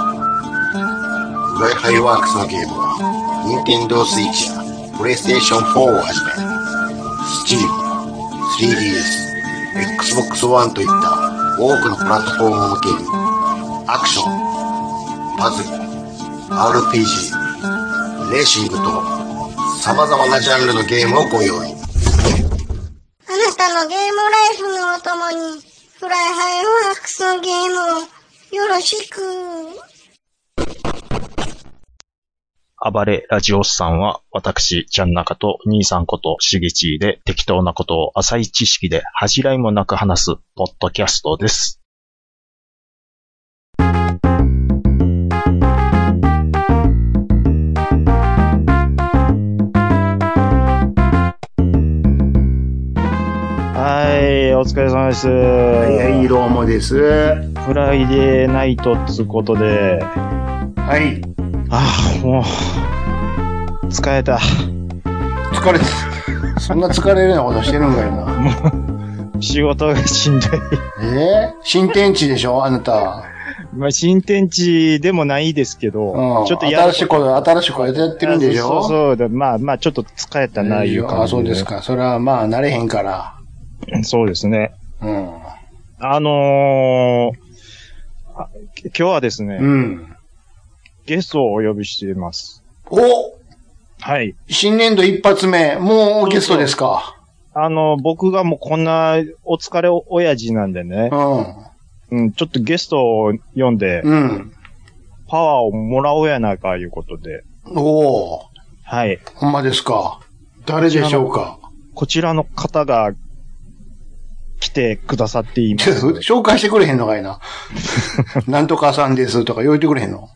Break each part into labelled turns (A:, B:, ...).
A: ワイハイワークスのゲームは、ニンテンドースイッチや、プレイステーション4をはじめ、Steam、3DS、Xbox One といった多くのプラットフォームを向けに、アクション、パズル、RPG、レーシングと、様々なジャンルのゲームをご用意。
B: あなたのゲームライフのお供に、フライハイワークスのゲームをよろしく。
C: 暴れラジオスさんは、私、ちゃんなかと、兄さんこと、しげちーで、適当なことを浅い知識で恥じらいもなく話す、ポッドキャストです。
D: はい、お疲れ様です。
E: はい、はい、どうもです。は
D: フライデーナイトっつうことで、
E: い、
D: ああ、もう、疲れた。
E: 疲れた。そんな疲れるようなことしてるんかいな。
D: 仕事がしんどい。
E: えー、新天地でしょあなた。
D: まあ、新天地でもないですけど、
E: うん。
D: ちょっとや
E: 新しいこと、新しいことやってるんでし
D: あ
E: ょ
D: そう
E: う
D: そうそう。まあまあ、ちょっと疲れたな、いう感じ
E: あ、そうです。か。それはまあ、慣れへんから。
D: そうですね。
E: うん。
D: あのー、あ今日はですね、
E: うん。
D: ゲストをお呼びしています。
E: お
D: はい。
E: 新年度一発目、もうゲストですか。
D: あの、僕がもうこんなお疲れお親父なんでね
E: う、
D: うん、ちょっとゲストを読んで、
E: ん。うん。
D: パワーをもらおうやないか、いうことで。
E: おお
D: はい。
E: ほんまですか。誰でしょうか。
D: こちらの方が来てくださっていま
E: ちょっと
D: す。
E: 紹介してくれへんのか いな。なんとかさんですとか言うてくれへんの。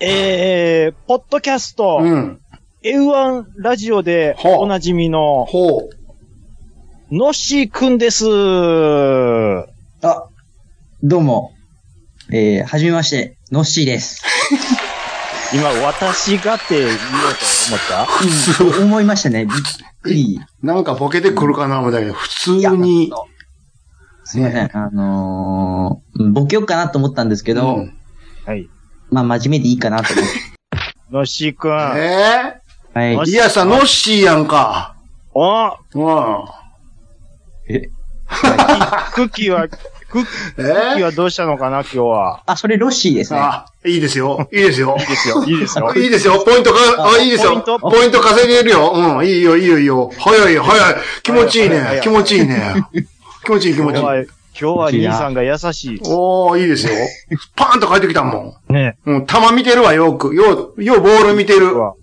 D: えー、ポッドキャスト、
E: うん。
D: A1 ラジオで
E: ほう
D: おなじみの、
E: ほう。
D: のっしーくんです。は
F: あ、どうも。えー、はじめまして、のっしーです。
D: 今、私がって言おうと思った
F: 思いましたね。びっくり。
E: なんかボケてくるかな思ったけど、普通に。
F: すいません。あのーうん、ボケようかなと思ったんですけど、
E: うん
D: はい。
F: まあ、真面目でいいかなと思って。
D: のっしーくん。
E: え
F: はい。
D: マ
E: ー、
D: ジ
E: いやさ、ノッシーやんか。
D: お
E: うん。
D: クッキーは、クッ
E: え
D: キー
E: ー、
D: はどうしたのかな、今日は。
F: あ、それロッシーですね。
E: あ、いいですよ。いいで すよ
D: いい。ですよ、いいですよ。
E: いいですよ。ポイントか、あ、いいです
D: ポイン
E: よ。
D: ト
E: ポイント稼げるよ。うん。いいよ、いいよ、いいよ。早いよ、早い。気持ちいい
D: 早い
E: ね。気持ちいいね。気持ちいい、気
D: 今
E: 持
D: 日
E: ちいい
D: は、。今日は兄さんが優しい。
E: おー、いいですよ。パーンと帰ってきたもん。
D: ね。
E: うん、球見てるわ、よく。よう、ようボール見てる。
D: うわ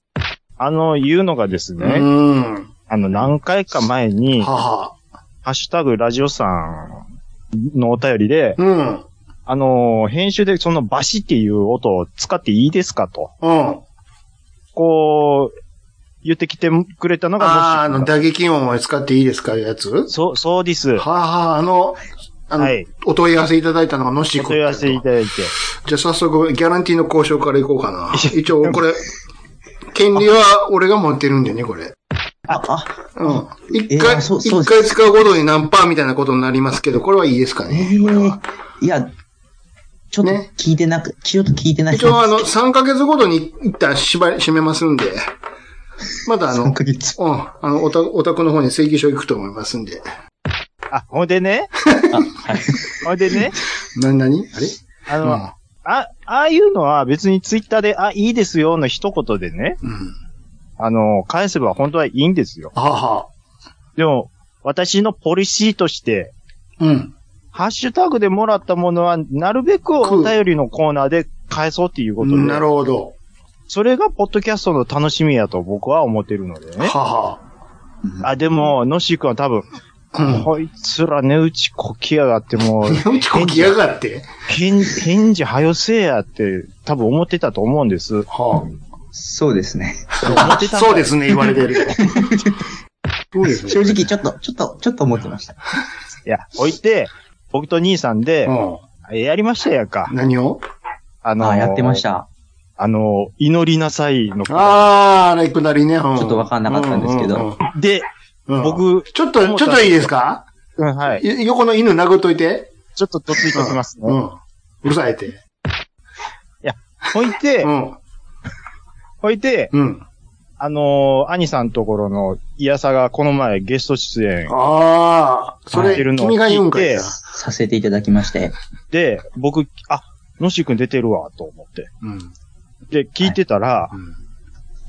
D: あの、言うのがです
E: う
D: ね、
E: ん。は
D: あの、何回か前に、ハ
E: は。
D: ッシュタグラジオさんのお便りで、
E: うん。
D: あのー編集でそのバシっていう音を使っていいですかと、
E: うん。
D: こう、言ってきてくれたのがもし
E: ああ、あの、打撃音を使っていいですかいうやつは
D: そう、そうです。
E: あ、はあ、あの、あの、
D: はい
E: お問い合わせいただいたのがのし
D: お問い合わせいただいて。
E: じゃあ早速、ギャランティーの交渉からいこうかな。一応、これ、権利は俺が持ってるんだよね、これ。
F: あ、あ、
E: うん。一
F: え
E: 回、
F: ーそうそう
E: 一
F: です
E: 回使うごとに何パーみたいなことになりますけど、これはいいですか
F: え
E: ね。
F: ー、いや、ちょっと
E: ね
F: 聞いてなく、ちょっと聞いてない。
E: 一応、あの、3ヶ月ごとに一旦縛り、締めますんで、またあの、う
F: 3
E: ん、
F: ヶ月。
E: あの、おた、お宅の方に請求書行くと思いますんで。
D: あ、ほんで ね、
F: あ、はい。
D: ほんでね、
E: な、なにあれ
D: あの、あ、ああいうのは別にツイッターで、あ、いいですよの一言でね、
E: うん。うん。
D: あのー返せば本当はいいんですよ。
E: はあはあ。
D: でも、私のポリシーとして、
E: うん。
D: ハッシュタグでもらったものは、なるべくお便りのコーナーで返そうっていうことで、
E: なるほど。
D: それがポッドキャストの楽しみやと僕は思ってるのでね。
E: は
D: あ、でも、のっしーくんは多分、
E: は。 うん。
D: こいつら値打ちこきやがっても う、
E: うんちこきやがって。
D: 返返事はよせやって多分思ってたと思うんです。
E: は
F: そうですね。
D: 思って
E: あ。
D: た
E: そうですね、言われ てる。そうですね。
F: 正直、ちょっと、ちょっと、ちょっと思ってました。
D: いや、置いて、僕と兄さんで、やりましたやんか
E: う。ん。何を
D: あの。
F: あ、やってましたた。
D: あの、祈りなさいの。
E: あー、あれくだりね。ちょ
F: ちょっとわかんなかったんですけど
D: で、
E: 僕、
D: 僕、
E: ちょっと、ちょっといいですか
D: うんはい。
E: い横の犬殴っといて。
D: ちょっとどついておきます
E: う
D: ね。
E: ん。うるさいって。
D: ほいて
E: う、ん。
D: ほいて、
E: うん。
D: あのー、兄さんところのイヤサがこの前ゲスト出演
E: ああ、そ
D: し
E: れ、
D: てるのを
E: 君が言うんか
D: 聞い
E: い
D: て
E: な。
F: させていただきまして。
D: で、僕、あ、のしーくん出てるわ、と思って。
E: うん。
D: で、聞いてたら、
E: うん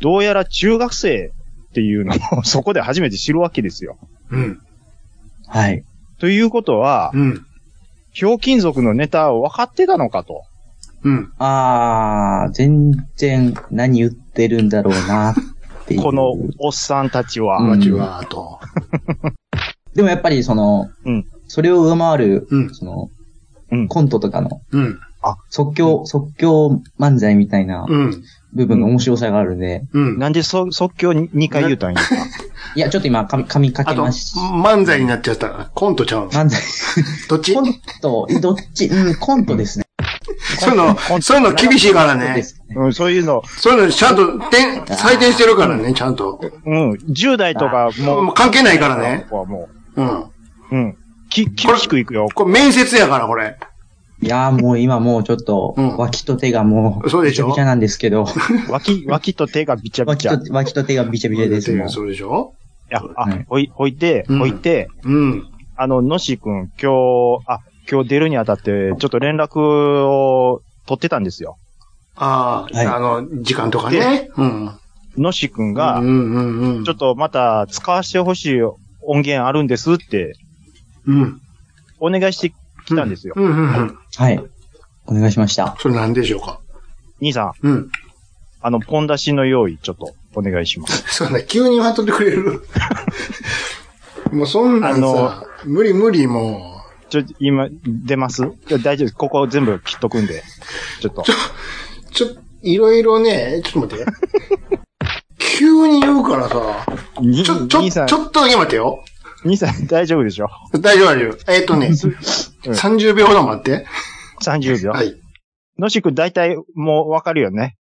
D: どうやら中学生っていうのを そこで初めて知るわけですよ。
E: うん。
F: はい。
D: ということは、
E: うん。
D: ひょうきん族のネタを分かってたのかと。
E: うん。
F: あー、全然何言ってるんだろうなっていう。
D: このおっさんたちは。
E: こん
F: うん
E: にちは、と。
F: でもやっぱりその、
D: うん
F: それを上回る、
E: うん
F: その、
D: うん
F: コントとかの
E: うん。
F: 即興、即興漫才みたいな
E: うん。
F: 部分の面白さがあるんで、
E: うん。
D: なんでそ即興に2回言うたんや。
F: いや、ちょっと今、髪、髪か
E: あ
F: け
E: と、
F: まし
E: 漫才になっちゃったから、コントちゃうの
F: 漫才、
E: どっち
F: コント、どっ ち、うん、コントですね。
E: そういうの、そういうの厳しいから
F: コントで
E: ね。
F: すね。
D: うん、そういうの、
E: そういうのちゃんと、点、採点してるからね、ちゃんと。
D: うん、10代とかもう、
E: もう関係ないからね。
D: はも
E: うん。
D: う、うん、き、厳しくいくよ。
E: これ面接やから、これ。
F: いやーもう今もうちょっと、
E: うん
F: 脇と手がもう、
E: そうでしょ
F: びちゃびちゃなんです けど、
D: 脇、脇と手がびちゃび
F: 脇
D: ちゃ。い
F: と、脇と手がびちゃびちゃですもん。
E: そうでしょ
D: や、あ
F: うん、
D: ほい、ほいて、
E: うん
D: ほいて、
E: うん。
D: あの、のしーくん、今日、あ、今日出るにあたって、ちょっと連絡を取ってたんですよ。
E: ああ、
F: はい
E: あの、時間とかね。うん。
D: のしーくんが、
E: うんうんうん。
D: ちょっとまた使わせてほしい音源あるんですって、
E: うん。
D: お願いしてきたんですよ。
E: うんうんうん。
F: はい。お願いしました。
E: それなんでしょうか。
D: 兄さん、
E: うん。
D: あの、ポン出しの用意、ちょっと、お願いします。
E: そんな、急に言わんとってくれる。 もうそんなんさ、無理無理も
D: ちょ、今、出ますいや大丈夫です。ここ全部切っとくんで。ちょっと。
E: う。ちょ、いろいろね、ちょっと待って。 急に言うからさ、
D: に
E: ちょ、ちょ、
D: 兄
E: ち
D: さ
E: ょ
D: ん
E: っ、とだけ待ってよ。
D: 兄さん大丈夫でし ょ
E: 大丈夫大丈夫。えっとね、30秒ほど待って。
D: ?30 秒。
E: はい。
D: のし君大体、もうわかるよね。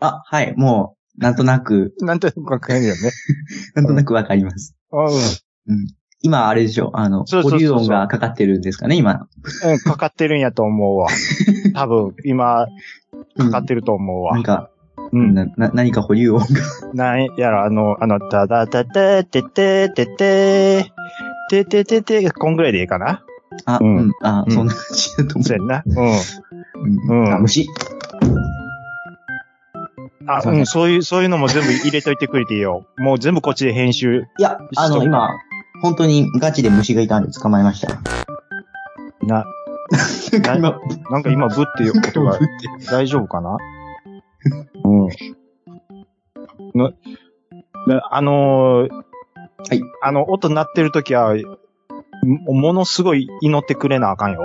F: あ、はい、もう、なんとなく、
D: なんとなくわかるよね。
F: なんとなくわかります。
D: う
F: 今、あれでしょ、あの、
D: そうそうそ
F: 保
D: うそう
F: 留音がかかってるんですかね、今。
D: ん。うん、かかってるんやと思う わ。多分、今、かかってると思う
F: な
D: わ
F: ん。か、
D: うん。
F: なな何か保留音が。
D: なんやら、あの、あの、ただたたてててて、てててて、こんぐらいでいいかな
F: あ、
D: う
F: うんん、あ、
D: うん
F: そんな感じだと思
D: そうやんな。う
F: う。うん
D: うん
F: あ、虫。
D: ん。あ、うん、そういう、そういうのも全部入れといてくれていいよ。もう全部こっちで編集。
F: いや、あの、今、本当にガチで虫がいたんで捕まえましたよ。
D: な、な
F: 今、
D: なんか今、ぶっていうことが、大丈夫か なうん。な、なあのー
F: はい
D: あの、音鳴ってるときは、もものすごい祈ってくれなあかんよ。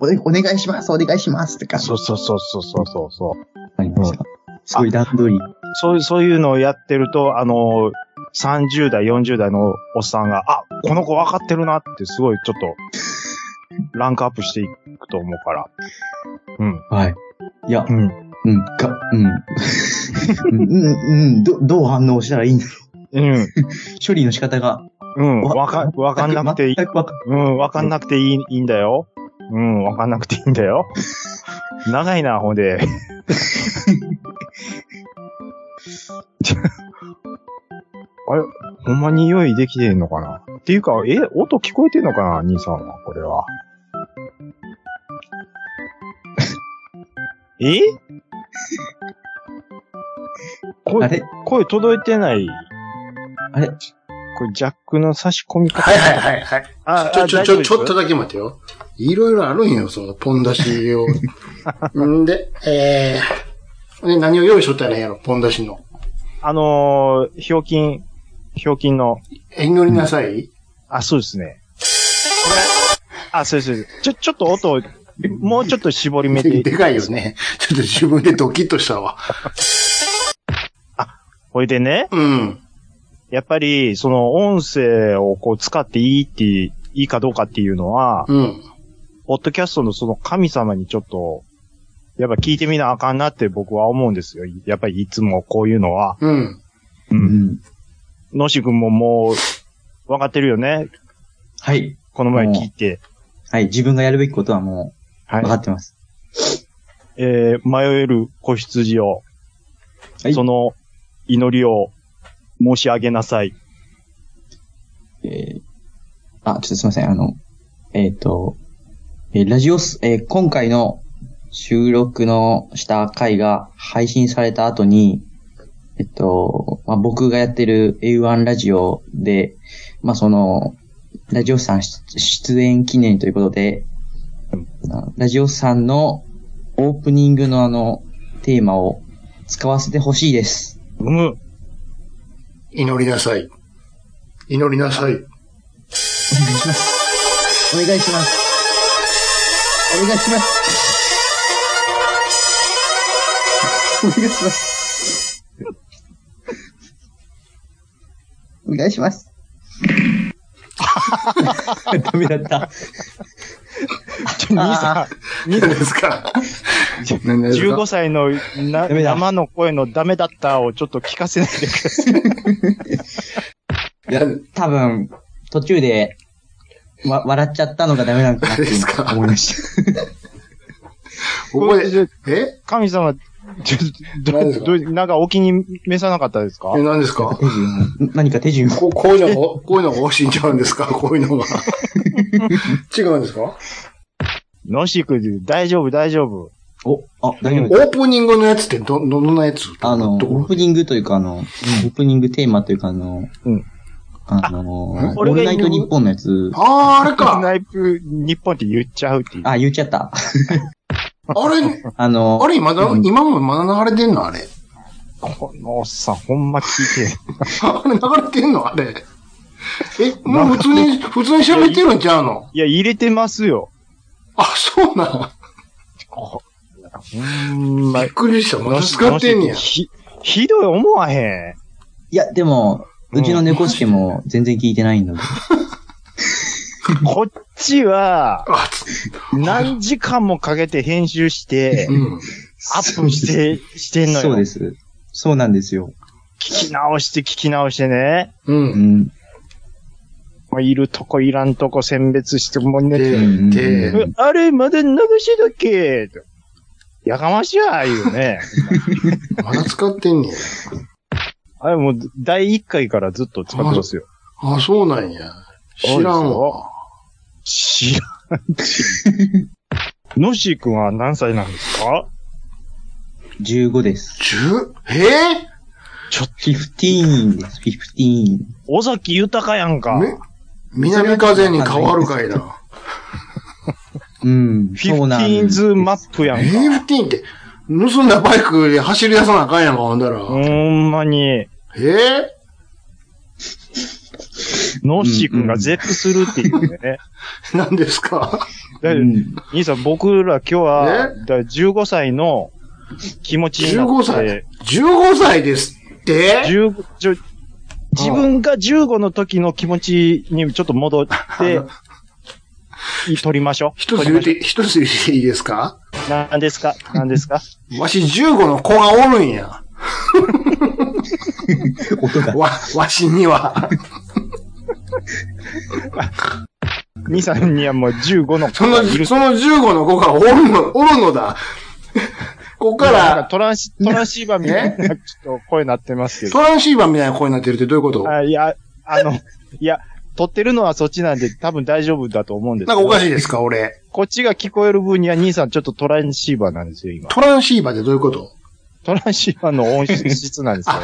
F: おお願いします、お願いしますって感じ。
D: そうそうそうそうそうそうそう。
F: わかりました。すごい段取り。
D: そういう、そういうのをやってると、あの、30代、40代のおっさんが、あ、この子分かってるなって、すごいちょっ と、ランクアップしていくと思うから。うん。
F: はい。いや、
D: うん。
F: うん、が、 うん。うん、うん、うん、ど、どう反応したらいいんだろ
D: うん。
F: う。処理の仕方が。
D: うん。
F: わ
D: わか、わかんなくていい。
F: 全くわか
D: うん。わかんなくていい、いいんだよ。うん。わかんなくていいんだ よ。長いな、ほんで。あれ、ほんまに用意できてんのかなっていうか、え、音聞こえてんのかな兄さんは、これは。 え
F: あ
D: 声、
F: れ
D: 声届いてない。
F: あれ
D: これ、ジャックの差し込み方。
E: はいはいはいはい。
D: あ
E: ちょ、ちょ、ちょ、ちょっと
D: と。
E: だけ待てよ。いろいろあるんよ、その、ポン出し を。んで、えー、で何を用意しとったらええんやろ、ポン出しの。
D: あのー、ひょうきん、ひょうきんの、
E: え乗りなさい、
D: あ、そうですね。あ、そうです。そうですちょ、ちょっと音を、もうちょっと絞りめ
E: で
D: て、
E: でかいよね。ちょっと自分でドキッとしたわ。
D: ほいでね、
E: うん。
D: やっぱり、その音声をこう使っていいって、いいかどうかっていうのは、
E: うん。
D: ポッドキャストのその神様にちょっと、やっぱ聞いてみなあかんなって僕は思うんですよ。やっぱりいつもこういうのは。
E: うん。
F: う。ん。
D: のし君ももう、わかってるよね
F: はい。
D: この前聞いて。
F: はい、自分がやるべきことはもう、
D: はい
F: 分か。ってます。
D: えー迷える子羊を、
F: はい
D: その祈りを申し上げなさい。
F: えーあ、ちょっとすいません、あの、えっ、と、えーラジオス、えー今回の収録のした回が配信された後に、えっと、まあ、僕がやってる A1 ラジオで、まあ、その、ラジオスさんし出演記念ということで、あラジオスさんのオープニングのあの、テーマを使わせてほしいです。
D: うむ。
E: 祈りなさい。祈りなさい。
F: お願いします。お願いします。お願いします。お願いします。お願いします。 ダメだった。
D: ちょ兄さ
E: 何ですか何
D: ん、
E: ですか
D: 15歳のな
F: ダメだ
D: 生の声のダメだったをちょっと聞かせないでくださ
E: いや、何
F: 多分、途中で、わ、笑っちゃったのがダメなのかなって
E: ですか
F: 思いました。
E: ここ
D: い。
E: で、え
D: こ神様、ちょ
E: 何で
D: ど
E: すか
D: どうなんかお気に召さなかったですか
E: え、何ですか
F: 手順を何か手順を。
E: ここういうのが、こういうのが欲しいんちゃうんですかこういうのが。違うんですか
D: ノシク、大丈夫、大丈夫。
F: お、あ、大丈
E: オ
F: 夫です。
E: ープニングのやつってど、どんなやつ
F: あの、オ
E: どこ
F: ープニングというか、あの、オープニングテーマというか、あの、
D: うん
F: あの
E: あ、
F: オールナイト日本のやつ、
E: ああ、あれか。
D: ナイプ、日本って言っちゃうっていう。
F: あ、言っちゃった。
E: あれ、
F: あの、
E: あれ今だ、
F: うん
E: 今もまだ流れてんのあれ。
D: このおっさん、ほんま聞いて。
E: あれ流れてんのあれ。え、もう普通に、普通に喋ってるんちゃうの
D: いや、入れてますよ。
E: あ、そうなの
D: こほんま
E: びっ、くりした。まだ使ってんねや。
D: ひ、ひどい思わへん。
F: いや、でも、
D: うん
F: うちの猫助も全然聞いてないので。
D: こっちは、
E: あ、つ
D: 何時間もかけて編集して
E: う、ん。
D: アップして、してんのよ。
F: そうです。そうなんですよ。
D: 聞き直して、聞き直してね。
E: うん
F: う。ん。
D: もういるとこ、いらんとこ、選別して、もうね、
E: で
F: うん
E: で
F: うん
D: あれ、まだ流しだっけとやかましいわ、言うね。
E: まだ使ってんねや。
D: あれ、もう、第1回からずっと使ってますよ。
E: あ、そうなんや。知らんわ。
D: 知らんし。 のしーくんは何歳なんですか
F: 15です。
E: 十え
F: 15です。15。
D: 尾崎豊やん
E: ー、
D: か。
E: め南風に変わるかい な。
F: うん。
D: フィ
F: そう
D: フテ
F: なん
D: ィーンズマップやん
E: え
D: か。
E: ー、フティーンって、盗んだバイクで走り出さなあかんやんか、ほんだら。
D: ほんまに、
E: えー、
D: ノッシーくんが絶句するっていうね。
E: 何ですか
D: だ
F: う
D: い
F: ん
D: 兄さん、僕ら今日は、
E: え
D: だから15歳の気持ちにな
E: 15
D: って
E: 歳、?15 歳ですって
D: 15ちょ自分が15の時の気持ちにちょっと戻って
E: あの、
D: い取りましょう。
E: 一つ
D: 取り
E: 言
D: ま
E: う、
D: して
E: 一つ言っていいですか
D: ょう何ですか何ですか
E: わし15の子がおるんや。
F: 音が。
E: わ、 わしに は。
D: 兄さんにはもう15の
E: そ
D: 子
E: の、
D: がいる。
E: その15の子がおるの、おるのだ。 こっか、
D: なんからトランシ、トランシーバーみたいな、ちょっと声なってますけど
E: ト。ランシーバーみたいな声になってるってどういうこと
D: あいや、あの、いや、撮ってるのはそっちなんで多分大丈夫だと思うんですけ
E: なん
D: ど
E: かおかしいですか、俺。
D: こっちが聞こえる分には兄さんちょっとトランシーバーなんですよ、今。
E: トランシーバーってどういうこと
D: トランシーバーの音質質なん ですよ。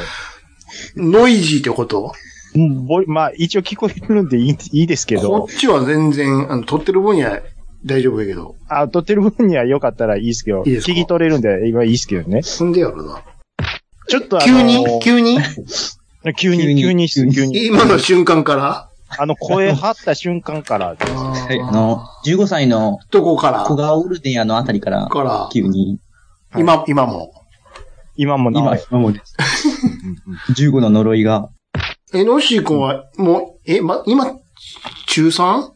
E: ノイジーってこと
D: うんぼいまあ、一応聞こえるんでいいいいですけ
E: こ
D: ど、
E: っちは全然、あの、撮ってる分には大丈夫やけど。
D: あ、撮ってる分には良かったらいいですけど、
E: いいですか
D: 聞き取れるんで今いいですけどね。
E: すんでやろな。
D: ちょっとあの
E: 急に急に
D: 急に、急に、
F: 急に
D: 急に、急に、
E: 今の瞬間から
D: あの、声張った瞬間から、
F: はい、あの、15歳の
E: どこから
F: 小川オルデンアのあたりから、
E: から、
F: 急に、
E: 今、今も。
D: 今もなお
F: 今、今もです。15の呪いが、
E: え、のっしーくんは、もう、え、ま、今、中 3?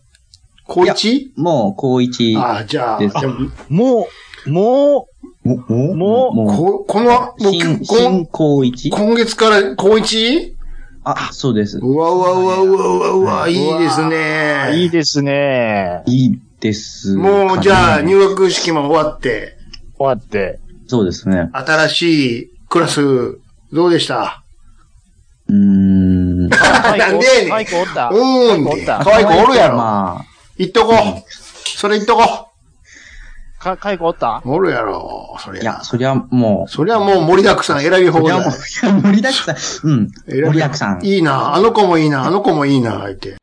E: 高 1?
F: もう、高一。
E: ああ、じゃあ、
F: です
E: じゃあ
D: もう、も
F: もも
D: もう
E: ここの、もう、
F: 新、新
E: 今
F: 高一
E: 今月から高 1?
F: あ、そうです。
E: うわうわうわうわうわうわ、いいです
D: う、いい
E: ね。
D: ですね。
F: いい、ですかね、
E: もう、じゃあ、入学式も終わって、
D: 終わ って、
F: そうですね。
E: 新しいクラス、どうでした
F: うー
E: なん
F: ん。
E: でやねん
G: マイクおった。
E: うーん
G: マイクおっ
E: って
G: た。
E: 可愛い子おるやろ。
F: ま
E: 行っとこう。それ行っとこ
G: か、カイコおった
E: う。おるやろ。そり
F: あ、い
E: ゃ
F: や、。そりゃもう、
E: そりゃもう盛りだくさん選び放
F: そりゃ
E: 題
F: も。う、盛りだくさん。うん。
E: 選び
F: 盛りだくさん。
E: いいな。あの子もいいな。あの子もいいな。言って。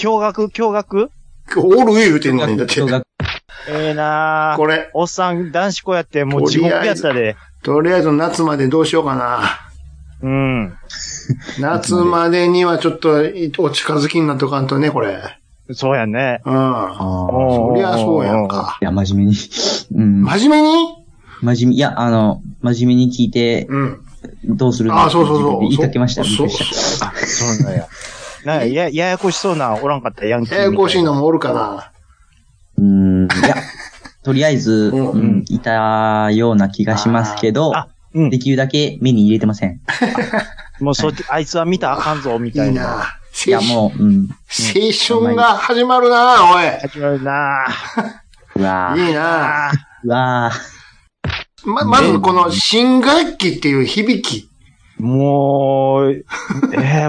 G: 驚愕、驚愕
E: おる言うてんのに。だって
F: 小。学
D: ええなー
E: これ、
D: おっさん、男子校やって、もう地獄やったで。
E: とりあえず夏までどうしようかな。
D: うん。
E: 夏までにはちょっとお近づきになっとかんとね、これ。
D: そうやね。
E: うん。
F: ああ。
E: そりゃそうやんか。
F: いや、真面目に。うん。
E: 真面目に
F: 真面目、いや、あの、真面目に聞いて、
E: うん。
F: どうする
E: ああ、そうそうそう。
F: 言いかけました。びっく
E: そう
F: りし
E: そ
F: た
E: う。
D: そうなん や。なんかや、ややこしそうな、おらんかった、ヤンキーみたい
E: や
D: な。
E: やこしいのもおるかな。
F: うーん。いや、とりあえず、
E: うん
F: うんいたような気がしますけど
D: あ、うん
F: で。きるだけ目に入れてません。
D: もうそっち、あいつは見たらあかんぞ、みた
E: いい
D: いな。
E: な。
F: いや、もう、うん。
E: 青春が始まるな、おい。
D: 始まるな
F: うわー
E: いいな。
F: うわー
E: ま、まずこの新学期っていう響き、
D: ぁもう、え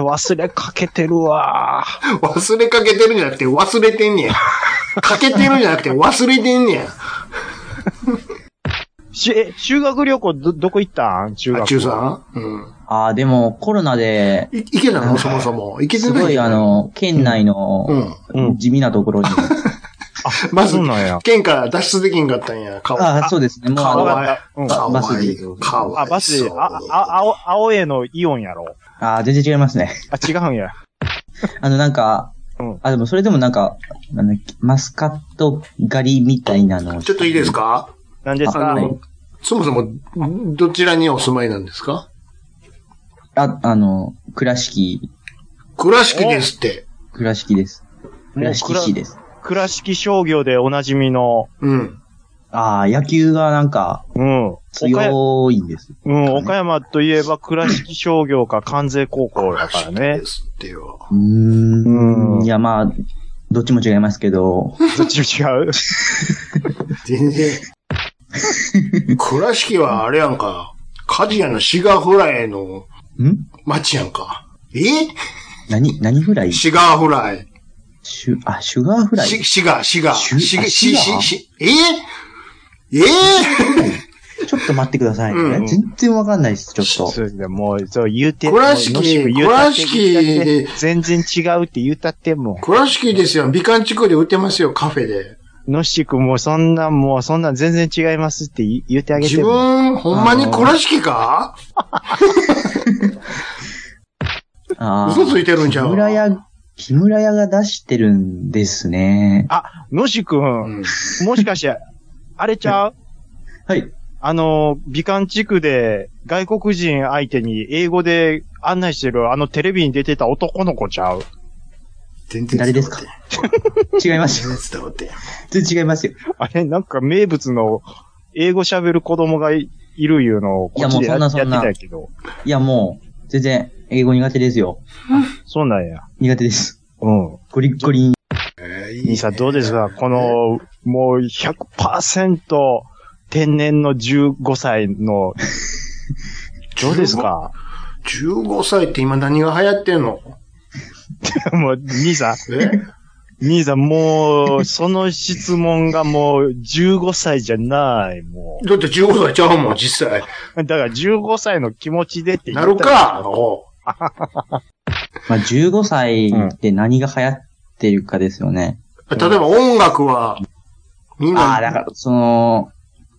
D: ー、忘れかけてるわ
E: 忘れかけてるんじゃなくて忘れてんねや。かけてるんじゃなくて忘れてんねや。
D: し、え、修学旅行ど、どこ行ったん中
E: あ、
D: 学。
E: 中さんうん。
F: ああ、でも、コロナで、
E: い、いけたのそもそも。いけて
F: す
E: ない。
F: ごい、あ、の、県内
E: う
F: の、
E: ん。
D: うん。
F: 地味なとこ ろに。
E: まず
D: そうなんや。
E: 県から脱出できんかったんや。かわ
F: ああ、そうですね。もう、
E: か
F: あの
E: わ
D: わかった。うん。
E: かわいい。
F: バスで
E: かわ
D: あ、
E: い
D: バスで、あ、あ、青、青江のイオンやろ。
F: あー全然違いますね。
D: あ、違うんや。
F: あの、なんか
D: うん、
F: あ、でも、それでもなんか、なんだっけマスカット狩りみたいなの。
E: ちょっといいですか
D: なんです
E: あ
D: か
F: はい
E: の、そもそも、どちらにお住まいなんですか
F: あ、あの、倉敷、
E: 倉敷ですって。
F: 倉敷です。倉敷市です。
D: 倉敷商業でおなじみの、
E: うん。
F: ああ、野球がなんか
D: うん。岡山
F: 強いんです。
D: うん、岡山といえば倉敷商業か関西高校だからね
E: で。すってよ。
F: う
D: う
F: ー
D: ん
F: ん。いや、まあ、どっちも違いますけど、
D: どっちも違う。
E: 全然。倉敷はあれやんか。鍛冶屋のシガーフライの
F: ん
E: 町やんか。え
F: 何、何フライシ
E: シガーフライ。
F: ュ、あ、シュガーフライ
E: シシガー、シガー。
F: シュ
E: シ
F: あ
E: ガシ、
F: シガ
E: シ、
F: ー
E: シ、ええ
F: ちょっと待ってください。
E: うん
F: 全然わかんないです、ちょっ
D: そ
F: と。
D: うでもう、そう言うて、
E: 倉敷
D: もう野宿言うたって
E: 倉敷で
D: 言うたって全然違うって言うたっても
E: 倉敷ですよ。美観地区で売ってますよ、カフェで。
D: う、のっしくんもうそんな、もうそんな全然違いますって言言うてあげ
E: 自
D: ても。
E: 分、ほんまに倉敷か
F: あー
E: 嘘ついてるんちゃう
F: 木村屋、木村屋が出してるんですね。
D: のっしく、
E: うんん。
D: もしかして、あれちゃ う
F: はい。
D: あの、美観地区で外国人相手に英語で案内してるあのテレビに出てた男の子ちゃう
E: 全然
F: 誰ですか違いますよ。
E: 全然伝わってへん。
F: 全然違いますよ。
D: あれ、なんか名物の英語喋る子供がいいるいうのをこっちでや
F: いやもうそんなそんな
D: やってたけど。
F: いや、もう、全然、英語苦手ですよ。
D: そうなんや。
F: 苦手です。
D: うん。
F: ゴリッゴリに。
E: えーいい
D: 兄さんどうですかこの、もう100%天然の15歳の、どうですか
E: 15歳って今何が流行ってんの
D: もう、兄さん、
E: え
D: 兄さんもう、その質問がもう15歳じゃない、も
E: だって15歳ちゃうもん、実際。
D: う。だから15歳の気持ちでって言った
E: な
D: ら
E: るかお
F: まあ、15歳で何が流行ってるかですよね。
E: 例えば音楽は、みん
F: あ
E: な
F: あ、、だから、その、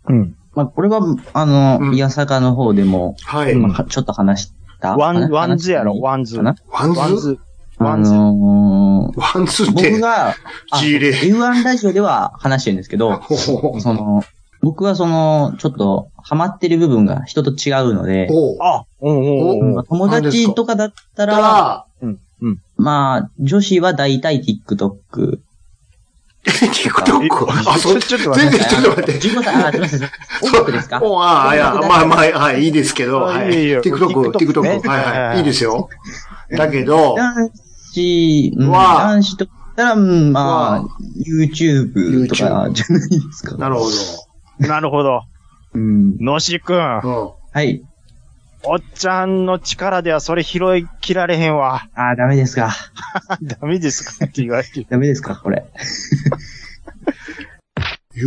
D: うん。
F: まあ、これは、あの、
E: うん
F: いやさかの方でも、
E: はい。
F: まあか、ちょっと話した。
D: ワ
F: 話
D: ン、ワンズやろ、
F: 話
D: ワンズ。
F: かな
E: ワン
D: ワン
E: ズ
D: ズ。
F: した
D: ワ
F: あ
D: ンズ。
F: の
E: ワンズ
F: ー、
E: って
F: 僕。が、あ
E: ジーレ
F: F1 ラジオでは話してるんですけど、
E: ほほほ
F: その、僕はその、ちょっと、ハマってる部分が人と違うので、
E: おう
D: あ、うんうんう
F: まあ
D: ん。
F: 友達とかだった、
E: だからら、
F: まあ、女子は大体 TikTok。
E: TikTok。あ、そう、
D: ちょちょっと待
E: 全
D: って
E: 然、ちょっと待って。
F: 15歳、あ、すいませ ん、すいません音楽ですか
E: おうああ、いや、まあまあ、はい、いいですけど、
D: あ
E: はい
D: いよいい
E: い。
D: よ
E: TikTok、
D: TikTok ね
E: TikTok。はい
D: はい
E: は
D: はい
E: い。いいですよ。だけど、
F: 男子、うん
E: は
F: 男子とたら、うんまあ
E: ま、
F: YouTube とかじゃないですか。
E: なるほ
D: なるほど。
F: うん。
D: のしくん。
E: ど。
F: はい。
D: おっちゃんの力ではそれ拾いきられへんわ。
F: あー、ダメですか。
D: ダメですかって言われて。
F: ダメですか、これ。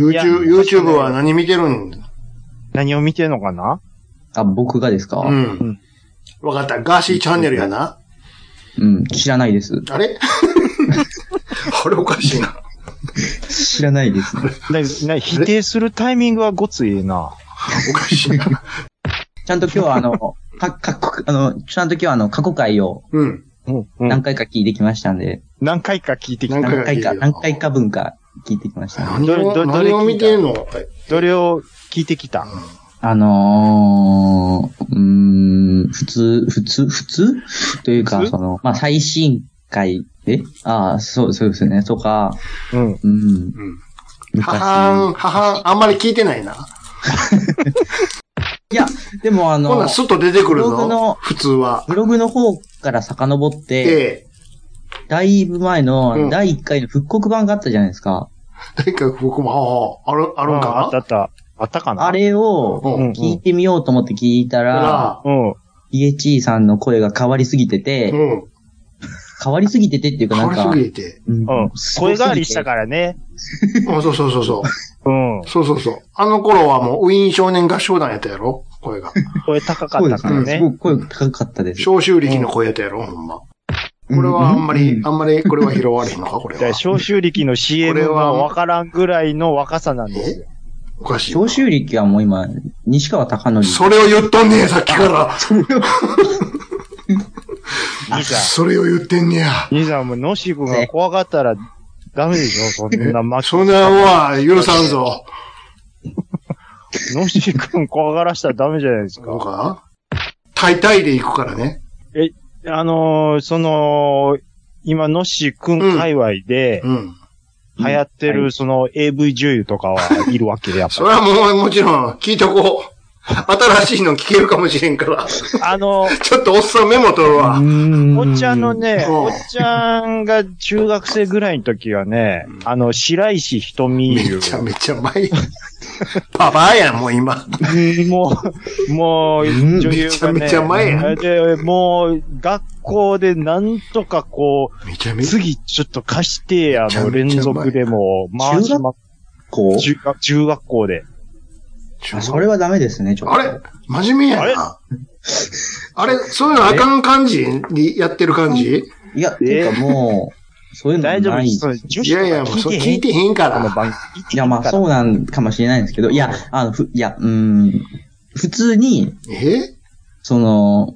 E: うん。
D: いや
E: YouTube、YouTube は何見てるん
D: 何を見てんのかな
F: あ、僕がですか、
E: う
F: うん、
E: ん。わかった。ガーシーチャンネルやな。
F: 知らないです。
E: あれ あれおかしいな。
F: 知らないです、ね。
D: なな否定するタイミングはごついな。
E: おかしいな。
F: ちゃんと今日はあの、か、かこ、あの、ちゃんと今日はあの、過去回を
E: うん。
D: うん、うん
F: 何回か聞いてきましたんで、
D: 何回か聞いてきた。
E: 何
F: 何
E: 回
F: 回
E: か聞いて
F: か、
E: る
F: 何回か分か聞いてきました、ね。
E: 何
D: どれ
E: を、
D: どれ
E: 何を見てんのはい
D: どれを聞いてきた
F: あのー、うーん、普通、普通、普通というか、
D: 普通
F: その、まあ、最新回で、ああ、そう、そうですね、とか、
D: うん。
F: うん、
E: うん。はは
F: 昔。
E: ん、ははん、あんまり聞いてないな。
F: いや、でもあ
E: こんな
F: の
E: ん、スッと出てくる
F: 僕
E: の
F: の
E: 普通は。
F: ブログの方から遡って、
E: ええ。
F: だいぶ前
E: うん
F: の、第1回の復刻版があったじゃないですか。
E: 誰か僕も、ははある、あるんかな
D: あったあった。あったかな
F: あれを、
E: うん。
F: 聞いてみようと思って聞いたら、
E: な
D: うん。
F: イエチーさんの声が変わりすぎてて、
E: うん。
F: 変わりすぎててっていうか、
E: 変
F: なんか、
E: わりすぎて。
F: うん
D: うん。声変わりしたからね。
E: あ、そうそうそうそう。
D: うん。
E: そうそうそう。あの頃はもう、ウィーン少年合唱団やったやろ声が。
D: 声高か
F: そ
D: っ
F: うで
D: た
F: す
D: から
F: ね。す
D: ね。
F: ごく声高かったです。
E: 召集力の声やったやろほんま。これはあんまり、あんまり、これは拾われへんのかこれ
D: だから
E: は。
D: 消臭力の CM
E: これは
D: がわからんぐらいの若さなんですよ。
E: おかしいな。
F: 長州力はもう今、西川貴教。
E: それを言っとんねや、さっきから。
D: 兄さん。
E: それを言ってんねや。
D: 兄さんも、のし君が怖がったらダメでし ょそんな負
E: そんなんは許さんぞ。
D: け。のし君怖がらしたらダメじゃないです
E: そう
D: か。
E: か大体で行くからね。
D: あのー、その、今、のし君界隈で
E: うん。
D: 流行って
F: うんは
D: る、その AV 女優とかはいるわけで、やっぱ
E: それはもう、もちろん、聞いとこう。新しいの聞けるかもしれんから。
D: り。あのー、
E: ちょっとおっさんメモ取るわ。
D: お
F: お
D: っちゃんの。ね、
E: うん
D: おっちゃんが中学生ぐらいの時はね、あの、白石瞳
E: め
D: いう、
E: ちゃめちゃ前。パパやん、もう今。
D: もう、もう、
F: ん
D: 女優がね、
E: めちゃめちゃ前やん
D: で、もう、学校でなんとかこ
E: めちゃ
D: う、
E: めちゃ。
D: 次ちょっと貸してや
E: めちゃ
D: の連
E: めちゃ前
D: 続でも、
F: 中
D: 回し
F: 学
D: ま
F: こ
D: 中学中学校で。
F: う。あそれはダメですね、ちょっと。
E: あれ真面目やな。あれそういうのあかん感じにやってる感じ
F: いや、ていうかもう、そういうの
D: 大丈夫
F: な
D: で
F: い。
D: す。
F: い
D: そう女
E: い
D: 子と
E: や
D: か
E: いや、もうそれ聞いて
D: へん
E: へんか
D: この
E: ら。
D: 番
F: や、まあそうなんかもしれないんですけど、いや、あの、ふいや、うん、普通に、
E: え
F: その、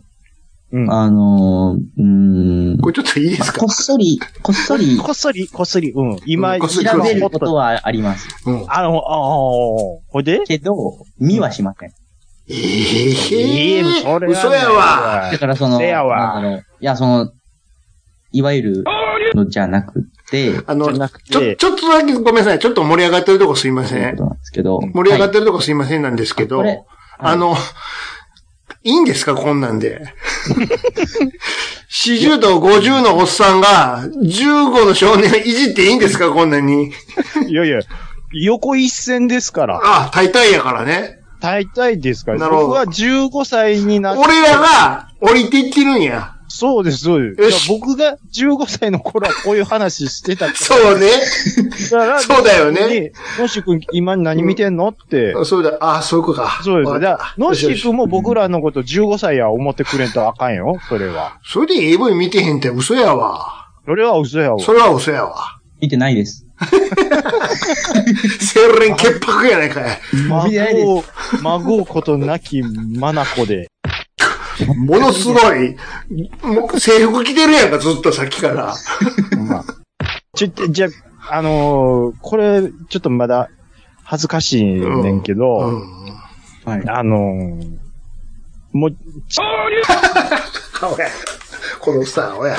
D: うん
F: あの、うん、
E: これちょっといいですか
F: こっそり、こっそり、
D: こっそり、こっそり、うん。今、
E: うんこっそり
F: 調べる
D: も
F: こ
D: っと
F: とはあります。
E: うん。
D: あの、ああ、ほいで
F: けど、見はしません。
E: え
D: ええ
E: え
D: それはね
E: 嘘やわ。
F: だからその、
D: せやわ
F: なんだろういや、その、いわゆるのじゃなくて、
E: あ
D: じゃ
E: の、
D: なく
E: ちょ、
D: て、
E: ちょっとだけごめんなさい。ちょっと盛り上がってるとこすいま
F: と
E: せ
F: いうこ
E: ん。
F: となんですけど。
E: 盛り上がっ
F: って
E: るとこすいませんなんですけど、
F: はいこれ
E: あの、いいんですかこんなんで。40と50のおっさんが15の少年をいじっていいんですかこんなに。
D: いやいや、横一線ですから。
E: あ、大体やからね。
D: 大体ですから。
E: なるほど
D: 僕は15歳になって、
E: 俺らが降りていってるんや。
D: そうです、そう
E: よ
D: で
E: し
D: す。いや僕が15歳の頃はこういう話してたか
E: そうね。
D: ら。
E: そうだよね。
D: のし君、今何見てんのって。
E: そうだ。あ、そういうことか。
D: そうです。
E: わ
D: だ
E: かっ
D: から、
E: た
D: の
E: よ
D: し
E: しよし
D: 君も僕らのこと15歳や思ってくれんとあかんよ、それは。
E: それで AV 見てへんって嘘やわ。
D: それは嘘やわ。
E: それは嘘やわ。
F: 見てないです。
E: セールレン潔白やないかい。
F: 見てないです
D: 孫を、孫うことなきまなこで。
E: ものすごい、もう制服着てるやんか、ずっとさっきから。
D: ちょ、ちょじゃ、あのーこれ、ちょっとまだ、恥ずかしいねんけど、
E: うん。
F: はい。
D: あのーもう、
E: 顔や。このさ、おや。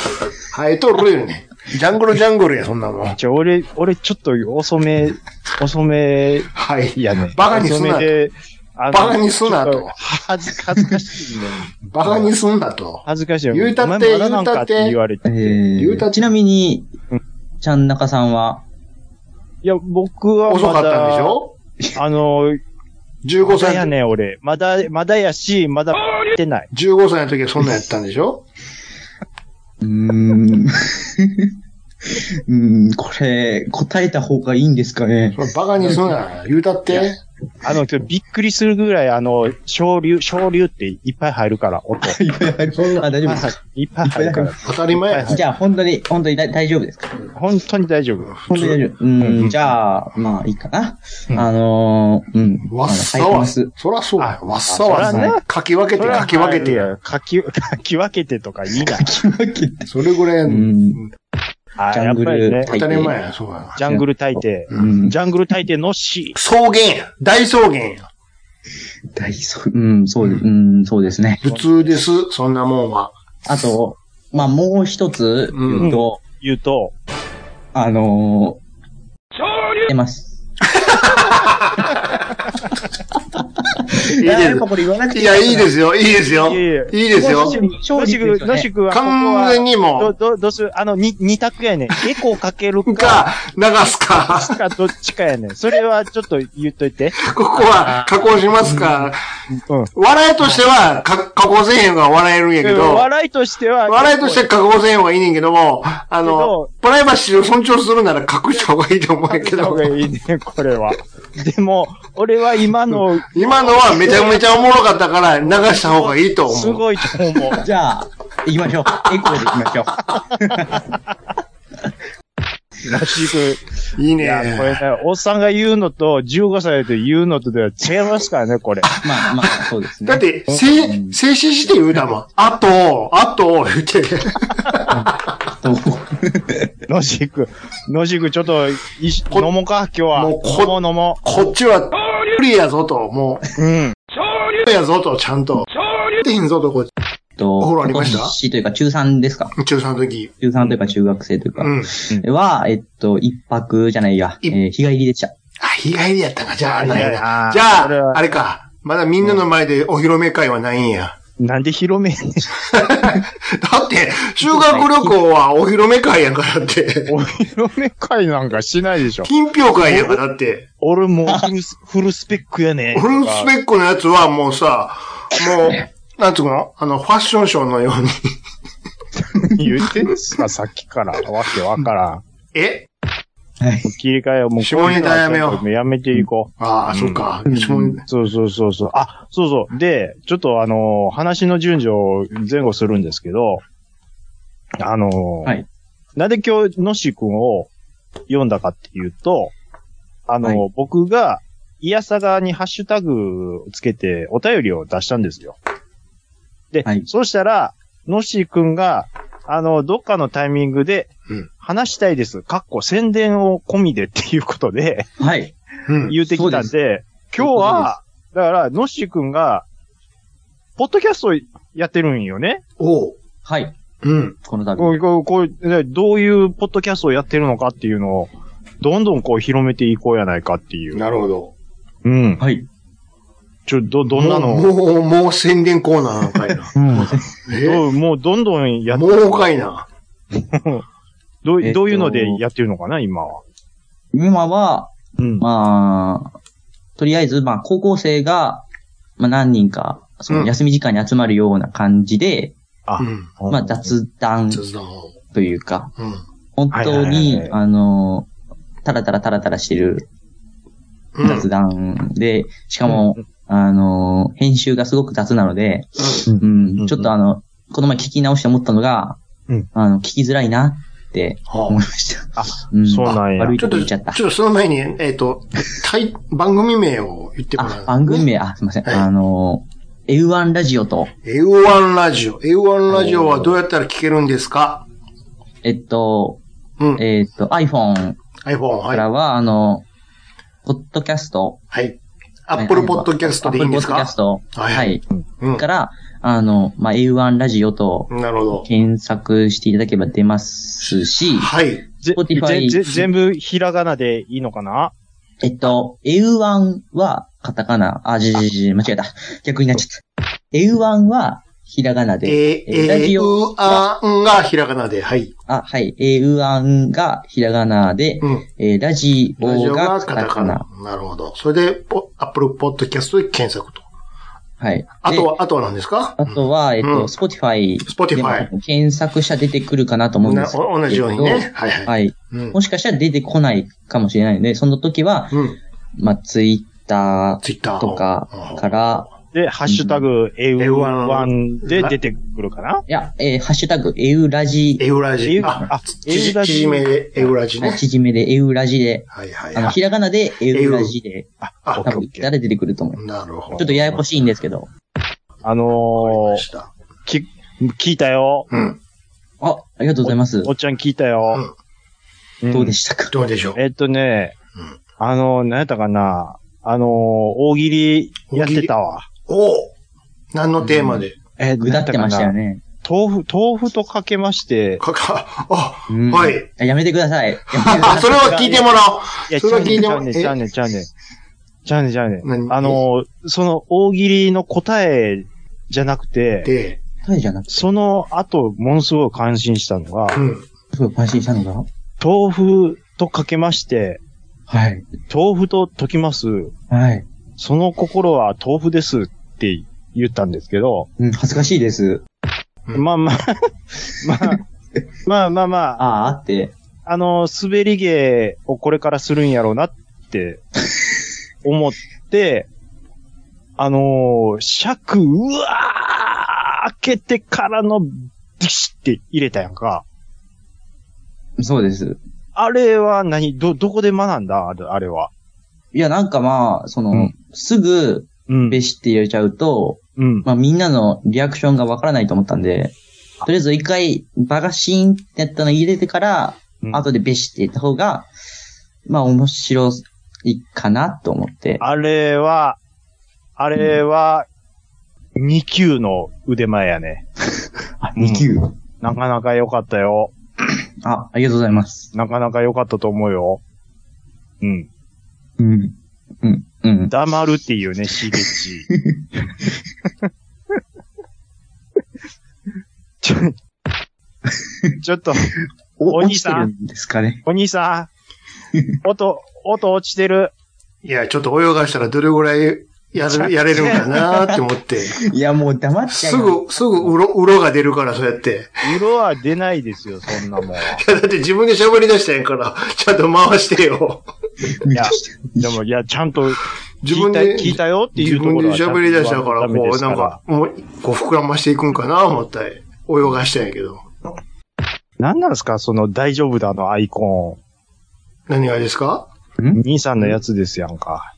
E: 生えとるよね。ジャングルジャングルや、そんなもん。
D: ちょ、俺、俺ちょっと遅め、遅め
E: はい。
D: やね。
E: バカにすな
D: 遅めであの
E: バカにすなと
D: ちょっ恥ず、恥ずかしいね。
E: バカにすんなと。
D: 恥ずかしいよ。
E: 言うたって
D: お前まだなんか
E: 言うたって
D: 言われ
F: え
D: て。
E: 言う
F: ー、
E: た
F: ちなみに、ちゃん中さんは、
D: いや、僕はまだ
E: 遅かったんでしょ
D: あの、
E: ?15
D: まだや
E: 歳、
D: ね、俺。まだ、まだやし、まだ、ってない。
E: 15歳の時はそんなんやったんでしょ
F: うーん。 うん、これ、答えた方がいいんです かね。
E: それバカにすんな。言うたって。
D: あの、びっくりするぐらい、あの、昇竜、昇竜っていっぱい入るから、 音。いっ
F: いっぱい入る
E: そんな
F: あ、大丈夫ですか。
D: ぱい入るから。
E: 当たり前や。
F: じゃあ、本当に、本当に大大丈夫ですか
D: 本当に大丈夫。
F: 本当に大丈夫。うん、じゃあ、まあ、いいかな。あのー、うん。
E: わっさ
F: あの入って
E: わ。
F: ます。
E: そらそうや。わっさ
D: あそ
E: わ
D: ら
E: ね。かき分けて、かき分けてや。
D: や。かき、かき分けてとかいいな。
E: それぐらいや。
F: うんん。
D: あ
F: ジ
D: や
F: ャン
D: っ
F: グ
D: ぱり
F: ル
D: ね、
E: 当たり前や。そうや。
D: ジャングル大帝。
F: うん。
D: ジャングル大帝のし、
E: 草原や。大草原や。
F: 大そう、うん、そうで、うん、そうですね。
E: 普通です。そんなもんは。
F: あと、まあ、もう一つ言うと、
D: 言うと、
F: あのー、出ます。
E: いい で
F: やっぱこれ言わなく
E: す。
F: て
E: いや、いい
F: す。
E: ですよ。いいですよ。
D: い
E: い
D: えいえ
E: いですよ。
D: のしく、のしくは、ここは
E: 完全にも
D: ど、ど、どうするあの、に、二択やねん。エコーかけるか、
E: う、か、流すか。
D: か、どっちかやねん。それはちょっと言っといて。
E: ここは加工しますか。
D: うん。
E: 笑いとしては、か加工せえへんが笑えるんやけど、
D: 笑いとしては、
E: 笑いとして加工せえへんがいいねんけども、あ
D: け
E: の
D: ど、
E: プライバシーを尊重するなら隠した方がいいと思うんやけ
D: の方
E: ど
D: が、いいね、これは。でも、俺は今の、
E: 今のはめちゃめちゃおもろかったから流した方がいいと
D: す
E: 思う。
D: ごいと思う。
F: じゃあ、行きましょう。エコーで行きましょう。
D: らしく。
E: いい
D: い
E: ね。
D: や、これね、おっさんが言うのと、15歳で言うのとでは違いますからね、 これ。
F: まあまあ、そうですね。
E: だって、せ、静止して言うたもん。あと、あと、言って。
F: どう
D: 野宿野宿ちょっと、いし
E: こ
D: 飲もうか、今日は。
E: もうこ
D: 飲もう飲も
E: こっちは、不利やぞと、も
D: う。うん。
E: う、不利やぞと、ちゃんと。ってへんぞと、こっち。
F: と、
E: お風呂ありました
F: 今年というか、中3ですか
E: 中3の時。
F: 中3というか、中学生というか
E: う、ん。
F: は、えっと、一泊じゃないや、え
E: い
F: ー日帰りでした。
E: あ、日帰りやったんか。じゃあ、ない
D: いやいや
E: な。じゃ
D: それは
E: あ、あれか。まだみんなの前でお披露目会はないんや。
D: なんで広めんねん。
E: だって、修学旅行はお披露目会やからって。
D: お披露目会なんかしないでしょ。
E: 品評会やからだって。
D: 俺もうフルスフルスペックやね
E: フルスペックのやつはもうさ、もう、なんつうのあの、ファッションショーのように。
D: ック言ってんですか、さっきから。わけわからん。
E: え
F: はい。
D: 切り替えをもう、
E: 下ネタやめよう
D: こいうのはちょっとやめていこう。
E: ああ、そっか。下ネタ
D: そうそうそうそう。あ、そうそう。で、ちょっとあのー話の順序を前後するんですけど、あのー
F: はい
D: なんで今日、のし君を読んだかっていうと、あのー
F: は
D: 僕が、いやさがにハッシュタグつけてお便りを出したんですよ。で、
F: はい
D: そうしたら、のし君が、あの、どっかのタイミングで
E: うん、
D: 話したいです。かっこ宣伝を込みでっていうことで、
F: はい。
E: うん。
D: 言うてきたん
F: そう
D: で、今日は、だから、のっしーくんが、ポッドキャストやってるんよね。
E: おう。
F: はい。
E: うん。
F: この度。
D: こう、こう、こうねどういうポッドキャストをやってるのかっていうのを、どんどんこう広めていこうやないかっていう。
E: なるほど。
D: うん。
F: はい。
D: ちょ、ど、どんな
E: も
D: の
E: う、もうもう宣伝コーナーのかい な。え
D: どうもうどんどんやっ
E: もうかいな。
D: どう、
F: えっと
D: どういうのでやってるのかな、今は。
F: 今は、
D: うん。
F: まあ、とりあえず、まあ、高校生が、まあ、何人か、そ
E: うん
F: の休み時間に集まるような感じで、
D: あ
E: うん。
F: まあ、雑談
E: 雑談を。
F: というか、
E: うん。
F: 本当
D: はいはい
F: に
D: はい、
F: あの、タラタラタラタラしてる
E: うん。
F: 雑談で、しかも、あの、編集がすごく雑なので、う
D: うん
F: ん、ちょっとあの、この前聞き直して思ったのが
D: うん、
F: あの、聞きづらいなって
E: は
F: 思いました。
D: あ、
F: うん
D: そうなんや
F: 悪い
E: ちょ
F: こ
E: っ
F: と
E: と、
F: 言っ
E: ち
F: ち
E: ょ
F: ゃ
E: っ
F: った。
E: とその前に、えっ、と、タイ、番組名を言ってもら
F: あ
E: う、。
F: 番組名、あ、すいません。
E: はい
F: あの、エウワンラジオと、
E: A1 ラジオ。A1 ラジオはどうやったら聞けるんですか
F: えっと、
E: うん。
F: えっと、iPhone
E: iPhone、は
F: か
E: い。
F: らは、あの、ポッドキャスト。
E: はい。Apple Podcast でいいんです
F: ポッドキャ
E: か
F: スト。
E: はい
F: はい。
E: うん
F: か。ら、あの、まあ、エウワンラジオと
E: なるほど。
F: 検索していただければ出ますし、
E: はい。
D: ぜ
F: Spotify
D: ぜぜ全部ひらがなでいいのかな
F: えっと、エウワンはカタカナ、あ、じじじ、間違えた。逆になっちゃった。エウワンはひらがなで。
E: え、
F: えーラ
E: え、
F: ジオ
E: う、あんがひらがなで、はい。
F: あ、はい。えー、うあんがひらがなで、
E: うん。
F: えーラジ
E: ラジ
F: オ
E: オが
F: が
E: カ
F: カ
E: タ
F: タ
E: カ
F: カ
E: ナ
F: ナ。。
E: なるほど。それで、ポアップルポッドキャストで検索と。
F: はい。
E: あと
F: で、
E: は、あとは何ですか
F: あとは、えっ
E: うん
F: と、Spotify。
E: Spotify
F: でも検索したら出てくるかなと思うんで
E: な
F: すけど。
E: お同じようにね。はいはい。
F: はい。
E: うん
F: もしかしたら出てこないかもしれないので、その時は、
E: うん。
F: まあ、ツイッタ
E: ツイッター
F: ーとかから、
D: で、ハッシュタグ、エウワンで出てくるかない
F: や、えーハッシュタグ、エウラジ、
E: エウラ
D: エ
E: ジ
D: ウ。
E: あ
D: あ、
E: 縮
D: エウラジ
E: 縮めでエウラジ
F: は
E: ね
F: い、。縮めでエウラジで、
E: はいはい
F: あの、
E: は
F: ひらがなでエウラジで、
E: あ
F: 多分、誰出てくると思う。
E: い。なるほど。
F: ちょっとややこしいんですけど。
D: あ
E: わかり
D: の
E: ました。
D: ー、き、聞いたよ。
E: うん。
F: あ、ありがとうございます
D: お。っちゃん聞いたよ。ん
F: どうでしたか
E: どうでしょう。
D: えっとね
E: うん、
D: あのー、何やったかなあのー、大喜利やってたわ。
E: おお何のテーマで
D: え、
F: ぐだってましたよね。
D: 豆腐、豆腐とかけまして、
E: かか、あ、
F: うん
E: はい。
F: やめてください。やめてください
E: あ、それは聞いてもらおう。
D: いや、
E: そ
D: ち
E: れ
D: ゃ
E: は
D: う
E: 聞
D: ね
E: い
D: ん、
E: て
D: ち
E: も
D: ゃうねん、ちゃうねん、ちゃうねん。ちゃうねん、ちゃうねん。
E: 何
D: あのー、その大喜利の答えじゃなくて、
E: で、
F: 答えじゃなくて、
D: その後、ものすごい感心したのが
E: う、ん。
F: すごい感心したのが。
D: 豆腐とかけまして、
F: はい。
D: 豆腐と溶きます。
F: はい。
D: その心は豆腐ですって言ったんですけど、
F: うん、恥ずかしいです。
E: うん
D: まあ まあ、まあ、まあまあまあ、
F: ああ、あって。
D: あの、滑り芸をこれからするんやろうなって、思って、あのー尺、うわー開けてからの、ディシって入れたやんか。
F: そうです。
D: あれは何ど、どこで学んだあれあれは。
F: いや、なんかまあ、その、
D: うん
F: すぐ、
D: うん
F: べしって入れちゃうと、
D: うん。
F: まあみんなのリアクションがわからないと思ったんで、とりあえず一回、バがシーンってやったの入れてから、
D: うん
F: 後でべしって言った方が、まあ面白いかなと思って。
D: あれは、あれは、2級の腕前やね。
F: あ
D: 二級
F: うん
D: なかなか良かったよ。
F: あ、ありがとうございます。
D: なかなか良かったと思うよ。うん。
F: うん。うん。うん。
D: 黙るっていうね、しげち。 ちょ、ちょっと、
F: お
D: お
F: 落
D: 兄
F: ちて
D: さん
F: るんですかね。
D: お兄さん、音、音落ちてる。
E: いや、ちょっと泳がしたらどれぐらいやる、やれるんかなーって 思って。
F: いや、もう黙っちゃい
E: す
F: ます。
E: ぐ、すぐ、うろ、うろが出るから、そうやって。
D: 色は出ないですよ、そんなもん。
E: いや、だって自分で喋り出したんやから、ちゃんと回してよ。
F: め
D: い
F: っち
D: や
F: ゃしてる、
D: でも、いや、ちゃんと
E: 自
D: 聞
E: 分
D: いた、
E: で、
D: 聞いたよってい
E: 自
D: うとこ
E: 分
D: ろ
E: で
D: はちゃんと
E: 喋り出したから、
D: ダメ
E: こ
D: で
E: う、
D: す
E: なんか、もう、こう、膨らましていくんかな、思ったり。泳がしたんやけど。
D: 何なんですか、その大丈夫だのアイコ
E: 何がですか
D: ン。兄さんのやつですやんか。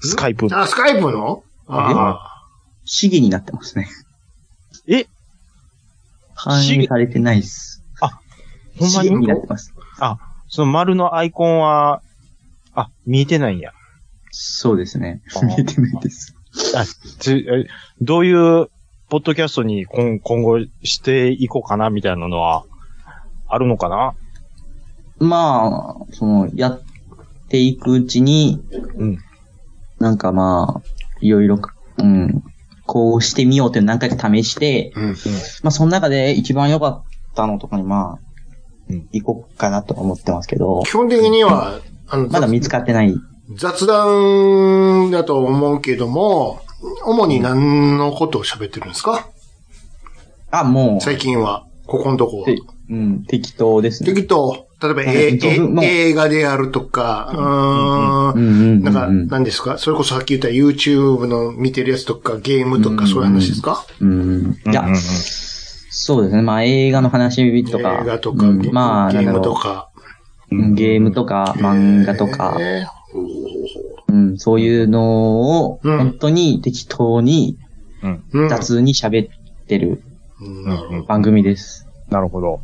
D: スカイプ。
E: あ、スカイプのああ。
F: 市議になってますね。
D: え
F: 反映されてないっす。
D: ほんま
F: 市議
D: に
F: になってます。
D: その丸のアイコンは、あ、見えてないんや。
F: そうですね
D: あ。ー
F: 見えてないです。
D: つえどういう、ポッドキャストに今今後していこうかな、みたいなのは、あるのかな
F: まあ、その、やっていくうちに、
D: うん
F: なんかまあ、いろいろ、うん、こうしてみようって何回か試して、
E: うん
F: まあ、その中で一番良かったのとかにまあ、
D: うん
F: 行こうかなとは思ってますけど
E: 基、本的には、あの、
F: まだ見つかってない。
E: 雑談だと思うけども、主に何のことを喋ってるんですか
F: あ、もう、
E: 最近は、ここのとこは。
F: てうん、適当ですね。
E: 適当。例えば、え
F: うんうん
E: え映画であるとか、うーん。
F: うんうんう
E: なん
F: ん
E: か、何ですかそれこそさっき言った YouTube の見てるやつとか、ゲームと
F: う
E: か、
F: ん
E: そういう話ですか
F: うん。いや、
D: うんうんうん
F: そうですね。まあ映画の話とか、
E: 映画とか、
F: う
E: ゲ
F: んまあ、
E: ゲームと
F: とか、
E: か、
F: うんゲームとか、漫画とか、
E: えーおー
F: うん、そういうのを、
E: うん
F: 本当に適当に
E: うん
F: 雑に喋ってる
E: なるほど。
F: 番組です。
D: なるほど。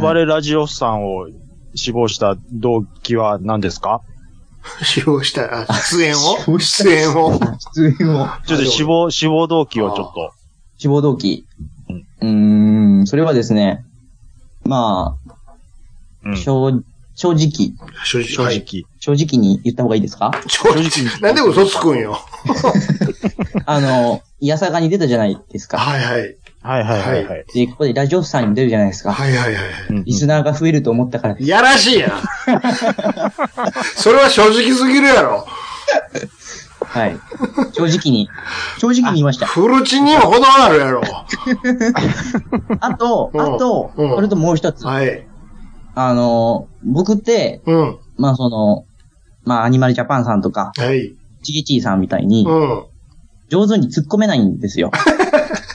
D: 暴れラジオさんを死亡した動機は何ですか
E: 使用した、あ出演
F: 使
E: を
F: 用した
E: 出演を
F: 普通の
D: ちょっと死亡、死亡動機をちょっと。
F: 志望動機。うーん、それはですね、ま
D: う
F: あ、
D: ん、正
F: 正正直、
E: 正直。
D: 直。
E: はい
F: 正直に言った方がいいですか
E: 正直。なんで嘘つくんよ。
F: あの、やさがに出たじゃないですか。
E: はいはい。
D: はいはいはいはい。
F: で、ここでラジオスさんにも出るじゃないですか。
E: はいはいはい。
D: うん
F: リスナーが増えると思ったから、
E: いやらしいやん。 それは正直すぎるやろ。
F: はい。正直に、正直に言いました。
E: フルチンにも程があるやろ。
F: あと、
E: うん
F: あと、
E: うん
F: それともう一つ。
E: はい。
F: あの、僕って、
E: うん。
F: まあその、まあアニマルジャパンさんとか、
E: はい。
F: チギチーさんみたいに、
E: うん。
F: 上手に突っ込めないんですよ。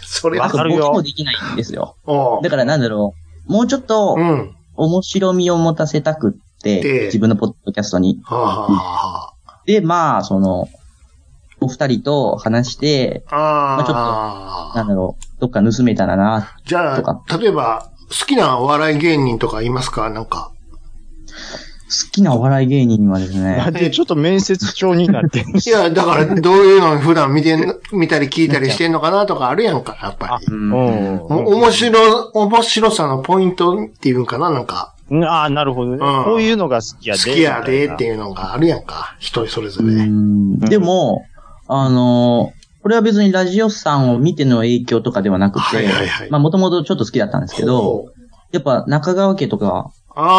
E: それ
F: あ
E: は、
F: と
D: かるよ
F: ボケもできないんですよ。
E: おう
F: だからなんだろう、もうちょっと
E: うん。
F: 面白みを持たせたくって、
E: ええ
F: 自分のポッドキャストに。
E: はあ、はあは
F: で、まあ、その、お二人と話して、
E: あ、あ
F: まあちょっと
E: あ
F: なんだろう、どっか盗めたらな。
E: じゃあ、例えば、好きなお笑い芸人とかいますかなんか。
F: 好きなお笑い芸人はです
D: な
F: ね
D: ん、でちょっと面接帳になってるんで
E: い
D: す
E: や、だから、どういうの普段見てん、見たり聞いたりしてんのかなとかあるやんか、やっぱり。
F: うん
D: うん
E: お面白、面白さのポイントっていうんかななんか、
D: うんああ、なるほどね。
E: うん
D: こういうのが好きや
E: 好
D: で。
E: きやでって
D: み
E: いうのがあるやんか。人それぞ
F: う
E: れ。
F: んでも、あのーこれは別にラジオさんを見ての影響とかではなく
E: はいはいはい
F: て、まあもともとちょっと好きだったんですけど、
E: ほう、
F: やっぱ中川家とか、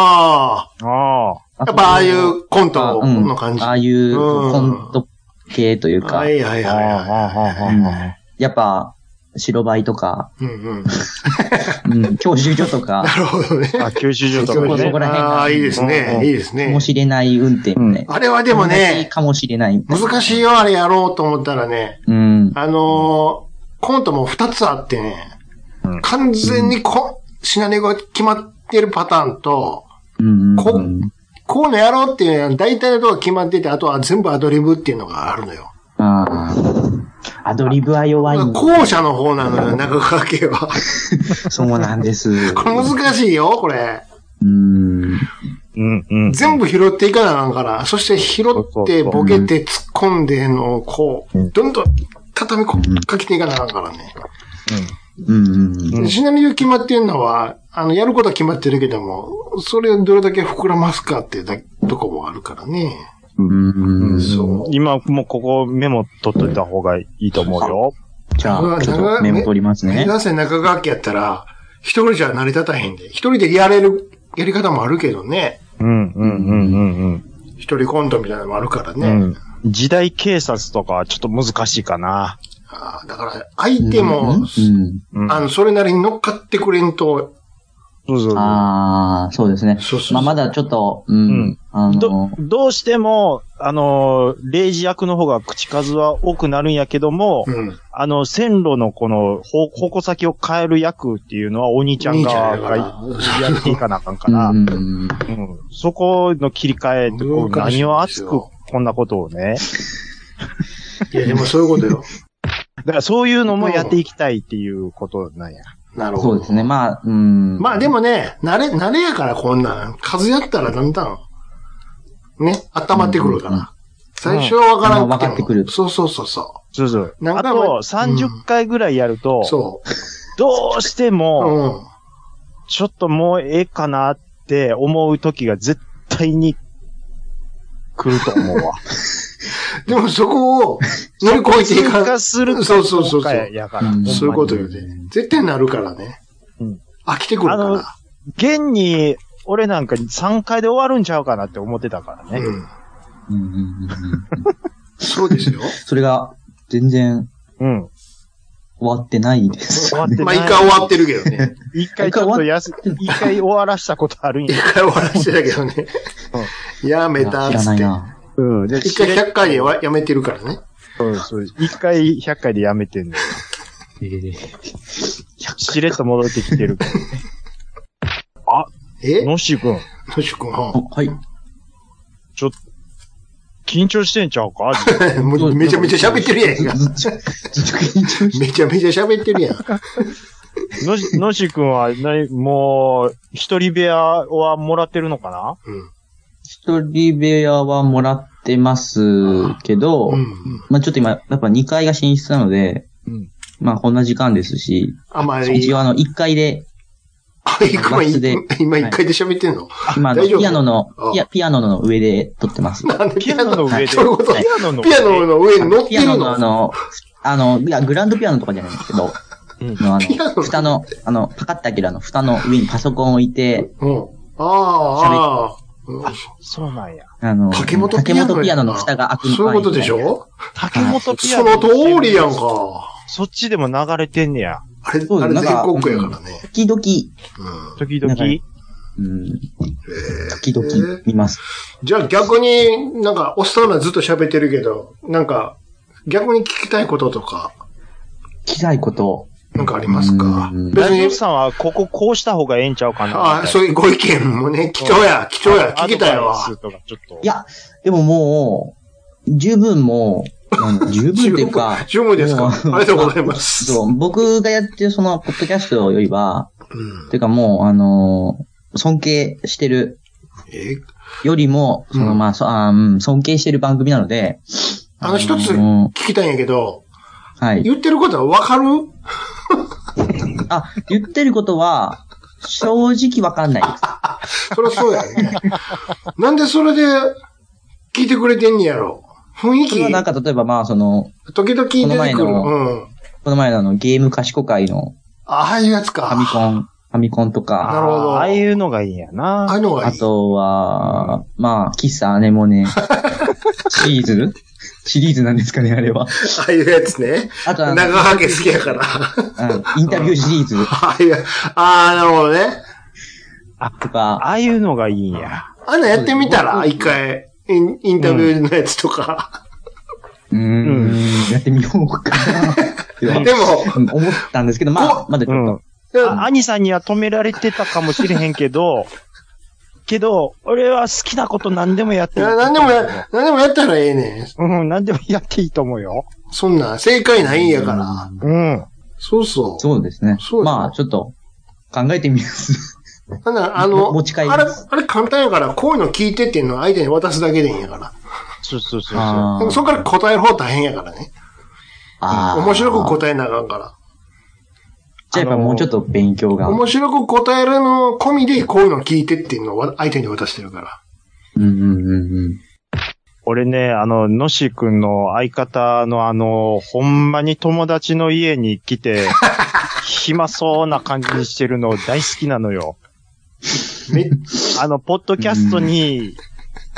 D: たいな。ああ。
E: ああ。やっぱああいうコン
F: あ
E: ト
F: うん
E: の感じ。
F: あ
E: は
F: あ
E: い
F: いう
E: うん
F: コント系というか
E: は、いはい
D: ああ、
E: は
D: ああ、ああ。
F: やっぱ白バイとか、
E: い。うんうん。
F: うん、教習所とか、
E: なるほどね。
D: あ、九州上と
F: そ
D: か
F: うそ
D: ね
F: こ。ら辺が
E: ああ、いいです
D: うん
E: ね
D: う。ん
E: いいです
F: か
E: ね
F: も。しれない運転みたいな。
E: あれはでも
F: 同じ
E: ね、
F: かもしれない。
E: 難
F: い。
E: しいよ、あれやろうと思ったらね。
F: うん。
E: あのー、コントも二つあってね
D: う、ん
E: 完全にこ、シナリオが決まってるパターンと、
F: うん。
E: こ
F: うん
E: こうのやろうっていうのは大体のとこが決まってて、あとは全部アドリブっていうのがあるのよ。
F: ああ。アドリブは弱いんだ。
E: 後者の方なのよ、中川家は。
F: そうなんです。
E: これ難しいよ、これ。
F: うん。
D: うん、うん。
E: 全部拾っていかなあかんから、そして拾って、ボケて、突っ込んでの、こう、どんどん畳みかけていかなあかんからね。
F: うん。
D: うん
E: シナリオ決まってるのは、あの、やることは決まってるけども、それをどれだけ膨らますかっていうだとこもあるからね。
F: うん。
E: そう。
D: 今、もうここメモ取っといた方がいいと思うよ。
F: じゃ
E: 長
F: あ、
E: い
F: ちょっとメモ取りますね。
E: なぜ中川家やったら、一人じゃ成り立たへんで、一人でやれる、やり方もあるけどね。
D: うん、うん、うん、うん、
E: 一人コントみたいなのもあるから
D: う
E: ね。
D: ん。うん。時代警察とかはちょっと難しいかな。
E: あーだから、相手も、
F: うん。
D: うん。
E: あの、それなりに乗っかってくれんと、
D: そうそうそう。
F: ああ、そうですね。
E: そうそうそう
F: まあ、まだちょっと、う
D: うんん。
F: あ
D: ど
F: の、、
D: どうしても、あのー、レイジ役の方が口数は多くなるんやけども、
E: うん。
D: あの、線路のこの、方方向先を変える役っていうのは、お兄ちゃん側がやっていかなあかんから、う
F: う
D: んん
F: うん
D: そこの切り替えって、こう
E: 難しいんです
D: 何
E: よ
D: を熱く、こんなことをね。
E: いや、でもそういうこと よ。
D: だからそういうのもやっていきたいっていうことなんや。
E: なる
F: そ
E: ほ
F: う
E: ど。
F: ですね。まあ、うん。
E: まあでもね、慣れ、慣れやからこんなん。数やったらだんだん、ね、温まってくるか
F: うんうん
E: ら。最初はわからん
F: うんあの分かってくる
E: そうそうそうそ
D: そうそう。
E: 何
D: あ
E: 回も
D: と、30回ぐらいやると
E: う。、そ
D: どうして
E: う。
D: も、
E: うん。
D: ちょっともうええかなって思う時が絶対に来ると思う わ。
E: でもそこを乗り越えてい
D: 通
E: か
D: 過する
E: そうそうそうそう。
D: やから。
F: う
D: ほん
F: ん
D: まに
E: そういうことよね。絶対なるからね。
D: うん
E: 飽きてくる
D: あの
E: か
D: 現に、俺なんか3回で終わるんちゃうかなって思ってたからね。
E: ら。うん。
F: うんうんうんうん
E: そうですよ。
F: それが、全然
D: うん。
F: 終わってないです。
D: 終わってない。
E: まあ一回終わってるけど ね。
D: 一回ちょっと休、一回終わらしたことあるんや
E: 一。回終わらしてたけどね。やめたっ
F: 知ら
E: つっ
F: ない
E: て。
F: な。
D: うん。で、
E: 一回100回でわやめてるからね。
D: そうそう。一回100回でやめてんのよ。
F: ええ
D: しれっと戻ってきてるけど。あ、
E: え
D: のっしーくん、
E: トシ君。
F: あはい。
D: 緊張してんちゃうか
E: もうめちゃめちゃ喋ってるやんか。
F: ずっと、ずっと緊張して
E: めちゃめちゃ喋ってる やん。
D: の し、のっしーくんは、なに、もう、一人部屋はもらってるのかな
F: 一人部屋はもらってますけど、
E: うん。うん。
F: まあちょっと今、やっぱ2階が寝室なので、
D: うん
F: まあこんな時間ですし、
E: あまり
F: 一。応あの1階で、
E: あ、いくま
F: バスで
E: 今一回で喋ってんの、
F: 今あの
E: 大丈夫
F: ピアノの
E: あ、
F: いや、ピアノの上で撮ってます。
E: なんで
D: ピアノの上で。
E: そういうこと
D: ピアノの上
E: ピアノの上に乗って
F: ピア
E: る
F: ノの
E: の
F: あの、あの、いや、グランドピアノとかじゃないんですけど、のあの、蓋の、あの、パカッて開けるあの、蓋の上にパソコンを置いて、
E: うん。ああ、ああ。うん
D: そうなんや。
F: あの、
E: 竹本ピアノ。
F: 竹本ピアノの蓋が開く
E: そういうことでしょ
D: 竹本ピア
E: そ
D: ノ。
E: の通りやん。か。
D: そっちでも流れてんねや。
E: あれ、
F: そう
E: あれ
F: なんか
E: 全国区やからね。
F: 時々、
E: うん。
D: 時々。
F: なんかうん、時々見ます。
E: じゃあ逆になんか、おっさんらずっと喋ってるけど、なんか、逆に聞きたいこととか、
F: 聞きたいこと、
E: なんかありますか
F: うん
E: 別
D: ラジオ
E: に、
D: さんは、こここうした方がええんちゃうかな。
E: あそういうご意見もね、貴重や、貴重や、聞きたい
D: ア
E: わ
D: ド。バイスとかちょっと
F: いや、でももう、十分もう、あの十分っていうか、
E: 十分ですか
F: もう
E: ありがとうございます。
F: そう僕がやってるその、ポッドキャストよりは、
E: うん
F: というかもう、あのー尊敬してる
E: え
F: よりも、その、
E: うん
F: まあ、そあーうん尊敬してる番組なので、
E: あの一つ
F: うん
E: 聞きたいんやけど、
F: はい。
E: 言ってることはわかる
F: あ、言ってることは、正直わかんないです。
E: そりゃそうや ね。なんでそれで聞いてくれてんねやろ雰囲
F: それはなん
E: 気、
F: か、例えばまあ、その、
E: 時々出てくる。
F: この前
E: うん。
F: この前のあの、ゲーム賢会の
E: ああいうやつ
F: ファミ
E: か。
F: コン、ファミコンとか、
E: なるほど
D: あーああいうのがいいんや
E: あ
D: な。
E: あいうのが
F: あ
E: いい。
F: とは、まあ、喫茶アネモネ、シリーズ シリーズなんですかね、あれは。
E: ああいうやつね。
F: あとあの、
E: 長ハゲ好きやから。
F: うんインタビューシリーズ
E: ああいう、ああ、なるほどね。
F: とか、
D: ああいうのがいいんや。
E: あんなんやってみたら、一回、インインタビューのやつとか。
F: うーん、やってみようかなっては
E: でも、
F: うん思ったんですけど、まあ、まだち
D: う
F: ょっ
D: ん
F: と。。
D: あ兄さんには止められてたかもしれへんけど、 けど、俺は好きなこと何でもやっていい
E: な何でもや、何でもやったらええねん。
D: うん、何でもやっていいと思うよ。
E: そんなん、正解ないんやから。
D: うん。
E: そうそ
F: そうですね
E: そう。
F: まあ、ちょっと、考えてみます。
E: う。なんなんあの、
F: 持ち帰り
E: あれ、
F: ます
E: あれ簡単やから、こういうの聞いてっていうのを相手に渡すだけでいいんやから。
D: そうそうそうそう。
F: あ
E: でもそこから答える方大変やからね。
F: あー
E: 面白く答えなあかんか
F: じゃあやっぱもうちょっと勉強が
E: ら。。面白く答えるの込みで、こういうの聞いてっていうのをわ相手に渡してるから。
F: うんうんうんうん。
D: 俺ね、あの、のしくんの相方のあの、ほんまに友達の家に来 て、暇そうな感じにしてるの大好きなのよ。
E: めっ
D: あの、ポッドキャストに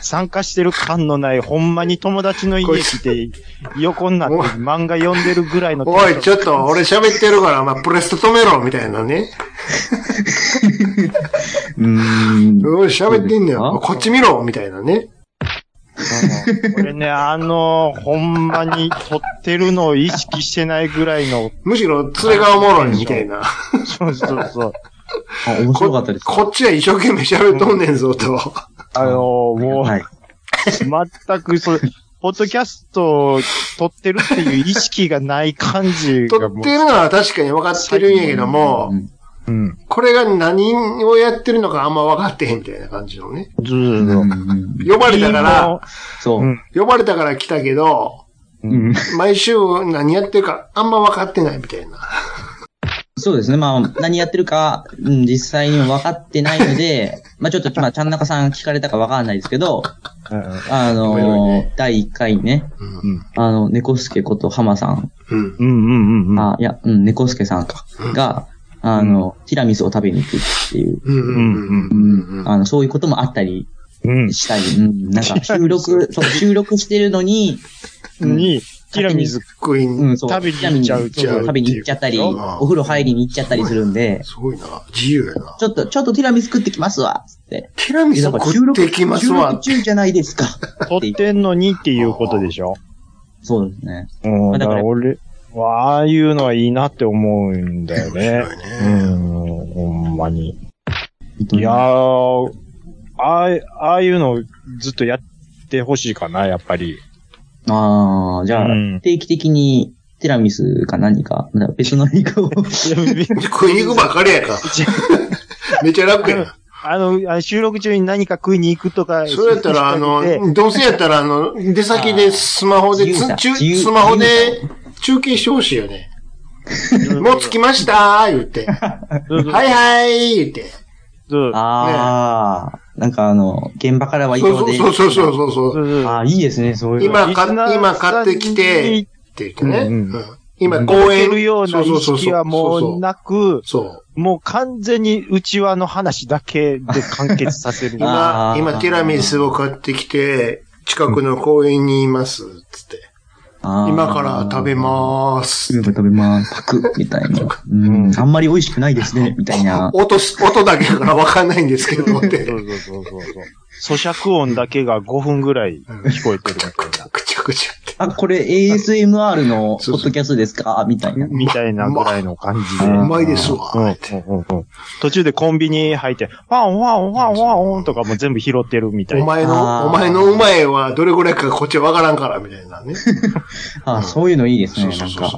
D: 参加してる感のない、ほんまに友達の家来て、横になって
E: おい
D: 漫画読んでるぐらいの。
E: おい、ちょっと、俺喋ってるから、お前、プレスト止めろ、みたいなね。
F: うーん。
E: うん、喋ってんねや。
F: そうですか
E: こっち見ろ、みたいなね。
D: 俺ね、あの、ほんまに撮ってるのを意識してないぐらいの、
E: むしろ、連れがおもろい、みたいな。
D: そうそうそう。
F: あ、面白かったです。
E: こっちは一生懸命喋っとんねんぞ、と。
D: あの、も
F: はい。
D: う、全く、そう、ポッドキャストを撮ってるっていう意識がない感じ
E: 撮
D: が
E: っ
D: も
E: てるのは確かに分かってるんやけど
F: う
E: も、
F: ん
D: う、うん。
E: これが何をやってるのかあんま分かってへん、みたいな感じのね。
D: ずーず
F: うんう
D: ー
F: んうん
E: 呼ばれたから、
F: そうう。
D: ん
E: 呼ばれたから来たけど、
F: うん
E: 毎週何やってるかあんま分かってない、みたいな。
F: そうですね。まあ、何やってるか、うん、実際に分かってないので、まあちょっと、まあ、ちゃんなかさん聞かれたか分からないですけど、あの
E: 面白いね
F: 第1回ね、
E: うん
F: あの、猫助こと浜さん、
E: うん。
D: うんうんうんうん。
F: あ、いや、うん、猫助さんか、が、あの、ティラミスを食べに行くっていう、
E: うん。うん。うん。うん。うん。
F: あの、そういうこともあったり
D: うん。
F: したり、うん、なんか収録、そう、収録してるのに、うん
D: に、ティラミス、
E: クイ
F: う
E: ーン。
F: ん、そう、
D: 食べに行っちゃう
F: ティラミスそう食べに行っちゃったり、
E: 行っちゃうっていう
F: お風呂入りに行っちゃったりするんで、
E: すごいな。自由やな。
F: ちょっと、ちょっとティラミス食ってきますわ、つって。
E: ティラミス食ってきます
F: 収
E: わ
F: 録。中じゃないですか。
D: 撮ってんのにっていうことでしょ
F: そうですね。
D: うん、
F: だ
D: だ
F: か
D: からら俺は、ああいうのはいいなって思うんだよね。うん、ほんまに。いやー、ああ、ああいうのずっとやってほしいかな、やっぱ り。
F: ああ、じゃあ、
D: うん
F: 定期的にティラミスか何か、また別の何かを。
D: いやび
E: 食いに行くばっかりやか。めっちゃ楽やん。
D: あの、あの収録中に何か食いに行くとか。
E: それやったら、あ
D: で
E: の、どうせやったら、あの、出先でスマホで、
F: 自由
E: つ
F: だ
E: 中
F: 自由
E: スマホで中継してほしいよね。もう着きましたー、言って。は
D: そうそう
E: いはい、言って。
D: そう
F: ああ、なんかあの、現場からは以
E: そ
F: 上
E: う
F: で。
E: そうそうそうそうそう。
D: そうそう
F: ああ、いいですね、そういうの。
E: 今
D: リスナー
E: 買っ今買ってきて
D: さんに
E: って言ってね。
D: うんうん
E: うん今、
D: 抜
E: 公
D: け
E: 演。
D: るような
E: そ
D: 意
E: そそ
D: 識はもうなく、
E: そうそう。
D: もう完全に内輪の話だけで完結させる。
F: あ
E: 今
F: ー、
E: 今ティラミスを買ってきて、近くの公園にいます、つって。今から食べまーす
F: 今
E: っ
F: か
E: て
F: ら。食べます。パクみたいな。うん。あんまり美味しくないですね、みたい な。
E: 音す、音だけだからわかんないんですけど、って。
D: そうそうそうそうそう。咀嚼音だけが5分ぐらい聞こえてる
E: くちゃくちゃって。
F: あ、これ ASMR のポ
E: そうそう
F: ッドキャストですかみたいな。
D: みたいなぐらいの感じで。
E: うまいですわ。
D: うん
E: って
D: うんうんうん途中でコンビニ入って、ファンファンファンファンとかも全部拾ってるみた
E: お
D: いな。
E: 前
F: あー
E: の、お前のうまいはどれぐらいかこっちはわからんから、みたいなね。
F: あ、そういうのいいです
E: そ
F: ね。
E: う
F: な
E: そうんそう
F: か、
E: そ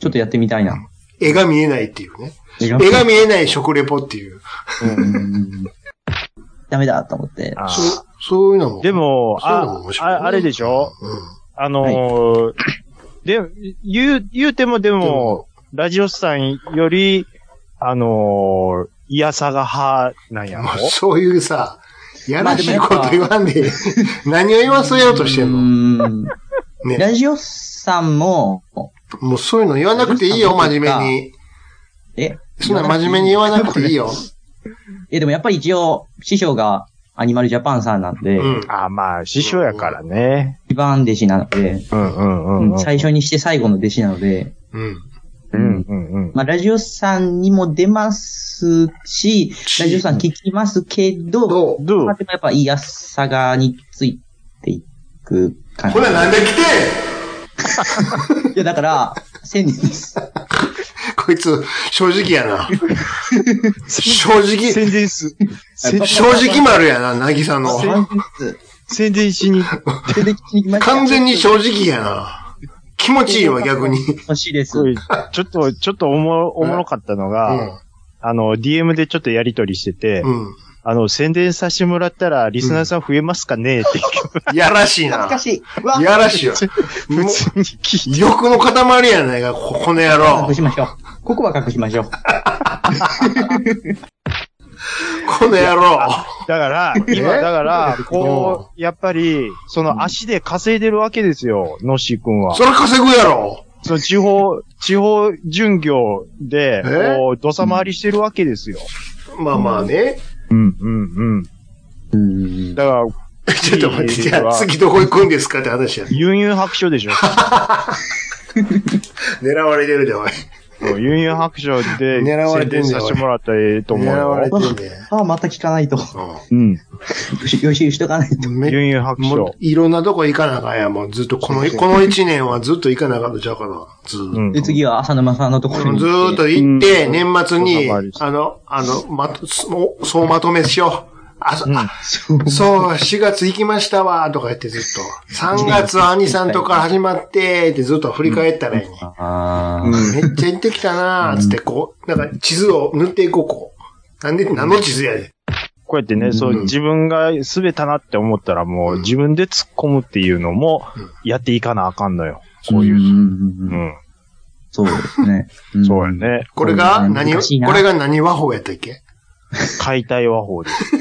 F: ちょっとやってみたいな。
E: う。絵が見えないっていうね。
F: 絵が
E: 絵が見えない食レポっていう。
F: うんダメだと思って。
D: あー
E: そう、そういうのも。
D: でも、
E: そういうの
D: あ
E: も面、白いね
D: ああれでしょ
E: う
D: あのーで、言う、言うてもで
E: ん。
D: も、ラジオスさんより、あのー、いやさが派なんやろ
E: もうそういうさ、やらしい
F: まあ
E: こ
F: でもやっ
E: と言
F: ぱ
E: わんで、 何を言わせようとして
F: うん
E: の
F: ん。
E: ね。
F: ラジオさんも、
E: もうそういうの言わなくていいよ、
F: ラ
E: 真
F: ジオ
E: 面
F: さん
E: 目に。
F: え
E: そんな真面目に言わなくていいよ。
F: え、でもやっぱり一応、師匠がアニマルジャパンさんなんで、
E: うん。
D: あーまあ、師匠やからね。
F: 一番弟子なので、
D: うんうんうんうん。
F: 最初にして最後の弟子なので、
E: うん。
D: うんうんうん。
F: まあ、ラジオさんにも出ますし、ラジオさん聞きますけど、
E: どう
D: どう
F: まあ、でもやっぱ、いやさがについていく感じ。
E: ほら、なんで来て
F: いや、だから、先日です。
E: ん こいつ、正直やな。正直、
D: 宣伝す。宣
E: 正直丸やな、なぎさの。
F: 先日、
D: 宣伝しに。
F: 出てきました。
E: 完全に正直やな。気持ちいいわ、逆に。
F: 欲しいです。
D: これちょっと、ちょっとおもろ、おもろかったの
E: う
D: が、
E: ん。
D: あの、DM でちょっとやりとりしてて、
E: うん。
D: あの、宣伝させてもらったら、リスナーさん増えますかねって、
E: やらしいな。
F: 恥ずかしい。うわ
E: いやらしいわ。も
D: 普通に聞いて。
E: う欲の塊やないか、ここの野郎
F: 隠。しましょう。ここは隠しましょう。
E: この野郎。
D: だから、今、だから、こう、やっぱり、その足で稼いでるわけですよ、のっしーくんは
E: そ。れ稼ぐやろ。
D: その地 方、地方巡業で、
E: え
D: こう、土佐回りしてるわけですよ。
E: まあまあね。
D: うん、うん、うん。
F: うん。
D: だから、
E: ちょっと待って、じゃ
D: い
E: あ
D: い
E: 次どこ行くんですかって話や。
D: ユンユン白書で しょ。
E: 狙われてるで、おい。
D: そうユンユン白書で、
E: 狙われて
D: 宣
E: んだよ
D: 伝させてもらったらええと思う
E: 狙われ
D: よ。
E: てるで。
F: ああ、また聞かないと。
D: うん。
F: 予習しとかないと。
E: うん。
D: ユ
E: め
D: ンユン白
E: もう
D: 書。
E: いろんなとこ行かなあかんや、もうずっと、この、この一年はずっと行かなあかんのちゃうかな。ずっ
D: う
E: と。
D: ん
F: で、。次は浅沼さんのところに行って。
E: ずーっと行って、
D: うん
E: 年末に
D: そうそう、
E: あの、あの、まと、そうそうまとめしよう。あ、そ
D: うん
E: あ
F: そう。
E: そう、4月行きましたわ、とか言ってずっと。3月は兄さんとから始まって、ってずっと振り返ったらいいね。
F: あ
D: うん
F: あ。
E: めっちゃ行ってきたなー、つって、こう、なんか地図を塗っていこう、こう。なんで、何の地図やで。
D: こうやってね、そうう、
E: ん
D: 自分が滑ったなって思ったらもう自分で突っ込むっていうのも
E: うん
D: やっていかなあかんのよ。
F: こうい。
D: うんん。
F: そうですね。ん
D: そうや。ね。
E: これが
F: うん
E: 何を、
F: 難しいな
E: これが何和法やったっけ
D: 解体和法です。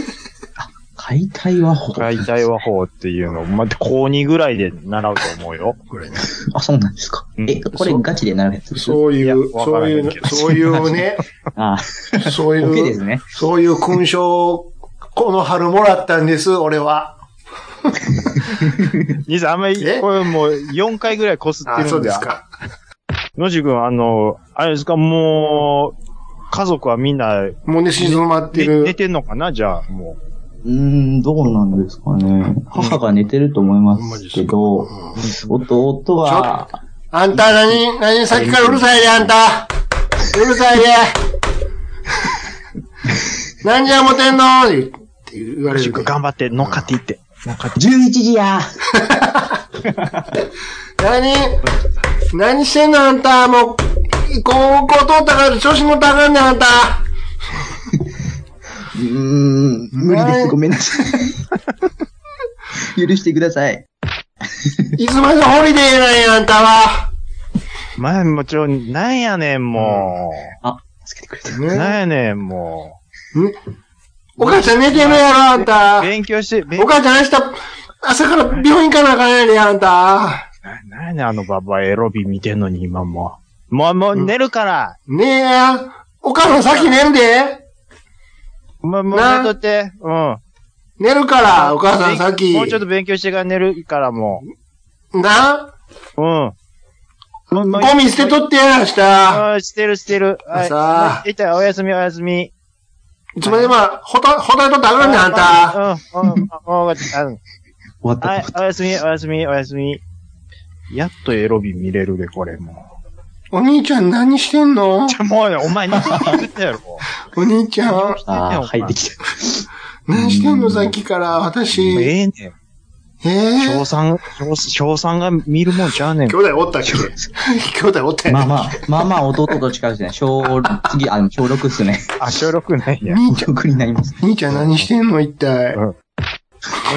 F: 解体はほ。
D: 解体和法っていうのを、まあ、高2ぐらいで習うと思う よ。
E: これね。
F: あ、そうなんですか。
D: うん
F: え、これガチでなるやつです
E: そうい
D: いや
E: う、
D: わか
E: そ
D: ら
E: うい
D: へんけ
E: う、
D: ど
E: そういうね、
F: ああ、
E: そうい
F: OK です
E: う、
F: ね。
E: そういう勲章を、この春もらったんです、俺は。
D: 兄さん、あんまり
E: え、
D: これもう4回ぐらいこすって
E: あ、
D: る
E: そうんで
D: です
E: か。
D: 野地君、あの、あれですか、もう、家族はみんな、ね
E: もうね、静まって
D: 寝
E: る。
D: てんのかなじゃあ、も
F: うーん、どうなんですかね。母が寝てると思いますけど、弟は、
E: あんた何、何さっきからうるさいで、あんた。うるさいで。 何時や思てんのって言わ
D: う。
E: れ
D: 野地
E: る
D: 君、
E: から。
D: 頑張って、乗っかっていって。
F: 11時や
E: 何何してんのあんた。もう、高校通ったから調子乗ったらあかんねん、あんた。
F: うーん、無理です。ごめんなさ い。許してください。
E: いつまでホリデーなんや、あんたは。
D: 前もちろん、なんやねん、も
F: あ、助けてくれてる。
D: う。なんやねん、も
E: お母ちゃん寝てるやろ、あん
D: う。
E: た。
D: 勉強して、
E: お
D: 勉
E: 母ちゃん明日、朝から病院行かなあかんやで、あんた。
D: な、なんやねんあのババアエロビ見てんのに今もう。もう、もう寝るから、
E: ねえや、お母さん先寝るで。
D: もう、もう
E: な
D: 寝とって。うん。
E: 寝るから、お母さん先。
D: もうちょっと勉強してから寝るからも
E: な
D: う。うん。もう、もう
E: ゴミ捨てとってや、明日。
D: うん、してるしてる。
E: さあ
D: はい。いたおやすみおやすみ。
E: いつまでも、ほた、ほたえとったらあかんねん、あんた。
D: うん、うん、うんうんわかったうん
F: 終わった。
D: はい、おやすみおやすみおやすみ。やっとエロビ見れるで、これもう。
E: お兄ちゃん何してんの
D: ちょ、もうね、お前に言ってたやろ。
E: お兄ちゃん、
F: ああ、入ってきた。
E: 何してんの、さっきから、
D: もう
E: 私。
D: ええねん。
E: ええ
D: 賞賛、賞賞賛が見るもんちゃうねん
E: 兄。弟おったっけ兄弟おったよね
F: まあまあ、まあまあ、弟と違うですね。小、次、あの、小6っすね。
D: あ、小6ないや。
E: 兄ちゃ
F: 小6になります。
E: ん、兄ちゃん何してんの、一体。
D: も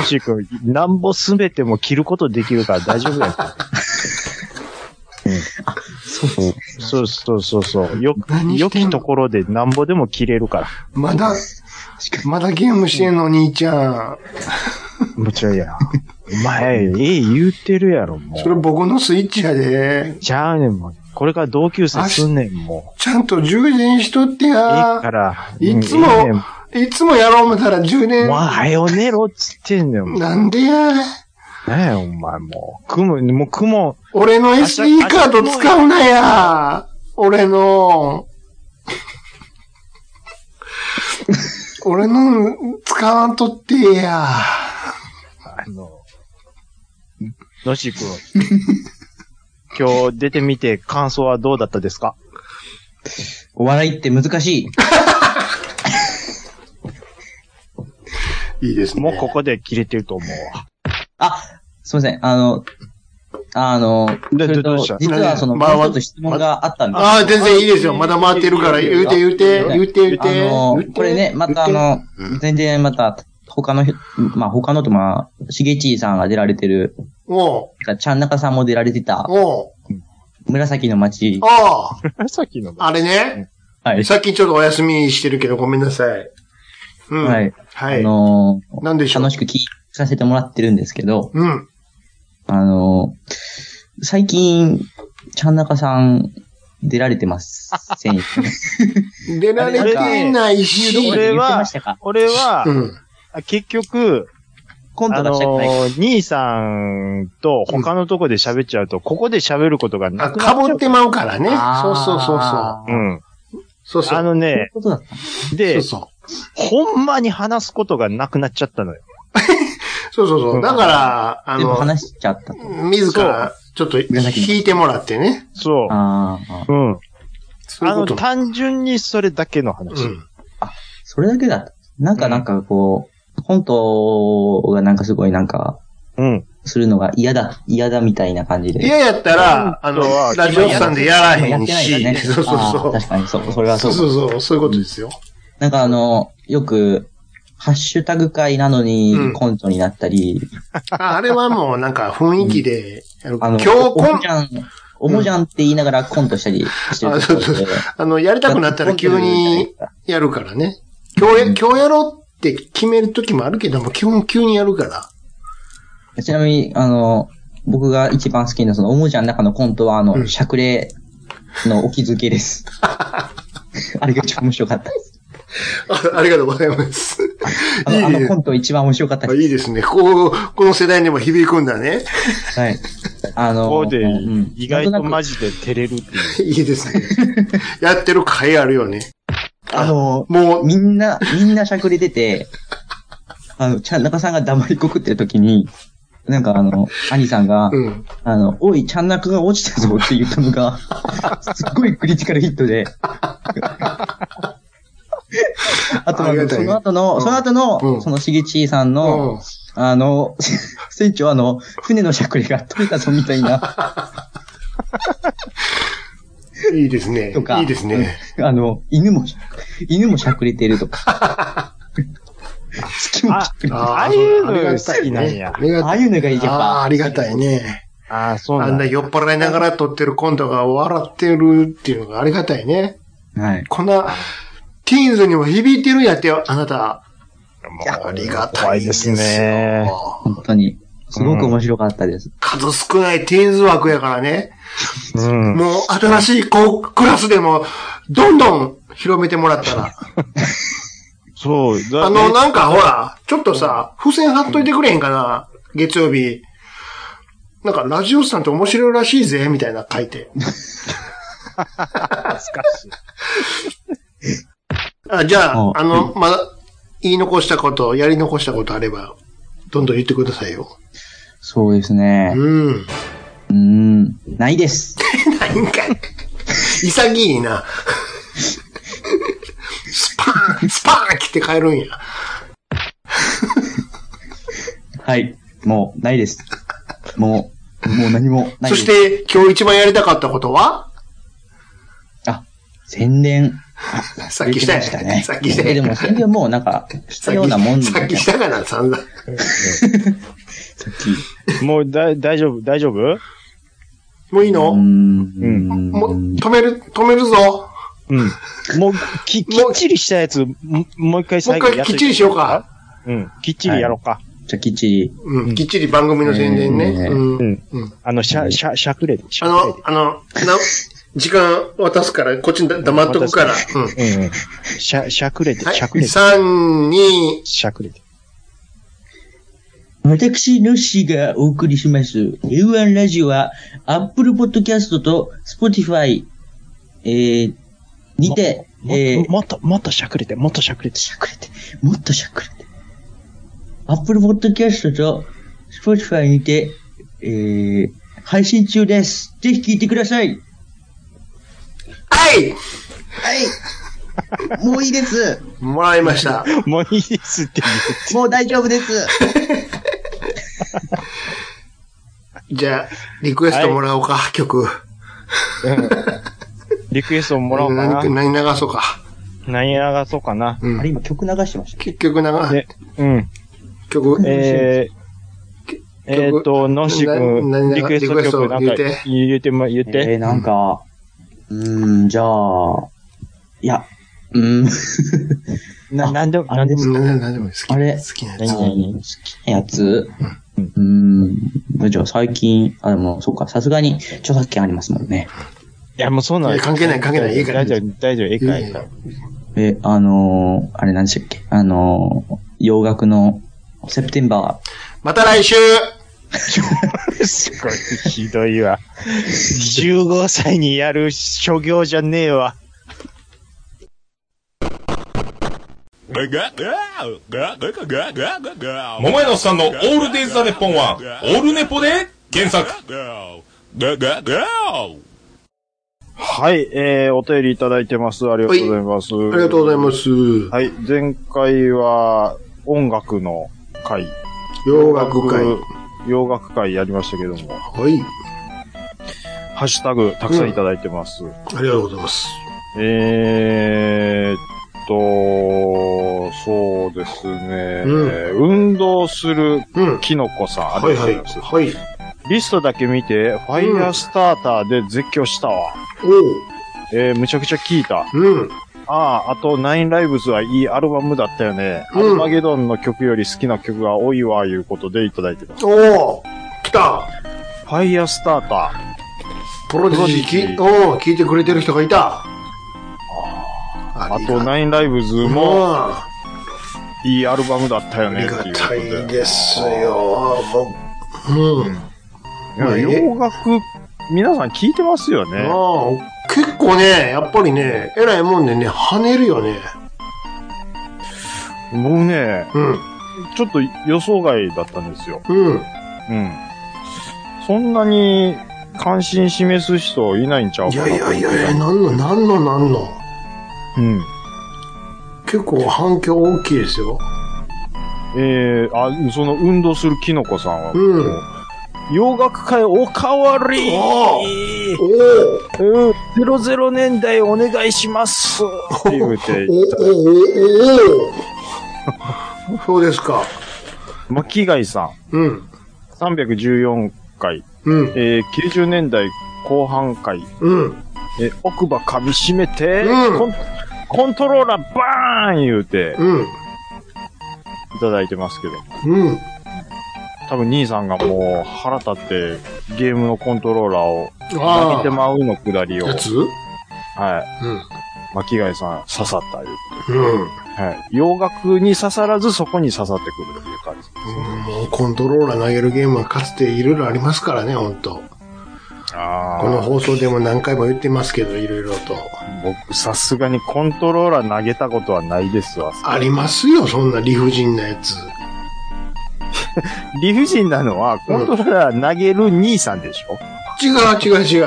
D: しくなんぼすべても着ることできるから大丈夫だよ。
F: そうそう。
D: そうそうそうそう。よ、
E: 何
D: 良
E: してん
D: き
E: の
D: ところでなんぼでも着れるから。
E: まだ、まだゲームしてんの、兄ちゃん。
D: むちゃや。お前、ええ言うてるやろ、も
E: それ
D: う。
E: 僕のスイッチやで。
D: ちゃうねん、もう。これから同級生すんねん、も
E: ちゃんと充電しとって
D: う。ええか
E: や。
D: ら。
E: いつも
D: うんええねん
E: いつもやろう思ったら充電。
D: もう、はよ寝ろっつってんねん、もう。
E: なんでや。
D: ねえ、お前もう。雲、もう雲、
E: 俺の SD カード使うなや。俺の。俺の使わんとってや。
D: あの、のし君。 今日出てみて感想はどうだったですか
F: お笑いって難しい。
E: いいですね。
D: もうここで切れてると思うわ。
F: あ、すいません。あの、あの、
D: で
F: それと
D: どうした
F: 実はその、
E: まあ
F: もう一つ質問があったんです。
E: ああ、全然いいですよ。まだ回ってるから、言うて言うて、言うて言うて。
F: あの
E: 言う、て
F: これね、またあ、の、全然また、他の人、まあ他のと、まあ、しげちいさんが出られてる、
E: おう、
F: ちゃんなかさんも出られてた、
E: おう、
F: 紫の街。
E: おう、
D: さっきの。
E: あれね。
F: はい。
E: さっきちょっとお休みしてるけど、ごめんなさい。うん。
F: は
E: はい。
F: い。あのー、
E: なんでしょう
F: 楽しく聞かせてもらってるんですけど、
E: うん。
F: あのー、最近、ちゃんなかさん、出られてま せんよね。
E: 出られてないし、
F: どこで言ってましたか
D: 俺は
E: う、ん。
D: 結局、
F: コン
D: あ
F: トが
D: の
F: したくないから。
D: ー、兄さんと他のとこで喋っちゃうと、ここで喋ることがな
E: あ、
D: くなっちゃ
E: か
D: う。
E: ぶってまうからね。そうそうそうそう。
F: あ
D: う
F: ー
D: ん。
E: そうそう。
D: あの
F: そういう
D: ね、
F: ことだった。
E: そ
D: で
E: う、そう。
D: ほんまに話すことがなくなっちゃったのよ。
E: そうそうそう。だから、あ
F: 全部
E: の、
F: 話しちゃった。
E: 自ら、ちょっと引いてもらってね。
D: そ
F: あーあー、
D: う。うん。
E: そうい
D: あ
E: うこ
D: の、
E: と。
D: 単純にそれだけの話。
E: うん。
F: それだけだった。なんかなんかこう、コントがなんかすごいなんか、
D: うん。
F: するのが嫌だ、嫌だみたいな感じで。
E: 嫌やったら、あの、ラジオさんでやらへんし、そうそう
F: あ
E: そ
F: ー
E: う。
F: 確かに、そう、それは
E: そ
F: そうう。
E: そうそう、そういうことですよ。
F: なんかあの、よく、ハッシュタグ会なのに
E: うん
F: コントになったり、
E: ああれはもうなんか雰囲気で、やる
F: あ
E: 今
F: の、
E: 日こ
F: おも
E: ん
F: じ、ゃん、おもじゃんって言いながらコントしたりしてる
E: あそうそう
F: 人って
E: あの、やりたくなったら急にやるからね。今日や、今日やろうって決める時もあるけども、基本急にやるから。
F: ちなみに、あの、僕が一番好きなその、おもちゃの中のコントは、あの、
E: うん
F: しゃくれのお気づ けです。あれが一番面白かったです。
E: あありがとうございます。
F: あ
E: いい
F: の、あの
E: ね
F: コント一番面白かった
E: あ
F: で
E: いいですね。こう、この世代にも響くんだね。
F: す。はい。あの、
D: ここで
F: うん、
D: 意外と
F: なん
D: マ
F: と
D: ジで照れるっていう。
E: いいですね。やってる回あるよね。
F: なくあの、
E: もう、
F: みんな、みんなしゃくれてて、あの、ちゃん中さんが黙りこくってる時に、なんかあの、兄さんが、
E: うん。
F: あの、おい、ちゃんなくが落ちたぞって言ったの が、すっごいクリティカルヒットで。あと
E: ありが
F: は、
E: たい
F: そ
E: ね
F: の後の、その後の、
E: うん
F: そのしげちいさんの、
E: うん
F: あの、 船長あの、船のしゃくれが取れたぞみた いな、
E: いいですね
F: と。か
E: いいですね。
F: あの、犬も、犬もしゃくれてるとか。 月もしゃくれてる
E: ー
F: あ
D: ああいうの
E: ありがたい
D: 好きなんや
E: ねありがた
F: あ
E: い。
F: いうのがいい、やっ
E: ああ、
F: ぱ。
E: ありがたいね。
D: ああ、そう
E: あ
D: なん
E: ん
D: だ
E: な。酔っ払いながら撮ってるコントが笑ってるっていうのがありがたいね。
F: はい。
E: こんな、ティーンズにも響いてるんやってよ、あなた。
D: もう
E: ありがたい
D: 怖いですね。
E: よ
F: 本当に。すごく面白かったです。
E: 数少ないティーンズ枠やからね。
D: うん。
E: もう新しいこうクラスでも、どんどん広めてもらったら。
D: そう。だ
E: あの、なんかほら、ちょっとさ、付箋貼っといてくれへんかな、月曜日。なんか、ラジオさんって面白いらしいぜ、みたいな書いて。あじゃ
F: うん
E: あ、あの、まだ、言い残したこと、やり残したことあれば、どんどん言ってくださいよ。
F: そうですね。
E: うん。
F: うーん。ないです。
E: ないんかい。 潔いな。スパーン、スパーン切って帰るんや。
F: はい。もう、ないです。もう、もう何もな
E: そ
F: いです。
E: して、今日一番やりたかったことは
F: あ、宣伝。
E: さっきした
F: できまね。
E: やん。さっきした
F: えで
E: やん。
F: も宣伝はもうなんか、したようなもん
E: さっきしたかな、散々。
F: さっき
D: もうだ大丈夫、大丈夫
E: もういいう
F: ー
E: の
F: ん。
E: もう、止める、止めるぞ。
D: うん。もう、 き、きっちりしたやつ、ももう一回
E: もう一
D: 最後
E: 回
D: や
E: き
D: と
E: っ
D: い
E: ち
D: て
E: りしようか。
D: うん。きっちりやろうか。
F: じゃあきっちり。
E: うん、きっちり番組の宣伝ね。
F: えー
E: うん。
D: うん。あの、しゃ、しゃ、しゃくれで。しゃ
E: あ
D: く
E: の、あの、な、時間渡すから、こっちにだ黙っとくから。うん。
D: れで。うん。しゃ、しゃくれで、
E: はい。
D: しゃくれで。
E: 3、2、
D: しゃくれで。
F: 私、のっしーがお送りします。A1 ラジオは、Apple Podcast と Spotify、えー、にて、
D: も
F: えー、
D: もっと、もっとしゃくれて、もっとしゃくれて。
F: しゃくれて、もっとしゃくれて。Apple Podcast と Spotify にて、えー、配信中です。ぜひ聞いてください。
E: はい
F: はい。もういいです。
E: もらいました。
D: もういいですって言
F: もう大丈夫です。
E: じゃあ、リクエストもらおうか、曲。
D: って。リクエストもらおうか
E: 何
D: な。
E: 何流そうか。
D: 何流そうかな。
E: うん
F: あれ、今曲流してました。
E: 結局流
D: ね、うん。
E: 曲、
D: えー、えーっと、のっしー
E: な
D: くん、
E: な
D: リクエスト曲なん
E: リクエス
D: か
E: ト言うて
D: 言うても、言って。
F: えー、なんか、うーん、じゃあ、いや、うーん、
D: な、なんでも、
F: あ
D: なんでも。
E: うん何何でも好き。
F: あれ
E: 好きなやつ。
D: 何々
F: やつ、うーん、じゃあ最近、あ、でも、そっか、さすがに著作権ありますもんね。
D: いや、もうそんないん
E: や関係ない関係ないいいから
D: 大丈夫、大丈夫、いいから、いいから。
F: え、あのー、あれ何でしたっけあのー、洋楽の、セプテンバ
E: また来週
D: すごい、ひどいわ。15歳にやる所業じゃねえわ。
H: 桃屋のおっさんのオールデイズ・ザ・ネッポンは、オールネポで検索。
D: はい、えー、お便りいただいてます。ありがとうございます。
E: ありがとうございます。
D: はい、前回は、音楽の会。
E: 洋楽会。。
D: 洋楽会やりましたけども、
E: はい。
D: ハッシュタグたくさんいただいてます。
E: ありがとうございます。
D: えーっと、そうですね、
E: う
D: 運動する
E: うん。
D: キノコさん、あ
E: は
D: り
E: い
D: がとうご
E: は
D: ざ
E: い。
D: います。
E: はい。
D: リストだけ見て、ファイヤースターターで絶叫したわ。
E: おう。
D: えー、むちゃくちゃ聞いた。
E: うん。
D: ああ、あと、ナインライブズはいいアルバムだったよね。
E: うん
D: アルマゲドンの曲より好きな曲が多いわ、いうことでいただいてます。
E: おう。来た。
D: ファイヤースタータ
E: プロデュージー
D: プロデュージー
E: き、おう、聞いてくれてる人がいた。あ
D: ー。あと、ナインライブズも
E: もう、
D: いいアルバムだったよ
E: あ
D: ね、
E: り
D: って
E: が
D: いう
E: た
D: こ
E: い
D: とで。
E: ですよ。もう、うん。
D: いや洋楽、皆さん聞いてますよね。
E: ああ、結構ね、やっぱりね、えらいもんでね、跳ねるよね。
D: 僕ね、
E: うん。
D: ちょっと予想外だったんですよ。
E: うん。
D: うん。そんなに関心示す人いないんちゃう
E: い
D: かな
E: やいやいやいや、なんの、なんの、なんの。
D: うん。
E: 結構反響大きいですよ。
D: えー、あ、その運動するキノコさんは、
E: うん
D: もう洋楽界おかわり
E: おおお
D: うん、!00 年代お願いしますって言うて
E: おおおお、おそうですか。
D: 巻貝さ
E: うん。
D: ん、314回、
E: うん。
D: えー、90年代後半回、
E: うん。
D: えー奥歯噛み締めて、
E: うん
D: コンコントローラーバーン言うて
E: うん。
D: いただいてますけど、
E: うん。
D: 多分兄さんがもう腹立ってゲームのコントローラーを
E: あ
D: 投げてまうのくだりを、
E: や
D: は
E: つうん。
D: い、巻貝さん刺さったいう。
E: うん。
D: はい。洋楽に刺さらずそこに刺さってくるっていう感じ。
E: もうコントローラー投げるゲームはかつていろいろありますからね、本当
D: あ
E: この放送でも何回も言ってますけど、いろいろと。
D: 僕、さすがにコントローラー投げたことはないですわ。
E: ありますよ、そんな理不尽なやつ。
D: 理不尽なのは、コントローラー投げる兄さんでしょ、
E: 違う違う違う。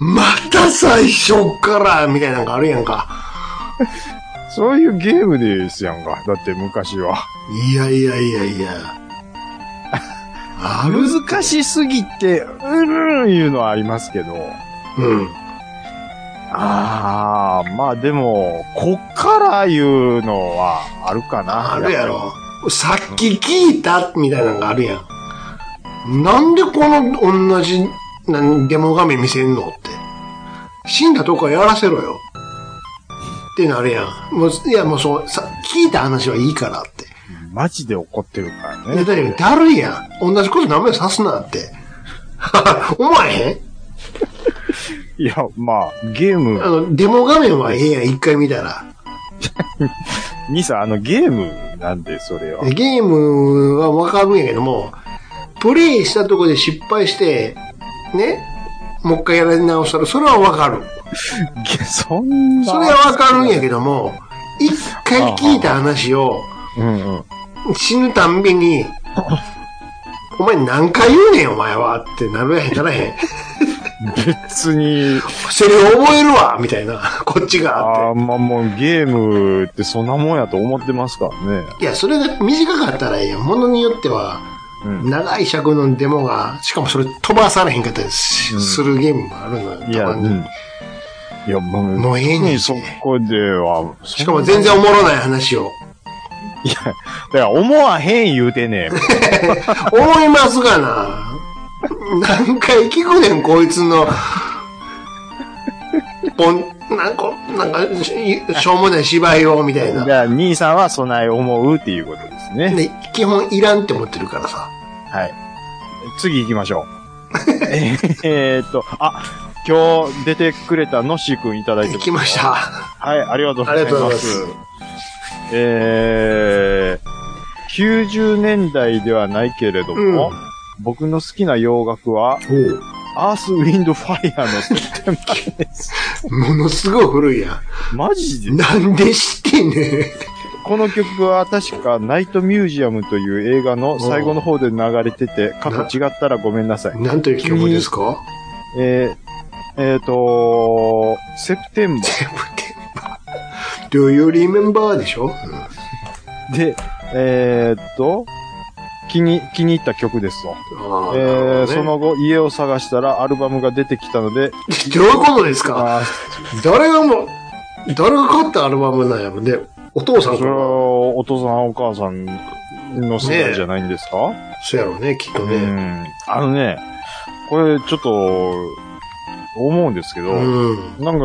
E: また最初から、みたいなのがあるやんか。
D: そういうゲームですやんか。だって昔は。
E: いやいやいやいや。ある
D: 難しすぎて、うーん、いうのはありますけど。
E: うん。
D: ああ、まあでも、こっからいうのはあるかな。
E: あるやろ。さっき聞いた、みたいなのがあるやん。なんでこの同じ、なんデモ画面見せんのって。死んだとこはやらせろよ。ってなるやん。もう、いやもうそう、さ、聞いた話はいいからって。
D: マジで怒ってるから
E: いや、
D: ね。
E: だけどだるいやん。同じこと名前さすなって。 思わへん
D: いや、まあ、ゲーム
E: あ、の、デモ画面はええやん、一回見たら。
D: 兄さん、あの、ゲームなんで、それは。
E: でゲームはわかるんやけども、プレイしたとこで失敗して、ね、もう一回やり直したら、それはわかる。
D: げそんな。
E: それはわかるんやけども、一回聞いた話を
D: うんうん。
E: 死ぬたんびに、 お前何回言うねん、お前はってなるやへん、ならへん。
D: 別に、
E: セリフ覚えるわみたいな、こっちが
D: あ
E: あ
D: あ、まあもうゲームってそんなもんやと思ってますからね。
E: って。いや、それが短かったらええやん。ものによっては、
D: うん。
E: 長い尺のデモが、しかもそれ飛ばされへんかったりし
D: うん
E: するゲームもあるのよ。
D: いや、
E: た
D: う
E: まに
D: ん。いや、もう、
E: もうええねん
D: そこでは、
E: しかも全然おもろない話を。
D: いや、だから思わへん言うてね。
E: 思いますがな。何回聞くねん、こいつの。ポン、なんか、なんか、ししょうもない芝居を、みたい
D: だか
E: な。
D: ら兄さんはそない思うっていうことですね。
E: で、基本いらんって思ってるからさ。
D: はい。次行きましょう。 えーっと、あ、今日出てくれたのっしーくんいただいて
E: 行
D: ます
E: きました。あ
D: はい、ありがとうござい
E: り
D: ま
E: が
D: す。
E: とうございます。
D: えー、90年代ではないけれども、
E: う
D: 僕の好きな洋楽は、アース・ウィンド・ファイアのセプテンバーです。
E: ものすごい古いや
D: マジで
E: ん。なんで知ってんねん。
D: この曲は確か、ナイト・ミュージアムという映画の最後の方で流れてて、過去違ったらごめんなさい。
E: なんという曲ですか
D: えー、えーとセプテンバー。
E: セプテンバー。Do you remember? でしょ、
D: で、えー、っと、気に、気に入った曲ですと。
E: うんあ
D: え
E: ー
D: ー、そ、の後、家を探したらアルバムが出てきたので、
E: どういうことですか
D: あ
E: 誰がもう、誰が買ったアルバムなんやろね。お父さ
D: ー
E: ん
D: そ
E: か
D: れ
E: ら。
D: は、お父さん、お母さんの世代じゃないんですか、
E: そうやろうね、きっと
D: う
E: ね。
D: ん。あのね、これ、ちょっと、思うんですけど、
E: うん。
D: なんか、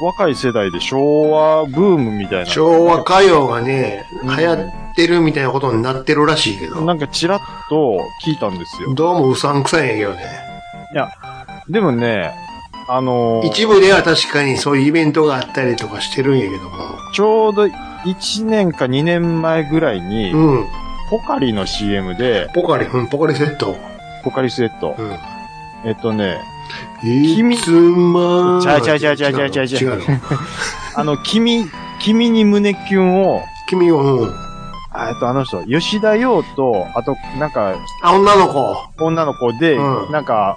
D: 若い世代で昭和ブームみたいな。
E: 昭和歌謡がね、流
D: うん
E: 行ってるみたいなことになってるらしいけど。
D: なんかちらっと聞いたんですよ。
E: どうもうさんくさいんやけどね。
D: でもね、あのー
E: 一部では確かにそういうイベントがあったりとかしてるんやけども。
D: ちょうど1年か2年前ぐらいに、
E: うん。
D: ポカリの CM で、
E: ポカリ、うん、ポカリセット。
D: ポカリスエット
E: う。ん。
D: えっとね、
E: いつま
D: ちゃうちゃうちゃうちゃうちゃうちゃうちゃう
E: 違の違の
D: あの、君、君に胸キュンを、
E: 君は、うん。
D: あえっと、あの人、吉田洋と、あと、なんか、
E: あ、女の子。
D: 女の子で、
E: うん
D: なんか、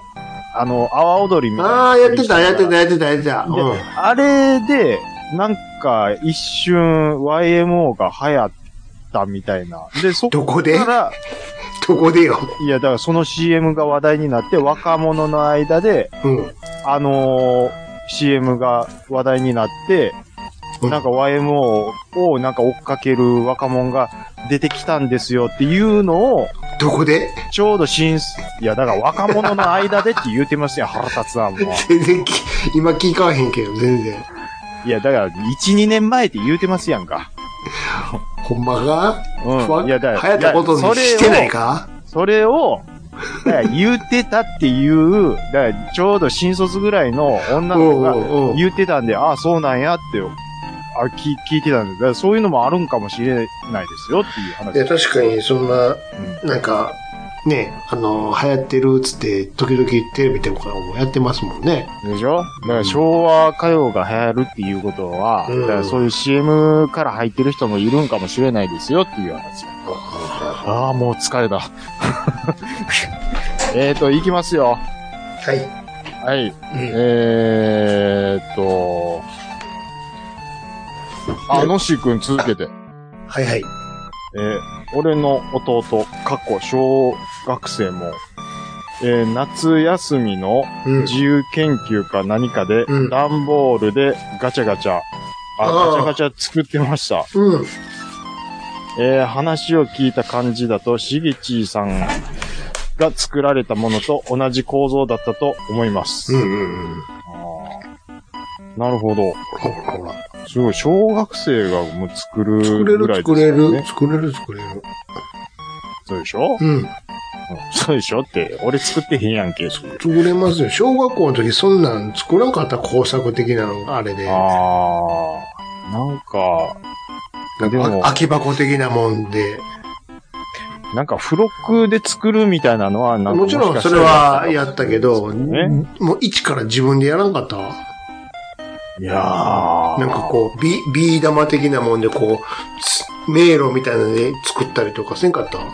D: あの、阿波踊りみたいな。
E: ああ、やってた、やってた、。やってた、やってた。
D: で
E: うん。
D: あれで、なんか、一瞬、YMO が流行ったみたいな。で、そっ
E: どこで
D: から、
E: どこでよ。
D: いや、だからその CM が話題になって、若者の間で、
E: うん。
D: あのー CM が話題になって、
E: うん
D: なんか YMO をなんか追っかける若者が出てきたんですよっていうのを、
E: どこで
D: ちょうど新す、いや、だから若者の間でって言うてますよ、腹立つわ、もう。
E: 全然き、今聞かへんけど、全然。
D: いや、だから、1、2年前って言うてますやんか。
E: ほんまか
D: う
E: わ
D: ん。いや、だ
E: 流行ったことに
D: それを
E: してないか
D: それを、だから言ってたっていう、だからちょうど新卒ぐらいの女の子が
E: おうおうおう
D: 言ってたんで、ああ、そうなんやって、あ聞聞いてたんです。だからそういうのもあるんかもしれないですよっていう話
E: いや、確かに、そんな、なんか、ね、あの、流行ってるっつって、時々テレビとかもやってますもんね。
D: でしょだから昭和歌謡が流行るっていうことは、
E: うん
D: だからそういう CM から入ってる人もいるんかもしれないですよっていう話。ああ、もう疲れた。 えーと、いきますよ。
E: はい。
D: はい。えーっと、あのし君続けて。
E: はいはい。
D: えー俺の弟、過去小学生も、えー夏休みの
E: うん。
D: 自由研究か何かで、
E: うん
D: 段ボールでガチャガチャ、あ、
E: あー
D: ガチャガチャ作ってました。
E: うん。
D: えー話を聞いた感じだと、しげちーさんが作られたものと同じ構造だったと思います。
E: うんうんうん。
D: なるほど。
E: ほらほら。
D: すごい、小学生がもう作る
E: 作れ
D: ぐ
E: る
D: らいです
E: 作
D: よね。
E: れる、作れる作れる。
D: そうでしょ、
E: うん。
D: そうでしょって、俺作ってへんやんけ。
E: 作れますよ。小学校の時そんなん作らんかった工作的なの、あれで。
D: あー、なんか、でも
E: あ空き箱的なもんで。
D: なんか付録で作るみたいなのは、なんか
E: もちろ
D: し
E: ん
D: か
E: そ
D: した
E: れ
D: ら
E: はやったけど、
D: ね
E: もう一から自分でやらんかったわ。
D: いやー。
E: なんかこう、ビビー玉的なもんでこうつ、迷路みたいなので作ったりとかせんかったわ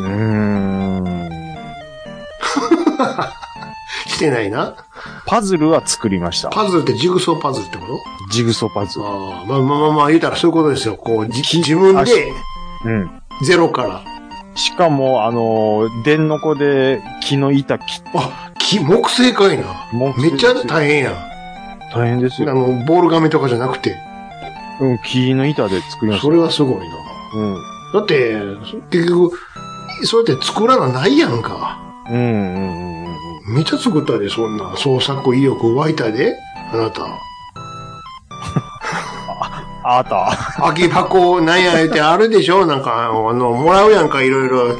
D: うーん。
E: してないな。
D: パズルは作りました。
E: パズルってジグソーパズルってこ
D: ジグソーパズ
E: と
D: ル。
E: ああ、まあまあまあまあ言うたらそういうことですよ。こう、じ自分で
D: うん。
E: ゼロから。
D: しかも、あのー、電のこで木の板切っ
E: あ、木、木製かいな。
D: も
E: めっちゃ大変やん。あ
D: 大変ですよ。
E: の、ボール紙とかじゃなくて。
D: うん、木の板で作りました。
E: それはすごいな。
D: うん。
E: だって、結局、そうやって作らなないやんか。
D: うんうんうんうんうん。
E: めっちゃ作ったで、そんな。創作意欲湧いたで、あなた。
D: あった。
E: 空き箱なんや言うてあるでしょなんか、あの、もらうやんか、いろいろ。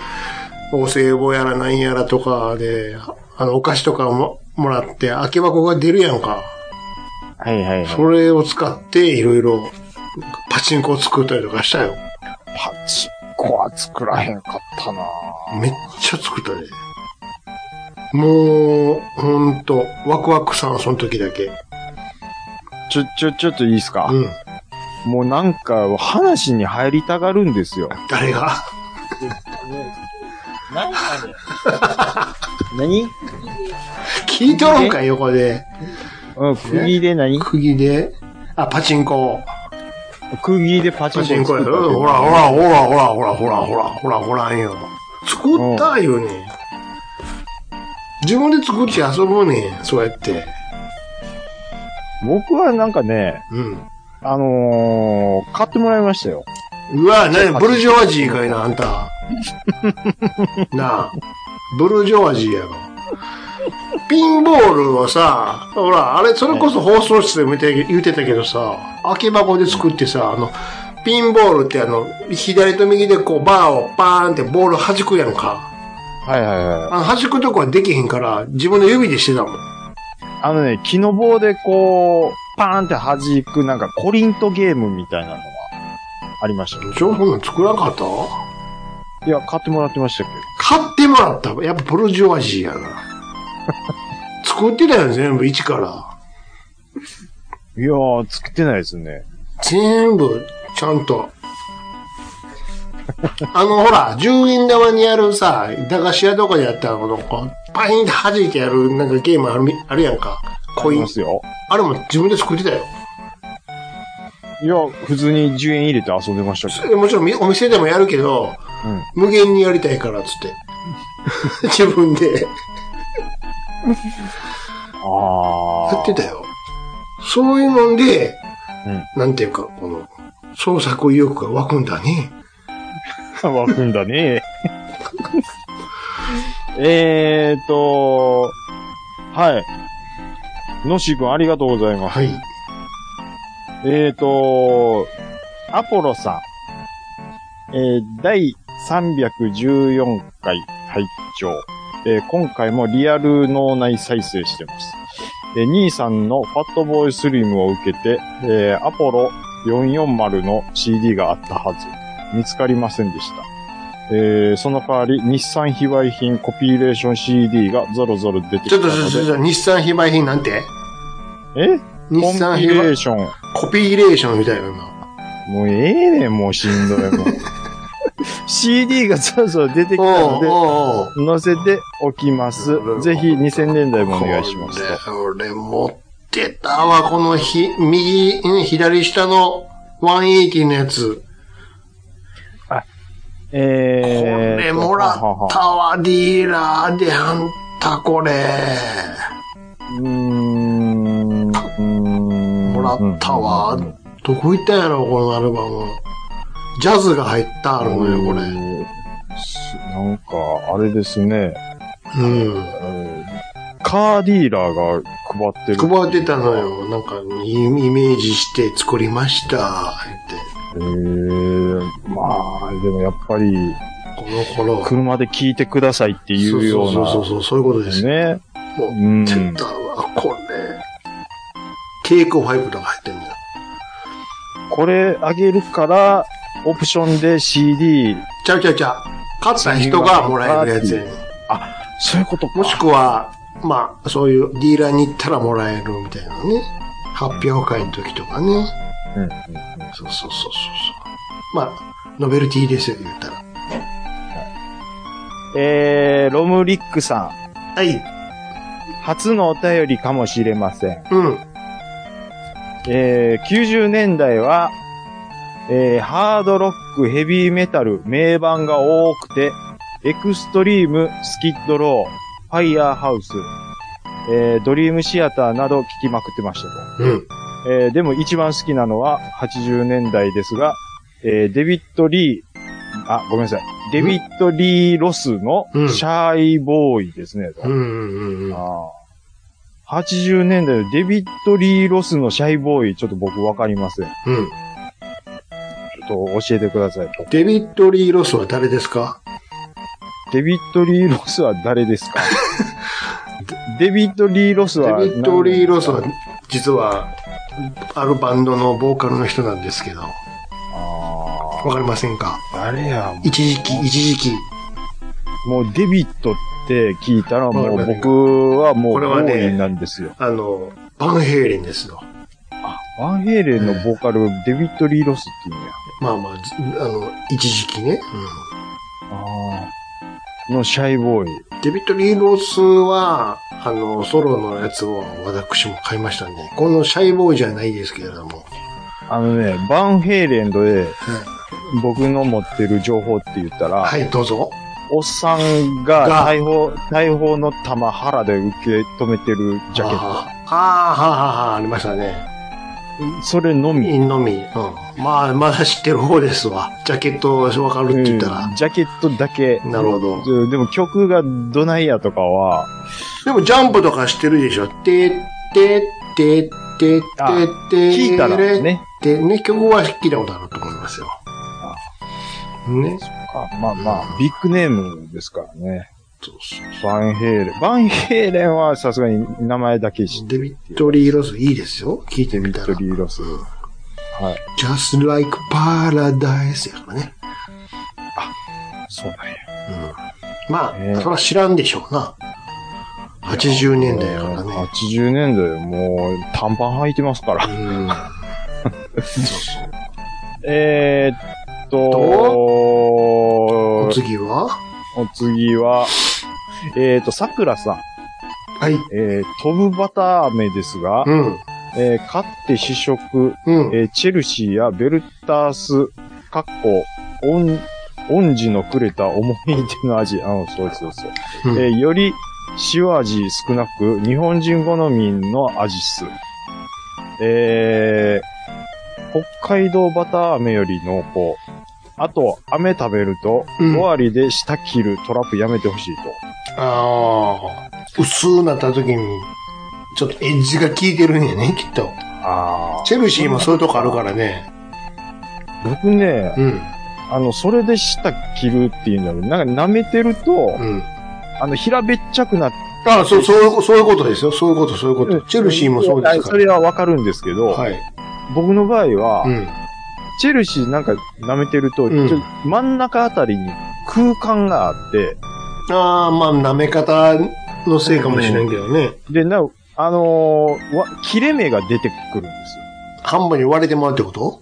E: お歳暮やらなんやらとかで、あの、お菓子とかももらって、空き箱が出るやんか。
D: はいはいはい。
E: それを使って、いろいろ、パチンコを作ったりとかしたよ。
D: パチンコは作らへんかったなぁ
E: めっちゃ作ったで。もう、ほんと、ワクワクさん、その時だけ。
D: ちょ、ちょ、ちょっといいですか、
E: うん。
D: もうなんか話に入りたがるんですよ。
E: 誰が
G: 何あれ何
E: 聞いとるんか、横で。
D: うん、釘で何
E: 釘で。あ、パチンコ。
D: 釘でパチン
E: パ
D: コ
E: チンコ
D: 作った
E: やろほらほらほらほらほらほらほらほらほらんよ。作ったよね。自分で作って遊ぶねそうやって。
D: 僕はなんかね、
E: うん。
D: あのー、買ってもらいましたよ。
E: うわ、なに、ブルジョワジーかいな、あんた。なあ、ブルジョワジーやろ。ピンボールをさ、ほら、あれ、それこそ放送室で見て言ってたけどさ、空き箱で作ってさ、あの、ピンボールってあの、左と右でこう、バーをパーンってボール弾くやんか。
D: はいはいはい。
E: あの、端っことこはできへんから、自分の指でしてたもん。
D: あのね、木の棒でこう、パーンって弾く、なんかコリントゲームみたいなのがありました。
E: ちょ、そんなん作らんかった
D: いや、買ってもらってましたけ
E: 買ってもらった。やっぱプロジョアジーやな。作ってたよ、全部、一から。
D: ど。いやー、作ってないですね。
E: 全部、ちゃんと。あの、ほら、10円玉にやるさ、駄菓子屋とかでやったら、この、こうパインって弾いてやる、なんかゲームあるみ、あるやんか。コ
D: い
E: イン
D: ま。すよ。
E: あれも自分で作ってたよ。
D: いや、普通に10円入れて遊んでましたけど。
E: もちろんみ、お店でもやるけど、
D: うん
E: 無限にやりたいから、つって。自分で。
D: あー。
E: やってたよ。そういうので、
D: うん
E: なんていうか、この、創作意欲が湧くんだね。
D: 湧くんだね。えーと、はい。のっしーくんありがとうございます。
E: はい。
D: えーと、アポロさん。えー第314回拝聴、えー今回もリアル脳内再生してます。えー兄さんのファットボーイスリムを受けて、えーアポロ440の CD があったはず。見つかりませんでした。えーその代わり、日産非売品コピーレーション CD がゾロゾロ出てき
E: ち
D: た
E: ょっ
D: の
E: と、
D: で
E: ちょっと、ちょっと、日産非売品なんて
D: えコ
E: 日
D: ンピ
E: 産非
D: レ
E: 売
D: ーション。
E: コピーレーションみたいなの。
D: もうええねん、もうしんどい もん。CD がそろそろ出てきた
E: お
D: の
E: う
D: で、
E: おうおう
D: 載せておきます
E: なるほ。ど
D: ぜひ2000年代もお願いしますと。
E: これ、俺持ってたわ、このひ、右、ん左下の180のやつ。こ
D: えー、
E: れもらった
D: は
E: わ、ディーラーであんた、これ。
D: うーん。も
E: もらったわ。どこ行ったんやろ、このアルバム。ジャズが入ったあるのよ、これ。
D: なんか、あれですね、
E: うん。
D: えーカーディーラーが配ってる。
E: 配ってたの。よ。なんか、イイメージして作りました。っ
D: えー、まあ、でもやっぱり、
E: て。この頃。
D: 車で聞いてくださいっていうような。
E: そうそうそうそう、そういうことです。
D: ね。
E: もう
D: うん。
E: 持ってたわ、これ。テイクファイブとか入ってんだよ。
D: これあげるから、オプションで CD、
E: ちゃうちゃうちゃう。勝った人がもらえるやつやね
D: そういうことか。
E: もしくは、まあ、そういうディーラーに行ったらもらえるみたいなね。発表会の時とかね。
D: うんうん
E: そうそうそうそうそう。まあ、ノベルティですよ、言ったら。
D: えー、ロムリックさん、
E: はい。
D: 初のお便りかもしれません。
E: うん。
D: えー、90年代は、えー、ハードロック、ヘビーメタル、名盤が多くて、エクストリーム、スキッドロー、ファイヤーハウス、えー、ドリームシアターなど聞きまくってましたと。
E: うん。
D: えーでも一番好きなのは80年代ですが、えーデビッド・リー、あ、ごめんなさい。デビッド・リー・ロスの
E: うん
D: シャイボーイですね。と
E: うんうんうん。
D: あー80年代のデビッド・リー・ロスのシャイボーイ、ちょっと僕わかりません。ち
E: うん。
D: ょっと教えてくださいと。
E: デビッド・リー・ロスは誰ですか
D: デビッド・リー・ロスは誰です かデビッド・リー・ロス
E: デビ
D: は何
E: ッド・リー・ロスは、実は、あるバンドのボーカルの人なんですけど、わ
D: あ
E: かりませんか
D: ー誰や、
E: 一時期、一時期。
D: もうデビットって聞いたらもう
E: わかる
D: 僕はもう
E: これは
D: ボ
E: ね
D: ーイなんですよ。
E: あの、バンヘイレンですよ。
D: ワンヘイレンのボーカル、デビッド・リー・ロスっていうんや。
E: まあまあ、ずあの、一時期ね。
D: ああ。のシャイボーイ。
E: うんデビッド・リー・ロスは、あの、ソロのやつを私も買いましたんで、このシャイボーイじゃないですけれども、
D: あのね、バンヘイレンドで、僕の持ってる情報って言ったら、
E: はい、どうぞ。
D: おっさんが
E: が
D: 大砲、大砲の弾腹で受け止めてるジャケッ
E: あーあー、はあはあはあ、ありましたね。
D: ト。それのみ。
E: のみ。うん。まあ、まだ知ってる方ですわ。ジャケットわかるって言ったら。
D: うんジャケットだけ。
E: なるほど。
D: うんでも曲がどないやとかは、
E: でもジャンプとかしてるでしょ。てってってってって
D: あ
E: って。
D: 聞いたらね。
E: でね、曲は聞いたことあると思いますよ。ね。
D: あまあまあ、ビッグネームですからね。
E: そうそ
D: バンヘイレン。バンヘイレンはさすがに名前だけ知
E: う
D: って
E: デビットリー・ロスいいですよ。聞い
D: デ
E: てみ
D: ビ
E: た
D: ッ
E: ら
D: ド。リー・ロス。
E: うん
D: はい。
E: Just like paradise やからね。
D: そうなんや。
E: うん。まあ、
D: ね
E: それは知らんでしょうな。80年代やからね。
D: 80年代、もう、短パン履いてますから。
E: うん。そうそう。
D: えー、っと、
E: お
D: お
E: 次は
D: 次は、えー、っと、桜さん。
E: はい。
D: えー、飛ぶバター飴ですが、
E: うん。
D: えー、買って試食、
E: うん。
D: えーチェルシーやベルタース、かっこ、恩、恩師のくれた思い出の味。あの、そうそうそう。
E: うん
D: えーより塩味少なく、日本人好みの味っす。えー北海道バター飴より濃厚。あと、飴食べると、
E: うん
D: 終わりで舌切るトラップやめてほしいと。
E: ああ、薄うなった時に、ちょっとエッジが効いてるんやね、きっと。
D: あ
E: チェルシーもそういうとこあるからね。
D: 僕ね、
E: うん。
D: あの、それで舌切るっていうんだけど、なんか舐めてると、
E: うん。
D: あの、平べっちゃくなって、
E: あそう、そういう、そういうことですよ。そういうこと、そういうこと。チェルシーもそうです
D: いや
E: か
D: そ
E: ら。
D: れはわかるんですけど、
E: はい。
D: 僕の場合は、
E: うん。
D: チェルシーなんか舐めてると、
E: うん
D: ちょ真ん中あたりに空間があって、
E: ああ、まあ、舐め方のせいかもしれんけどね。
D: で、な、あのーわ、切れ目が出てくるんですよ。
E: 半分に割れてもらうってこと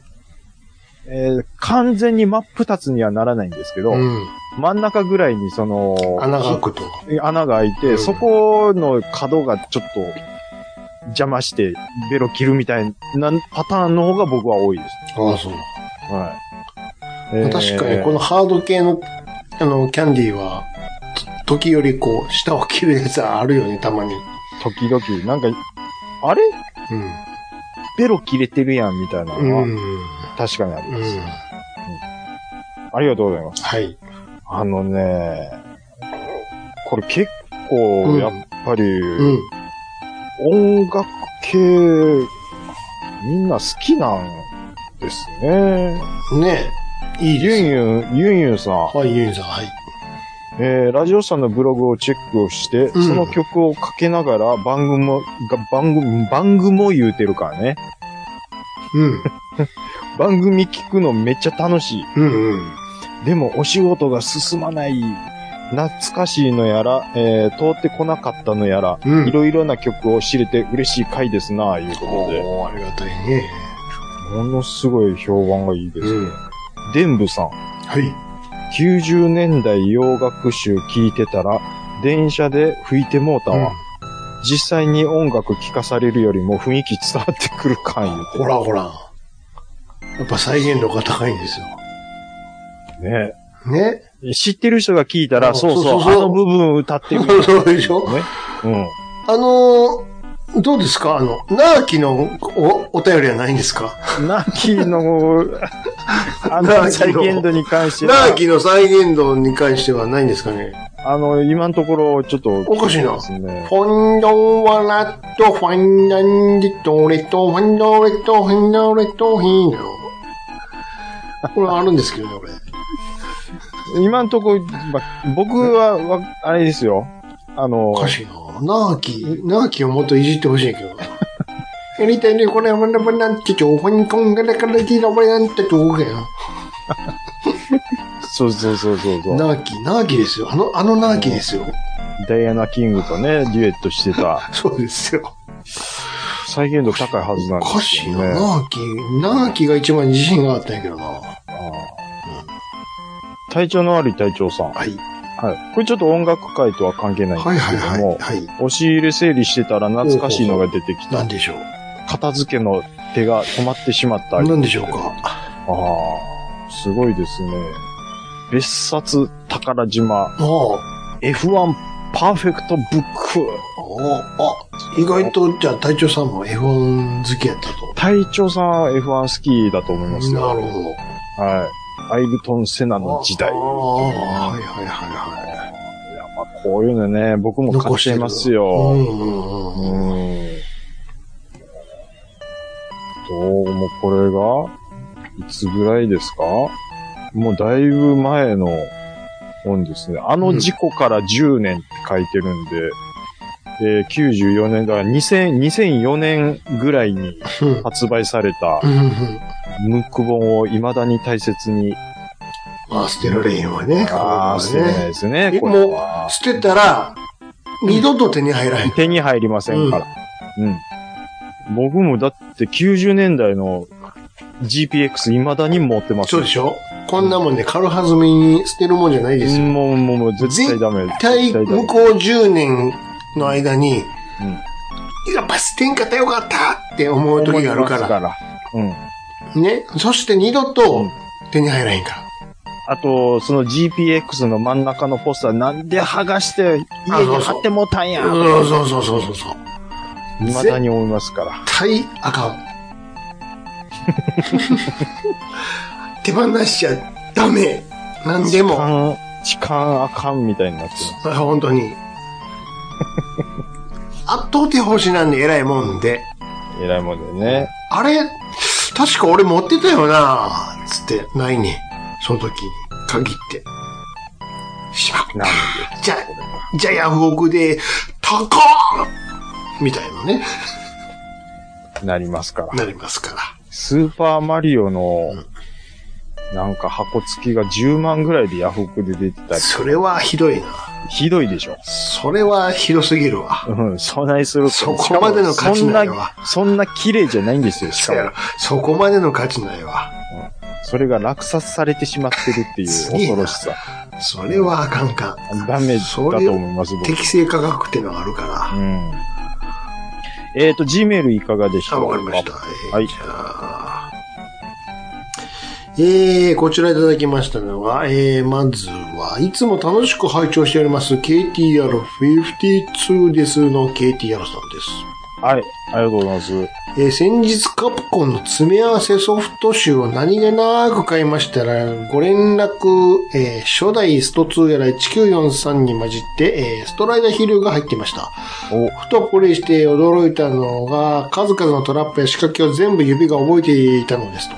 D: えー完全に真っ二つにはならないんですけど、
E: うん。
D: 真ん中ぐらいにその、
E: 穴が開くと。
D: 穴が開いて、
E: うん
D: そこの角がちょっと邪魔してベロ切るみたいなパターンの方が僕は多いです。
E: ああ、そう。
D: はい。えー
E: 確かに、このハード系の、あの、キャンディーは、と時よりこう、舌を切るやつはあるよね、たまに。
D: 時々、なんか、あれベロ切れてるやんみたいな
E: う
D: の
E: ん。
D: は、
E: うん。
D: 確かにあり
E: う
D: ます、
E: ん。
D: ありがとうございます。
E: はい。
D: あのね、これ結構、やっぱり、
E: うん。
D: 音楽系、みんな好きなんですね。
E: ねえ。いい
D: ユ
E: です
D: ン
E: ね。
D: ユン、ユンユンさん、
E: はい、ユンさん、はい。
D: えーラジオさんのブログをチェックをして、
E: ん
D: その曲をかけながら番組も、が番組、番組も言うてるからね。
E: うん。
D: 番組聞くのめっちゃ楽しい。
E: うんうん。
D: でもお仕事が進まない。懐かしいのやら、えー通ってこなかったのやら、
E: うん
D: いろいろな曲を知れて嬉しい回ですな、いうことで。
E: おー、ありがたいね。
D: ものすごい評判がいいです
E: う
D: ね。
E: ん。
D: デンブさん。
E: はい。
D: 90年代洋楽集聴いてたら、電車で吹いてもうたわ。実際に音楽聴かされるよりも雰囲気伝わってくる感言うて。
E: ほらほら。やっぱ再現度が高いんですよ。
D: ね。
E: ね。
D: 知ってる人が聞いたら、
E: あ
D: そうそう、
E: そうそうそう
D: あの部分歌ってる。
E: そうでしょ
D: ね。うん。
E: あのー、どうですかあの、ナーキのおお便りはないんですか
D: ナーキー の、あ
E: ナーキ
D: の、
E: の
D: 再現度に関して
E: ナ
D: は
E: ー、キの再現度に関してはないんですかね
D: あの、今のところ、ちょっと、
E: おかしいな
D: ですね。
E: フォンドワラット、ファンダンディトレト、ファンドレト、ファンドレト、ヒーロー。これあるんですけどね、俺。
D: 今のところ、ま僕は、わあれですよ。あの
E: お、かしいな。ナーキ、ナーキをもっといじってほしいけどな。やりたいね、これ、ワンダバナンティチョ、ファンコンガラカラディラバナンティチョ、
D: そうそうそうそうそう。
E: ナーキ、ナーキですよ。あの、あのナーキですよ。
D: ダイアナ・キングとね、デュエットしてた、
E: そうですよ。
D: 再現度高いはずなん
E: お
D: で
E: か
D: す
E: しい
D: よ
E: な。
D: ね。
E: ナーキ、ナーキが一番自信があったんやけどな。は
D: 体調の悪い隊長さん。
E: い。
D: はい。これちょっと音楽界とは関係ないん
E: はい
D: です
E: はい
D: け
E: はい
D: ど。も、
E: はい。
D: 押し入れ整理してたら懐かしいのが出てき
E: な
D: た
E: ん。でしょう。
D: 片付けの手が止まってしまった。あ
E: なんでしょうか。
D: あ、すごいですね。別冊宝島
E: ああ、
D: F1 パーフェクトブック。
E: ああ、意外と、じゃあ隊長さんも F1 好きやったと。
D: 隊長さんは F1 好きだと思いますよ。
E: なるほ
D: はい。アイルトン・セナの
E: ど。
D: 時代
E: あ。あ、はいはいはいはい。
D: いや、まあ、こういうのね、僕も買
E: 残
D: っ
E: して
D: て
E: る
D: ます
E: う
D: よ。
E: んうん
D: う
E: うんうん。
D: ん。どうもこれが、いつぐらいですかもうだいぶ前の本ですね。あの事故から10年って書いてるんで、えー94年、だから2000 2004年ぐらいに
E: うん
D: 発売された
E: うんうん
D: ムック本を未だに大切に、
E: まあ、捨てられへんわね。
D: ああ、捨
E: こ
D: て
E: れ
D: れ
E: は
D: ないですね。
E: え
D: これは
E: 捨てたら、二度と手に入らへん。
D: 手に入りませんから。うん。僕もだって90年代の GPX 未だに持ってます。
E: そうでしょこんなもんね、軽はずみに捨てるもんじゃないですよ。
D: もう、もう、もう、絶対ダメ。
E: 絶対、
D: 絶
E: 向こう10年の間に、
D: う
E: やっぱ捨てんかったよかったって思う時があるか
D: 思います
E: ら。
D: ら。うん。
E: ね。そして二度
D: う
E: と
D: ん
E: 手に入らへんから。
D: あと、その GPX の真ん中のポスターなんで剥がして
E: あ
D: 家に
E: そうそう
D: 貼ってもうたんや。
E: うんそうそうそうそうそう。
D: 未だに思いますから。
E: 対あかん。手放しちゃダメ。なんで
D: 痴
E: も。
D: 漢、痴漢あかんみたいになってます。
E: あ本当に。圧倒的星なんで偉いもんで。
D: 偉いもんでね。
E: あれ、確か俺持ってたよな。つってないねん。その時に限って。しまった。じゃ、じゃあヤフオクで、高ーみたいなね、
D: なりますから。
E: なりますから。
D: スーパーマリオの、なんか箱付きが10万ぐらいでヤフオクで出てたり、
E: それはひどいな。
D: ひどいでしょ。
E: それはひどすぎるわ。
D: うん、そないすると。
E: そこまでの価値ないわ
D: そんな、そんな綺麗じゃないんですよ、し
E: そ
D: か
E: や
D: も
E: ろ。そこまでの価値ないわ。
D: それが落札されてしまってるっていう
E: すげえ
D: 恐
E: な
D: ろしさ。
E: それはあかんかん。
D: ダメだと思います、僕。
E: 適正価格ってのがあるから。
D: うん。えっ、ー、と、G メールいかがでしょ
E: あ、
D: うか
E: わかりました。えー
D: はい
E: じゃあ。えー、こちらいただきましたのは、えー、まずは、いつも楽しく拝聴しております、KTR52 ですの KTR さんです。
D: はい、ありがとうございます。
E: えー先日カプコンの詰め合わせソフト集を何気なく買いましたら、ご連絡、えー初代スト2やら1943に混じって、えーストライダーヒルが入っていました。ふとプレイして驚いたのが、数々のトラップや仕掛けを全部指が覚えていたのですと。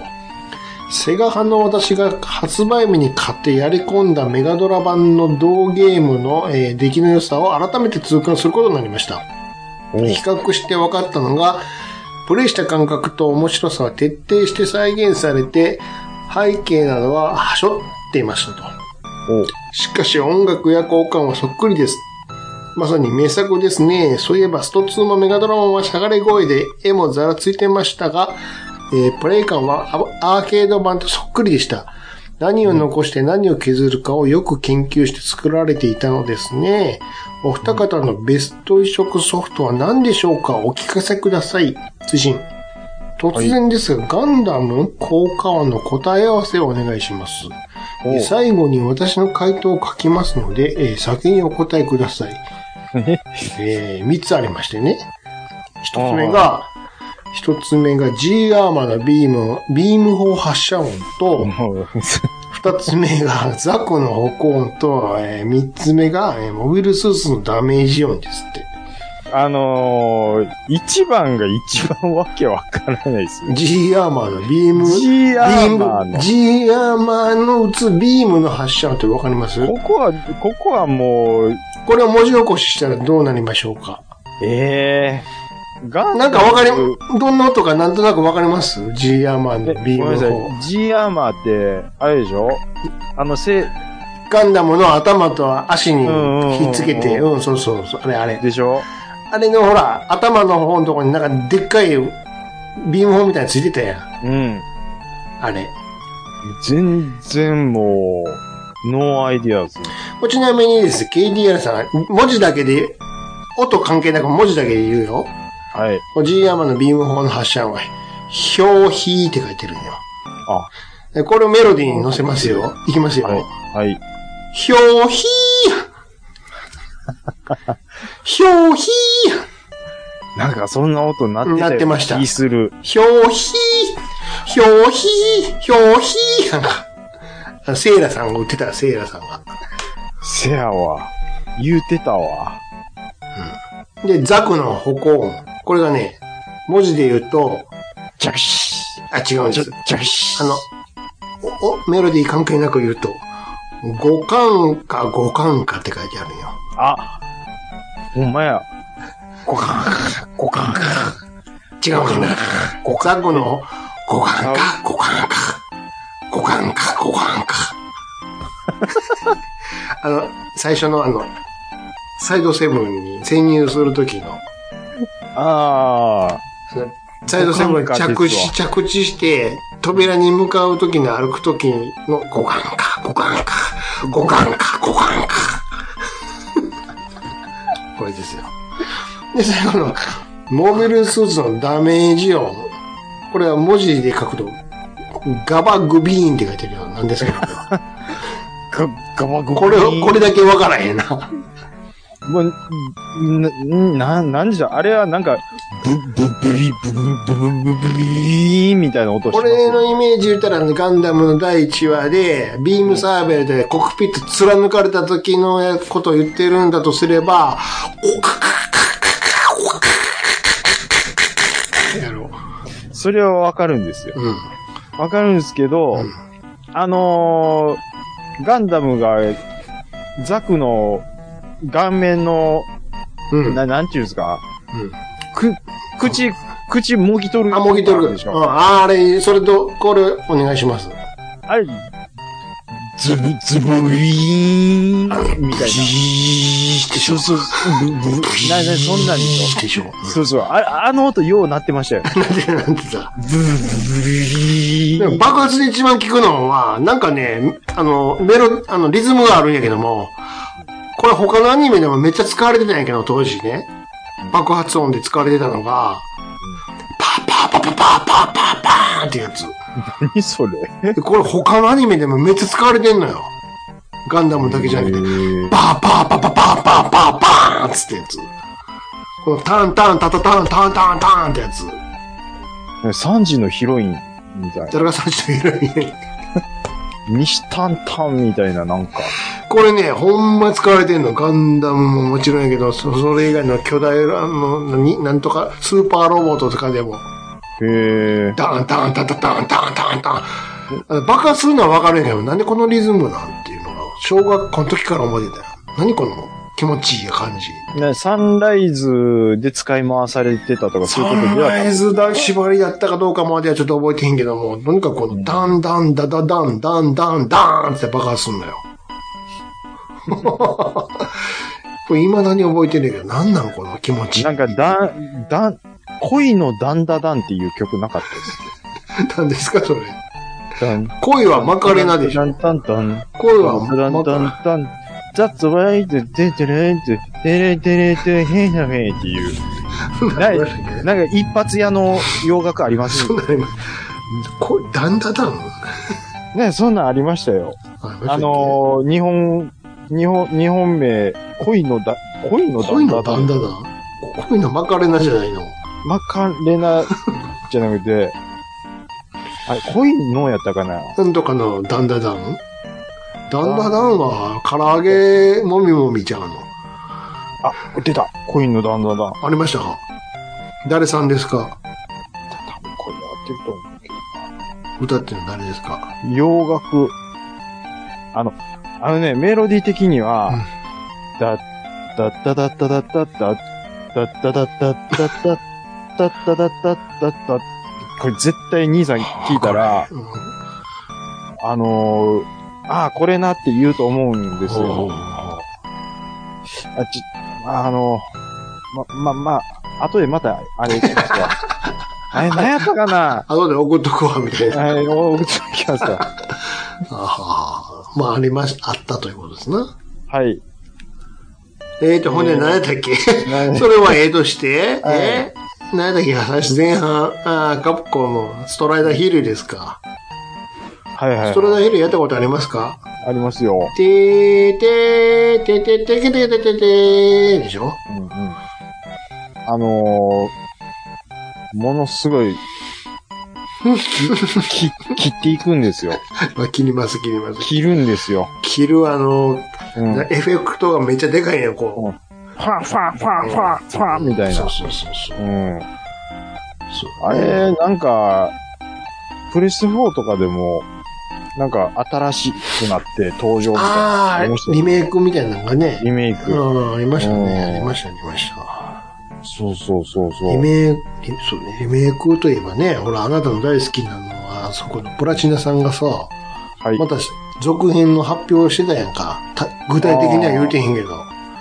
E: セガ派の私が発売日に買ってやり込んだメガドラ版の同ゲームの、えー出来の良さを改めて痛感することになりました。比較して分かったのが、プレイした感覚と面白さは徹底して再現されて、背景などははしょっていましたと。
D: お
E: しかし音楽や交換はそっくりです。まさに名作ですね。そういえばスト2もメガドラマンはしゃがれ声で絵もざらついてましたが、えープレイ感はアアーケード版とそっくりでした。何を残して何を削るかをよく研究して作られていたのですね。お二方のベスト移植ソフトは何でしょうかお聞かせください。通信。突然ですが、ガンダム効果音の答え合わせをお願いします。え最後に私の回答を書きますので、えー先にお答えくだ さい。えー、3つありましてね。1つ目が、一つ目が G アーマーのビーム、ビーム砲発射音と、
D: もう、
E: 二つ目がザコの歩行音と、えー三つ目が、えーモビルスーツのダメージ音ですって。
D: あのー、一番が一番わけわからないですよ。
E: G アーマーのビーム、
D: G アーマー
E: ビ
D: の
E: ム、。G アーマーの打つビームの発射音ってわかります
D: ここは、ここはもう、
E: これを文字起こししたらどうなりましょうか
D: ええー。ガン
E: な
D: ダ
E: ん
D: ム
E: かわかり、どんな音かなんとなくわかります ?G アーマー
D: え
E: の
D: ごめ
E: ビー
D: ん
E: ム
D: な
E: の
D: さ
E: 方。
D: い。G アーマーって、あれでしょあの、せ、
E: ガンダムの頭と足にひっつけて、
D: うん
E: うん、そうそうそう、あれあれ。
D: でしょ
E: あれのほら、頭の方のとこになんかでっかいビーム砲みたいについてたやん。
D: うん。
E: あれ。
D: 全然もう、ノーアイディアズ。
E: これちなみにです、KDR さん、文字だけで、音関係なく文字だけで言うよ。
D: はい。
E: G ヤマのビーム砲の発射音は、表皮って書いてるんよ。
D: あ
E: でこれをメロディーに乗せますよ。いきますよ。
D: はい。はい。
E: 表皮表皮
D: なんかそんな音なって
E: なってました
D: 気する。
E: 表皮表皮表皮なんか、あセイラさんが売ってたらセイラさんが。
D: せやわ。言うてたわ。
E: で、ザクの歩行音。これがね、文字で言うと、
D: ジャクシ
E: あ、違うん
D: ー。ジ
E: で
D: ャ
E: す。
D: ジャクシ
E: あ
D: ー。
E: の、お、おメロディー関係なく言うと、五感か五感かって書いてあるんよ。
D: あ、ほんまや。
E: 五感か、五感か。違うかな。五感の五感か、五感か。五感か、五感か。 あの、最初のあの、サイドセブンに潜入するときの、
D: あ
E: サイドセブンに
D: 五感か
E: 着
D: です
E: 地、
D: わ
E: 着地して、扉に向かうときの歩くときの五感か、五感か、五感か、五感か。 これですよ。で、最後の、モビルスーツのダメージ音。これは文字で書くと、ガバグビーンって書いてるよ。なんですけど。
D: ー。が、がばご
E: これを、これだけわからへんな。
D: もう、な、な、なんじゃ、あれはなんか、ブ、ブ、ブリ、ブ、ブ、ブ、ブ、ブリーみたいな音してます
E: 俺
D: よ。
E: のイメージ言ったら、ガンダムの第1話で、ビームサーベルでコックピット貫かれた時のことを言ってるんだとすれば、おかかかかかかかかかかかかかやろ
D: それはわかるんですよ。
E: う。うん。
D: わかるんですけど、
E: うん
D: あのーガンダムが、ザクの顔面の、
E: うん。
D: ななんていうんですか、
E: うん
D: く、口、口もぎ取る。
E: あ、もぎ取る
D: でし
E: うん
D: ょ。
E: ああれ、それと、これ、お願いします。
D: あれ、ズブズブイーン、みたいな。そうそう、ブブブな、な、そんなんでしょ。
E: でしょ。
D: そうそう。ああの音、ようなってましたよ。
E: なんでなんでさ。
D: ブー
E: でも爆発で一番聞くのは、なんかね、あの、メロ、あの、リズムがあるんやけども、これ他のアニメでもめっちゃ使われてたんやけど、当時ね。爆発音で使われてたのが、パーパーパーパーパーパーパーンってやつ。
D: 何それ
E: でこれ他のアニメでもめっちゃ使われてんのよ。ガンダムだけじゃなくて、パーパーパーパーパーパーパーパーンっつってやつ。このターンターンタタターンターンターンターンってやつ。
D: 三時のヒロインみたい
E: それが最初のヒロイン
D: な。ミシタンタンみたいななんか。
E: これね、ほんま使われてんの。ガンダムももちろんやけど、そそれ以外の巨大な、あの、何、なんとか、スーパーロボットとかで
D: へ
E: も、
D: え。
E: ダーンダーンダーンダーンダーンダーンダーンあの爆発するのはわかるんやけど、なんでこのリズムなんていうのが、小学校の時から思ってたよ。何この気持ちいい感じ。
D: ねサンライズで使い回されてたとかそうい
E: サ
D: うこと
E: ン
D: では
E: ライズだ、縛りだったかどうかまではちょっと覚えてへんけども、とにかくこの、ダンダンダダダン、ダンダンダンって爆発すんだよ。これ未だに覚えてるけど、なんなんこの気持ち。
D: なんか、だん、だん、恋のダンダダンっていう曲なかったです
E: なんですか、それ。
D: けど。ダン
E: 恋はマカレナでし
D: ダ
E: ょ。
D: ンダンダン。
E: 恋は
D: ダン
E: マ
D: ダ
E: カ
D: ンダン。That's right, デデレデデレデレデヘナヘっていう。ないなんか一発屋の洋楽あります
E: そんなに、恋、ダンダダン
D: ね、そんなんありましたよ。あ、のー、日本、日本、日本名、恋のだ、恋のだ
E: 恋のダンダダン恋のマカレナじゃないの。
D: マカレナじゃなくて、あれ、恋のやったかな
E: なんとかのダンダダンダンダダンは、唐揚げもみもみちゃうの。
D: あ、出た恋のだんだんだん。
E: ありましたか誰さんですか
D: 多分これ合ってると思うけ
E: 歌ってるの誰ですか
D: ど。洋楽。あの、あのね、メロディー的には、だ、だっただっただっただ、だっただっただっただ、だっただっただった。これ絶対兄さん聞いたら、
E: うん
D: あのー、ああ、これなって言うと思うんです
E: お
D: よ
E: う。
D: あ、ち、あのー、ま、ま、まあ、後でまた、あれ、行きますわ。あれ、何やったかな
E: 後で送っとくわ、みたい な。
D: はい、お送っておきますわ。
E: あははまあ、ありまし、あったということですな。
D: はい。
E: えーと、ほんで、何やったっけ
D: 何
E: それ はええとして、
D: はい
E: えー何やったっけ話前半、あーカプコンのストライダーヒルですか。
D: はいは
E: ストライ
D: い。
E: ダーヒルやったことありますか
D: ありますよ。
E: てーてーてーてーてーてーてーてーてーてーでしょ
D: うんうん。あのー、ものすごい、き、き切っていくんですよ。
E: まあ、切ります、切ります。
D: 切るんですよ。
E: 切る、あの、
D: うん。
E: エフェクトがめっちゃでかいね、こう。
D: ファンファンファンファンファンみたい
E: そ
D: な
E: う。そうそうそう。
D: うん。
E: そう
D: あれ、なんか、プレス4とかでも、なんか新しくなって登場みたいな。
E: あ
D: りま
E: あ、
D: した
E: リ
D: よ
E: メイクみたいなのがね。
D: リメイ
E: う
D: ク。
E: ん、ありましたね。
D: うん
E: ありました、ありました。
D: そうそうそうそ
E: リ
D: う。
E: メイク、リそうね、リメイクといえばね、ほら、あなたの大好きなのは、あそこのプラチナさんがさ、
D: はい
E: ま。た続編の発表してたやんか。た具体的には言うてへんけど、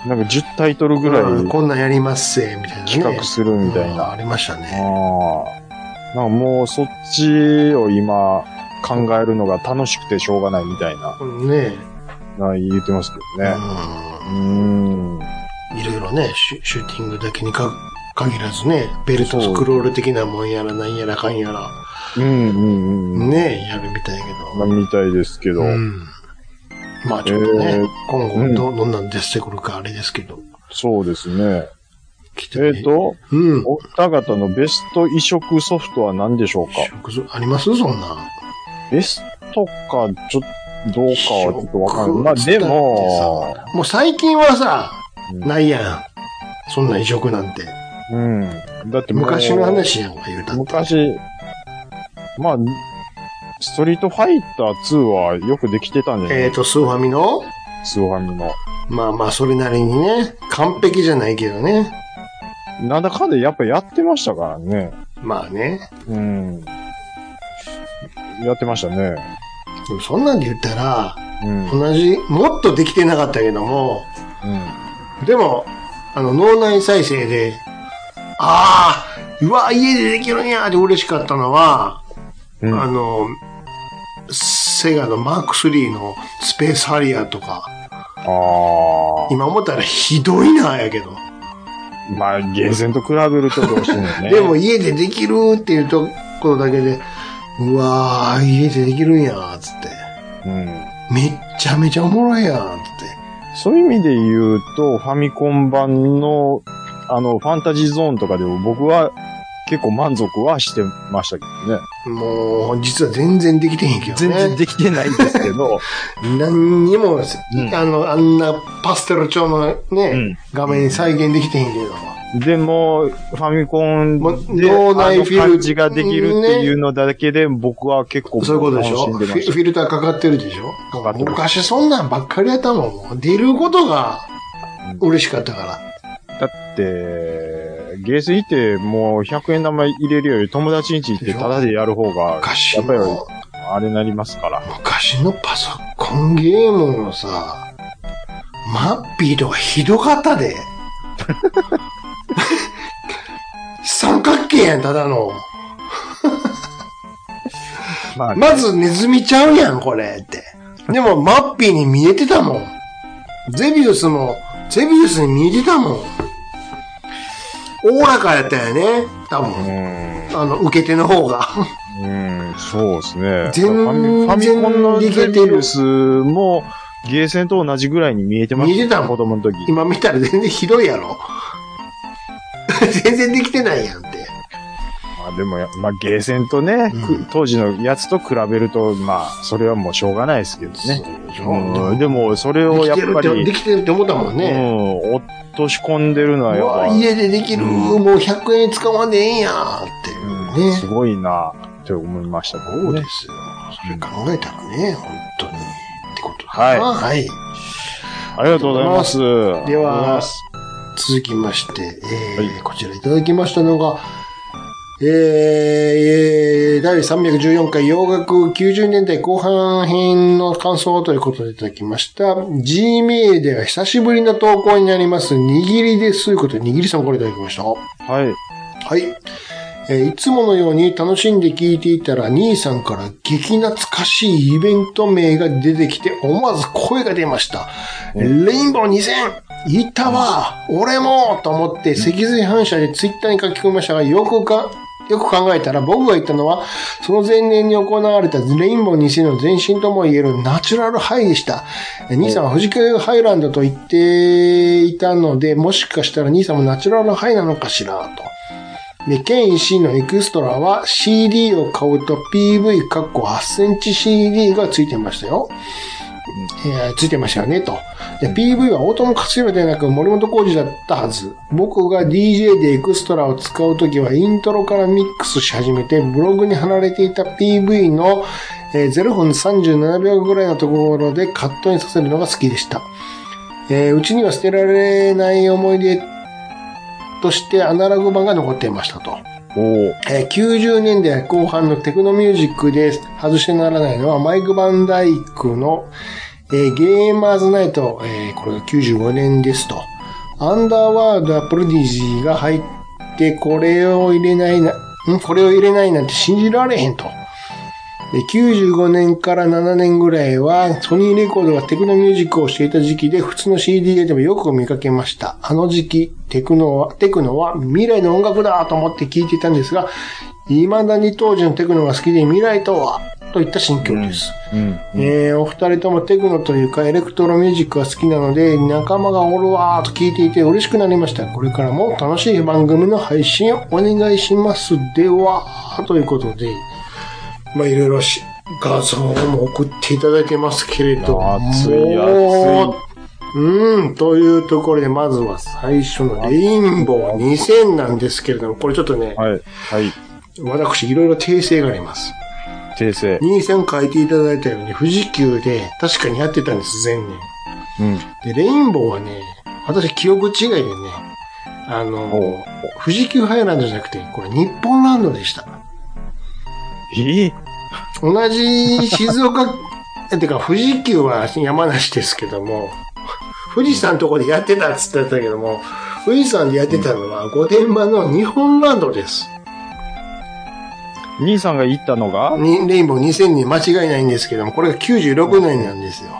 D: なんか10タイトルぐらい
E: うんこんなんやりますせ、みたいなね。
D: 企画するみたい
E: うん
D: な。あ
E: ありましたね。
D: あ。なんかもうそっちを今考えるのが楽しくてしょうがないみたいな、
E: ね
D: な言ってますけどね。うーん。
E: いろいろねシュ、シューティングだけにか限らずね、ベルトスクロール的なもんやらなんやらかんやら、
D: うんうんうん。
E: ねえ、やるみたいやけ
D: な
E: ど。
D: みたいですけど。
E: うん。まあちょっとね、
D: えー
E: 今
D: うん
E: 後ど、どんなん出してくるかあれですけど。
D: そうですね。
E: 来て
D: えっ、と、
E: うん。
D: お二方のベスト移植ソフトは何でしょうか
E: 食材ありますそんな。
D: ベストか、ちょっと、どうかはちょっとわかんない。まあ
E: 食材
D: で
E: ってさ
D: も、
E: もう最近はさ、
D: うん
E: ないやん。そんな移植なんて。
D: うん。だってもう
E: 昔の話やんか、言うたって。
D: 昔、まあ、ストリートファイター2はよくできてたんじゃない
E: えっ、ー、と、スーファミの
D: スーファミの。
E: まあまあ、それなりにね、完璧じゃないけどね。
D: なんだかんだやっぱやってましたからね。
E: まあね。
D: うん。やってましたね。
E: でもそんなんで言ったら、
D: うん。うん。
E: 同じ、もっとできてなかったけども、でも、あの、脳内再生で、ああ、うわ、家でできるんやーって嬉しかったのは、
D: うん
E: あの、セガのマーク3のスペースハリアーとか、
D: ああ。
E: 今思ったらひどいなーやけど。
D: まあ、ゲーセンと比べるとどうしても ね。
E: でも、家でできるっていうところだけで、うわー、家でできるんやーっつって。
D: うん。
E: めっちゃめちゃおもろいやんっつって。
D: そういう意味で言うと、ファミコン版の、あの、ファンタジーゾーンとかでも僕は結構満足はしてましたけどね。
E: もう、実は全然できてへんけどね。
D: 全然できてないんですけど、
E: 何にも、
D: うん
E: あの、あんなパステル調のね、
D: うん
E: 画面再現できてへんけど。
D: でも、ファミコン
E: もう
D: で、
E: 脳内
D: あの
E: フィル
D: 感じができるっていうのだけで、僕は結構
E: そういうこと
D: 楽
E: でしょ
D: しんで
E: フ
D: ま
E: ィ
D: し
E: フィルターかかってるでしょ
D: かかってる
E: 昔そんなんばっかりやったもん。もう出ることが
D: うん
E: 嬉しかったから。
D: た。だって、ゲーセン行ってもう100円玉入れるより友達ん家行ってタダでやる方が、
E: 昔
D: やっぱり
E: の、
D: あれなりますから。
E: 昔のパソコンゲームのさ、マッピーとかひどかった で。三角形やん、ただの。
D: まあ、
E: まずネズミちゃうやん、これって。でも、マッピーに見えてたもん。ゼビウスも、ゼビウスに見えてたもん。おおらかやったよね、多
D: う
E: 分。
D: ん。
E: あの、受け手の方が。
D: うん、そうですね。
E: 全然
D: ファミファミコンの
E: いけて
D: ゼ
E: る
D: ビウスも、ゲーセンと同じぐらいに見えてました。
E: 見えてたもん
D: 子供の時。
E: 今見たら全然ひどいやろ。 全然できてないやんって。
D: まあでもや、まあゲーセンとね、
E: うん
D: く当時のやつと比べると、まあ、それはもうしょうがないですけどね。うんでも、それを
E: で
D: や
E: き
D: って
E: る
D: ぱ
E: って
D: り、
E: できてるって思ったもんね。
D: うん、落とし込んでるのは
E: う
D: やっ
E: わ
D: ぱ、
E: 家でできる、
D: うん
E: もう100円使わねえんやっていううんね。
D: すごいな、と思いましたけ
E: そ
D: ど
E: う
D: ね
E: で。すよ。それ考えたらね、本当に。ってことだな。はい。
D: ありがとうございます。
E: では
D: あ
E: 続きまして、えー
D: は
E: こちらいただきましたのが、えー、第314回洋楽90年代後半編の感想ということでいただきました。Gmail では久しぶりの投稿になります。握りです。ということで、握りさんからいただきました。は
D: りがとうございます
E: い。えーいつものように楽しんで聞いていたら、兄さんから激懐かしいイベント名が出てきて、思わず声が出ました。レインボー2000行ったわ俺もと思って、脊髄反射でツイッターに書き込みましたが、よくか、よく考えたら僕が言ったのは、その前年に行われたレインボー2000の前身とも言えるナチュラルハイでした。え兄さんは富士急ハイランドと言っていたので、もしかしたら兄さんもナチュラルハイなのかしら、と。で、県 C のエクストラは CD を買うと PV かっこ8センチ CD がついてましたよ。えーついてましたよね、と。で、PV は大友克洋ではなく森本浩二だったはず。僕が DJ でエクストラを使うときはイントロからミックスし始めて、ブログに貼られていた PV の、えー0分37秒ぐらいのところでカットインさせるのが好きでした。えーうちには捨てられない思い出としてアナログ版が残っていましたと。
D: おー
E: えー90年代後半のテクノミュージックで外してならないのはマイク・バンダイクの、えーゲーマーズナイト、えーこれが95年ですと。アンダーワールドはプロディジーが入ってこれを入れないな、んこれを入れないなんて信じられへんと。で95年から7年ぐらいは、ソニーレコードがテクノミュージックをしていた時期で、普通の CD でもよく見かけました。あの時期、テクノは、テクノは未来の音楽だと思って聞いていたんですが、未だに当時のテクノが好きで未来とは、といった心境です。
D: うん。
E: えーお二人ともテクノというかエレクトロミュージックが好きなので、仲間がおるわーと聞いていて嬉しくなりました。これからも楽しい番組の配信をお願いします。では、ということで、まあいろいろし画像も送っていただいてますけれども、
D: 暑い
E: もううん、というところで、まずは最初のレインボー2000なんですけれども、これちょっとね、
D: はい。はい。
E: 私いろいろ訂正があります。
D: 訂正。
E: 兄さん書いていただいたように、富士急で確かにやってたんです、前年。
D: うん。
E: で、レインボーはね、私記憶違いでね、あの、富士急ハイランドじゃなくて、これ日本ランドでした。
D: ええ
E: 同じ静岡、 えてか富士急は山梨ですけども、富士山のとこでやってたっつってたけども、富士山でやってたのは御殿場の日本ランドです。
D: 兄さんが言ったのが、
E: にレインボー2000に間違いないんですけども、これが96年なんですよ。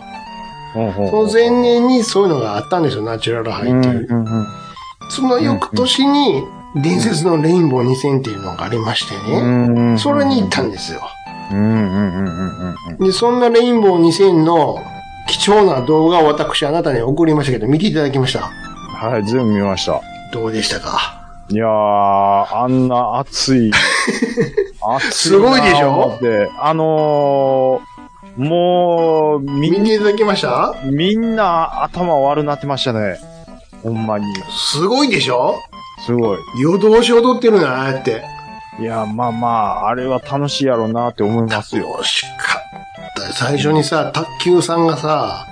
D: ほうほう
E: その前年にそういうのがあったんですよ、ナチュラルハイっていう。
D: うんうん
E: その翌年に、伝説のレインボー2000っていうのがありまして
D: う
E: ね、
D: んうん
E: それに行ったんですよ。
D: うんうんうんうんうんうん。
E: で、そんなレインボー2000の貴重な動画を私あなたに送りましたけど、見ていただきました。
D: はい、全部見ました。
E: どうでしたか
D: いやー、あんな熱 い。熱
E: すごいでしょ
D: で、あのー、もう、み
E: 見
D: ん、
E: ていただきました
D: みんな頭悪なってましたね。ほんまに。
E: すごいでしょ
D: すごい。
E: 夜通し踊ってるなーって。
D: いや、まあまあ、あれは楽しいやろうなって思いますよ。
E: 楽しかった。最初にさ、卓球さんがさ、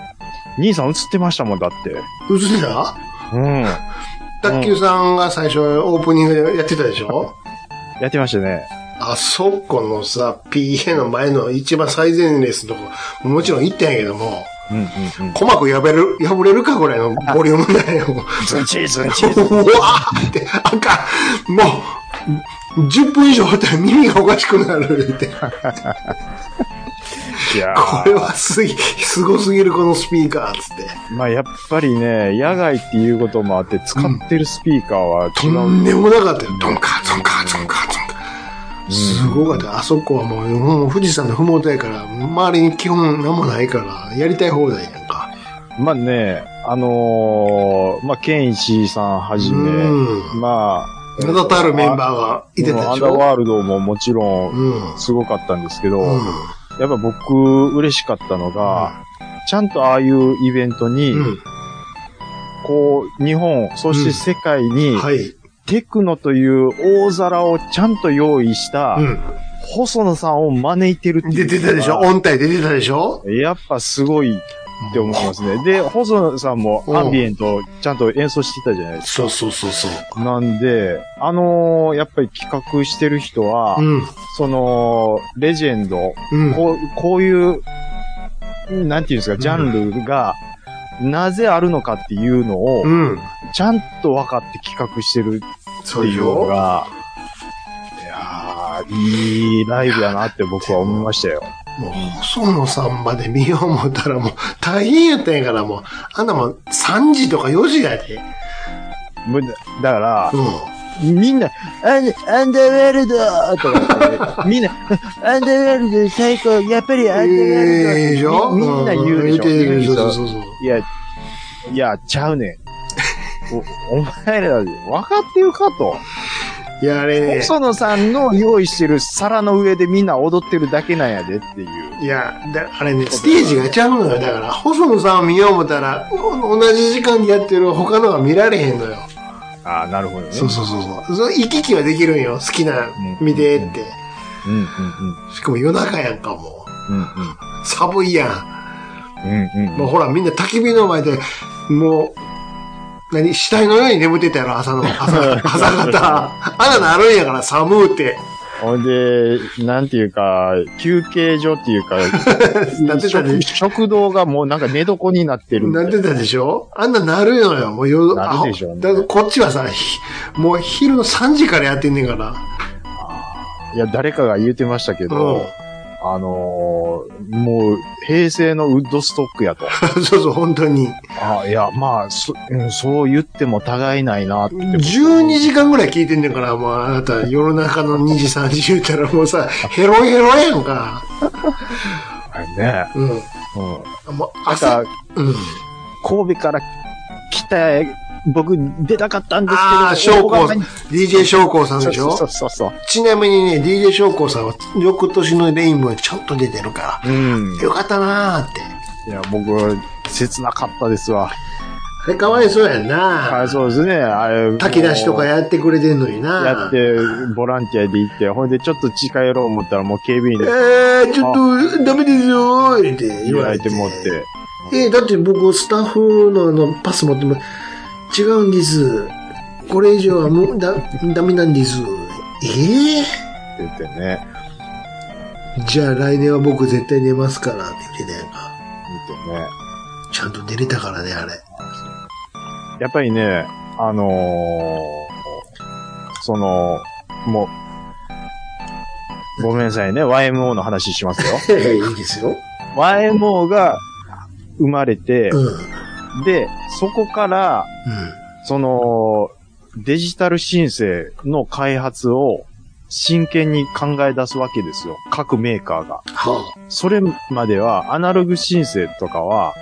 D: 兄さん映ってましたもん、だって。
E: 映ってた
D: うん。
E: 卓球さんが最初オープニングでやってたでしょ
D: やってましたね。
E: あそこのさ、PA の前の一番最前列のとこ、もちろん行ったんやけども、
D: うんうんうん。
E: 鼓膜破れる、破れるかぐらいのボリュームだよ。
D: ズンチーズンチーズン。
E: うわーって、あかん。もう、10分以上経ったら耳がおかしくなるって。こ
D: いやー
E: れはすぎ、すごすぎるこのスピーカーっつって。
D: まあやっぱりね、野外っていうこともあって、使ってるスピーカーは違
E: と
D: う。
E: んでもなかったよ。ドンカー、ドンカー、ドンカー、ドンカー。すごかった。あそこはもう、もう富士山のふもとやから、周りに基本何もないから、やりたい放題やんか。
D: まあね、あのー、まあ、ケンイチさんはじめ、
E: うん
D: まあ、
E: 名だたるメン
D: ー
E: バーがいてた
D: ア
E: で
D: ン
E: し
D: ダー
E: ょ。
D: ワールドももちろ、
E: うんん。
D: すごかったんですけど、
E: うん。
D: やっぱ僕、嬉しかったのが、ちゃんとああいうイベントに、
E: う
D: こう、日本、そして世界に、
E: ん。はい。
D: テクノという大皿をちゃんと用意した、
E: う
D: 細野さんを招いてるっ
E: ん。
D: てい
E: で
D: う。
E: 出てたでしょ音体で出てたでしょ
D: やっぱすごいって思いますね。で、細野さんもアンビエントをちゃんと演奏してたじゃないです
E: そうそうそうそう。
D: か。なんで、あのーやっぱり企画してる人は、
E: うん。
D: その、レジェンド、
E: うん。
D: こう、こういう、なんていうんですか、ジャンルが、なぜあるのかっていうのを、
E: うん。
D: ちゃんと分かって企画してるっ
E: そ
D: て
E: う
D: いうの
E: よ。
D: が、いやー、いいライブやなって僕は思いましたよ。
E: もう、細野さんまで見よう思ったらもう、大変やったんやからもう、あんなもん3時とか4時やで。
D: むだから
E: う、ん。
D: みんな、アンアンダーワールドとか言って、みんな、アンダーワールド最高、やっぱりアンダーワールド、
E: ええでしょ
D: みみんな言うでしょ
E: ん言うてる
D: 言
E: そうう
D: でし
E: そうそう。
D: いや、いや、ちゃうねん。おお前ら、分かってるかと。
E: いや、あれね、
D: 細野さんの用意してる皿の上でみんな踊ってるだけなんやでっていう。
E: いや、だあれね、ステージがちゃうのよ。だから、細野さんを見よう思ったら、お同じ時間でやってる他のが見られへんのよ。
D: ああ、なるほどね。
E: そうそうそうそう。その行き来はできるんよ。好きな、見てって。
D: うんうん
E: しかも夜中やんか、も
D: うん。うん
E: う。寒いやん。
D: うん。うんう。
E: もうんほら、みんな焚き火の前で、もう、何死体のように眠ってたやろ、朝の、朝、朝 方。あんなのあるんやから、寒う て。
D: ほんで、なんていうか、休憩所っていうか、
E: なってた
D: 食
E: で、
D: 食堂がもうなんか寝床になってるみたい
E: なってたでしょあんななるのよ、もう夜、
D: なるでしょうね
E: あだからこっちはさ、ひもう昼の3時からやってんねんから。
D: いや、誰かが言うてましたけ
E: うん
D: ど、。あのーもう、平成のウッドストックやと。
E: そうそう、本当に。
D: あいや、まあ、そ、うん、そう言っても互いないなって。
E: 12時間ぐらい聞いてんねんから、もうあなた、夜中の2時、3時言うたらもうさ、ヘロヘロやんか。
D: はいね。
E: うん。
D: うん。
E: もう
D: ま
E: 朝
D: た、、
E: うん。
D: 神戸から来た、僕、出たかったんですけど。
E: ああ、将
D: 大
E: 校
D: 阪に、
E: DJ 将校さんでし
D: そうそう
E: ょ
D: そうそう。
E: ちなみにね、DJ 将校さんは、翌年のレインボーにちょっと出てるか
D: うん
E: ら、。よかったなーって。
D: いや、僕、切なかったですわ。
E: あれかわいそうやんな。
D: あそうですね。あれ、
E: 炊き出しとかやってくれてんのにな。
D: やって、ボランティアで行って、ほんでちょっと近寄ろう思ったらもう警備員
E: え
D: で
E: ー、ちょっと、ダメですよーって言
D: 言
E: わ
D: わ
E: れ
D: れ
E: て。
D: てもって。
E: えーだって僕、スタッフのあの、パス持っても、違うんです。これ以上はもう、だ、ダメなんです。え
D: って言ってね。
E: ー、じゃあ来年は僕絶対寝ますから、って言ってたやんか。
D: 言ってね。
E: ちゃんと寝れたからね、あれ。
D: やっぱりね、あのーその、もう、ごめんなさいね、YMO の話しますよ。
E: いいですよ。
D: YMO が生まれて
E: う、ん。うん。
D: で、そこから、その、デジタル申請の開発を真剣に考え出すわけですよ。各メーカーが。
E: は
D: それまではアナログ申請とかは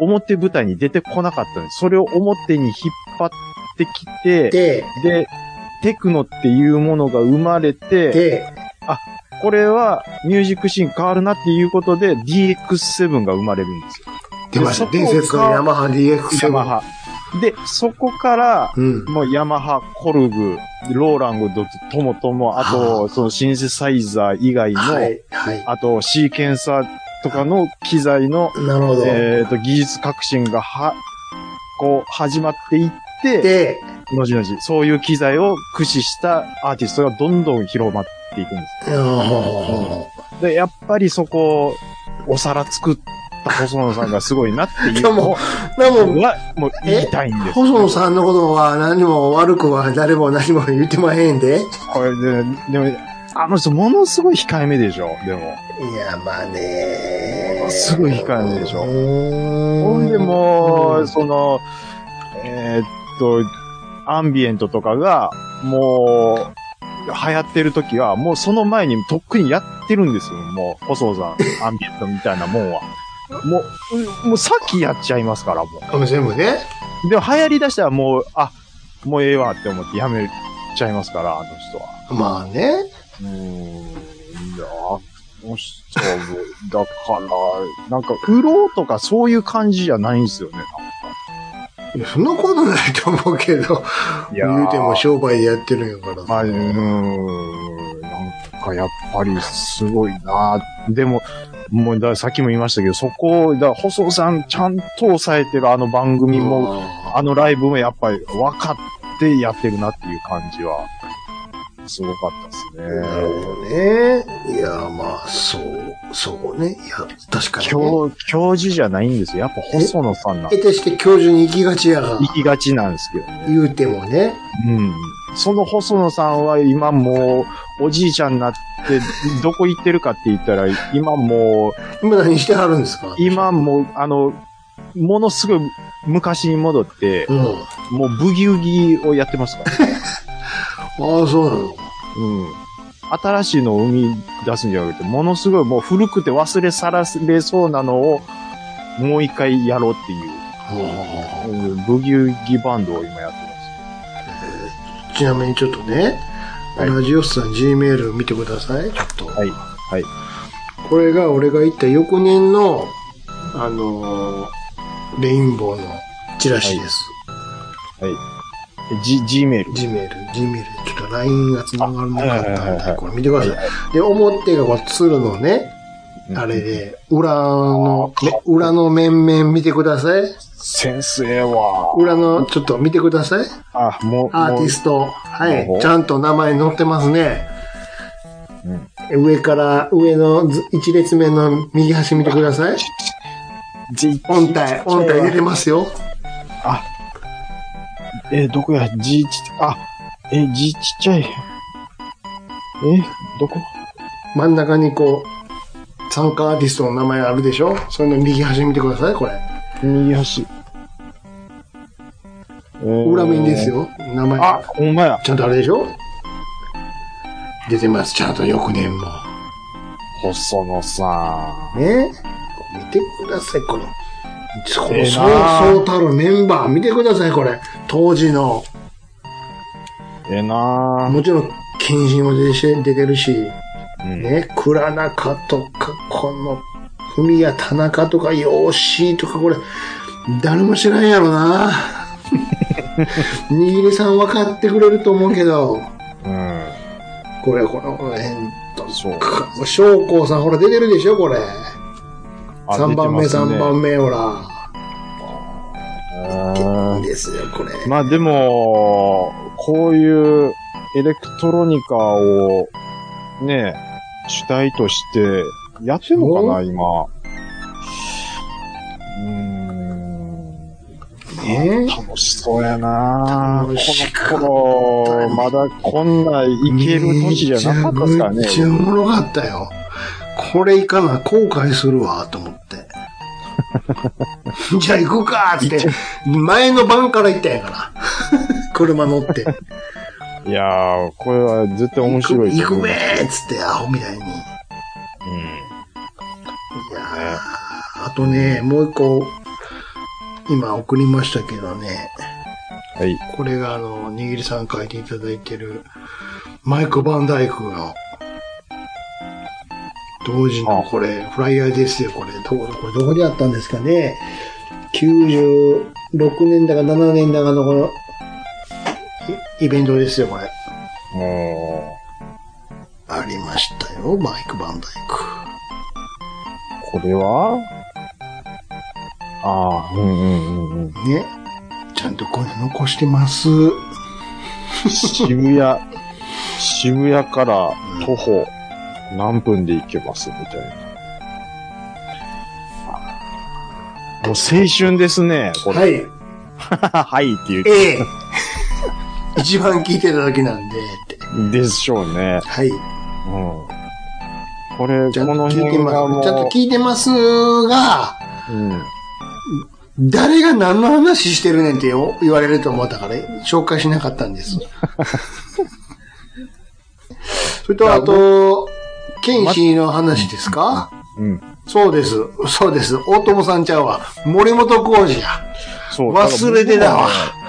D: 表舞台に出てこなかったんです。それを表に引っ張ってき
E: あ。
D: て、
E: で、
D: で、テクノっていうものが生まれて、
E: で、
D: これはミュージックシーン変わるなっていうことで DX7 が生まれるんですよ。
E: 出まし
D: そ
E: た。
D: こ
E: 伝説のヤマハ DX。
D: ヤマ。ハ。で、そこから、
E: うん。
D: もうヤマハ、コルグ、ローラングとともとも、あ
E: は
D: と、そのシンセサイザー以外の、
E: はい、はい。
D: あと、シーケンサーとかの機材の、
E: なるほど。
D: えっ、と、技術革新が、は、こう、始まっていって、
E: で、
D: のじのじ、そういう機材を駆使したアーティストがどんどん広まっていくんで
E: うん
D: す。で、やっぱりそこ、お皿作った細野さんがすごいなっていう
E: で
D: の
E: も
D: を、
E: でも、
D: は、もう言いたいんです。
E: 細野さんのことは何も悪くは誰も何も言ってまへんで。
D: これで、でも、あの人、ものすごい控えめでしょ、でも。
E: いや、まあね
D: すごい控えめでしょほ
E: ほ
D: んでも
E: う
D: う、その、えーっと、アンビエントとかが、もう、流行ってる時は、もうその前にとっくにやってるんですよ、もう、細野さん、アンビエントみたいなもんは。 もう、もうさっきやっちゃいますから、も
E: ん全部ね。
D: う。でも流行り出したらもう、あ、もうええわって思ってやめちゃいますから、あの人は。
E: まあね。
D: うーん、いや、あの人はもう、だから、なんか、フローとかそういう感じじゃないんですよね、
E: そんなことないと思うけど、
D: いやー
E: 言うても商売でやってるんやから。
D: まあ、うーん、なんかやっぱりすごいなでも、もうだ、さっきも言いましたけど、そこを、だ、細野さんちゃんと抑えてるあの番組も、あのライブもやっぱり分かってやってるなっていう感じは、すごかったですね。
E: なるほどね。いや、まあ、そう、そうね。いや、確かに、ね。
D: 教、教授じゃないんですよ。やっぱ細野さんなん
E: 得てして教授に行きがちやが、
D: 行きがちなんですけどね。
E: 言うてもね。
D: うん。その細野さんは今もう、おじいちゃんになって、どこ行ってるかって言ったら、今もう、
E: 今何してはるんですか
D: 今もう、あの、ものすごい昔に戻って
E: う、ん。あ
D: もうブギウギをやってます から、ね。
E: あ、そうなの。
D: うん。新しいのを生み出すんじゃなくて、ものすごいもう古くて忘れ去られそうなのを、もう一回やろうってい
E: ほうほうほう
D: う、うんブギウギバンドを今やって
E: ちなみにちょっとね、
D: はい
E: ラジオスさん G メール見てください、ちょっと。
D: ます。はい。はい。
E: これが俺が行った翌年の、あのーレインボーのチラシです。
D: G、G メール。
E: G メール、G メール。ちょっと LINE が繋がらなか
D: あは
E: ったん
D: いはいはいは
E: で、
D: い
E: これ見てください。で、表がこう鶴のね、
D: うん
E: あれで、裏の、ね裏の面々見てください。
D: 先生は、
E: 裏の、ちょっと見てください。
D: あ、もう、
E: アーティスト。は
D: も
E: い。
D: う
E: ちゃんと名前載ってますね。
D: うん
E: 上から、上のず一列目の右端見てください。
D: G、
E: 音体、音体出てますよ。
D: えーどこや、じちっ、あ、えー、じちっちゃい。えーどこ
E: 真ん中にこう、参加アーティストの名前あるでしょそれの右端見てください、これ。
D: 右端。えー
E: 裏面です。よ。名前。
D: あ、ほんまや。
E: ちゃんとあれでしょ出てます、ちゃんと翌年も。
D: 細野さ
E: ね見てください、この。こ
D: え
E: の
D: え
E: そう
D: なあ
E: そうたるメンバー見てください、これ。当時の。
D: ん。ええなぁ。
E: もちろん、謹慎も出てし出てるし、
D: うん
E: ね、倉中とか、この、文谷田中とか、養子とか、これ、誰も知らんやろな。 にぎりさん分かってくれると思うけど、
D: うん。
E: これ、この、えーっと、
D: そう。
E: 将校さん、ほら出てるでしょ、これ。
D: あ
E: 3番目、
D: 出てますね
E: 3番目、ほら。
D: あ
E: いいですよ、これ。
D: ーまあでも、こういうエレクトロニカをね、主体としてやってんのかな、今。うーん。
E: ね
D: 楽しそうやな
E: 楽しかった
D: この頃、まだこんなんいける年じゃなかったですからね
E: めっ。ちゃおもろかったよ。これいかな、後悔するわ、と思って。 じゃあ行くかーって、前の晩から行ったんやから。車乗って。
D: いやー、これは絶対面白い
E: 行
D: と
E: く
D: 思
E: 行
D: う
E: くべーっつって、アホみたいに。い
D: うん
E: やーあとね、もう一個、今送りましたけどね、
D: はい。
E: これがあの、にぎりさん書いていただいてる、マイク・バンダイクの、同時のこれ、フライヤーですよ、これ。どこ、これどこにあったんですかね。96年だか7年だかのこの、イイベントですよ、これ。
D: も
E: ありましたよ、マイク・バンダイク。
D: う、これはああ、うんうんうんうん。
E: ね。ちゃんとこれ残してます。
D: 渋谷、渋谷から徒歩何分で行けますみたいな。もう青春ですね、こ れ。
E: はい。
D: はいって言っ
E: え え。一番聞いてただけなんで、って。
D: て、でしょうね。
E: はい。
D: うん。これ、
E: ちゃん
D: ことの
E: 聞いて
D: 辺が
E: ます。ちゃんと
D: も
E: 聞いてますが、
D: う、うん。
E: 誰が何の話してるねんってよ言われると思ったから、紹介しなかったん です。それと、あと、ケンシーの話ですか
D: うん。
E: そうです。そうです。大友さんちゃうわ。森本浩二や。
D: そう。
E: 忘れてたわ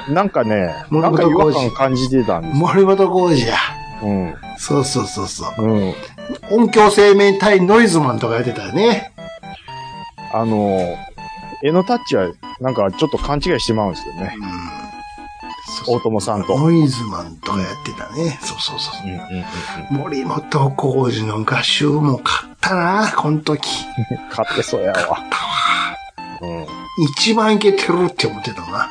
D: なんかね、
E: もう
D: なんか違和感感じてたんです。
E: 森本浩二や。
D: うん。
E: そうそうそうそう。
D: うん。
E: 音響生命体ノイズマンとかやってたよね。
D: あの、絵のタッチは、なんかちょっと勘違いしてまうんですよね。大友さんと。
E: ノイズマンとかやってたね。そうそうそう。
D: うんうんうんうん
E: 森本浩二の合集も買ったな、この時。
D: 買ってそうやわ。うん。
E: 一番いけてるって思ってたな。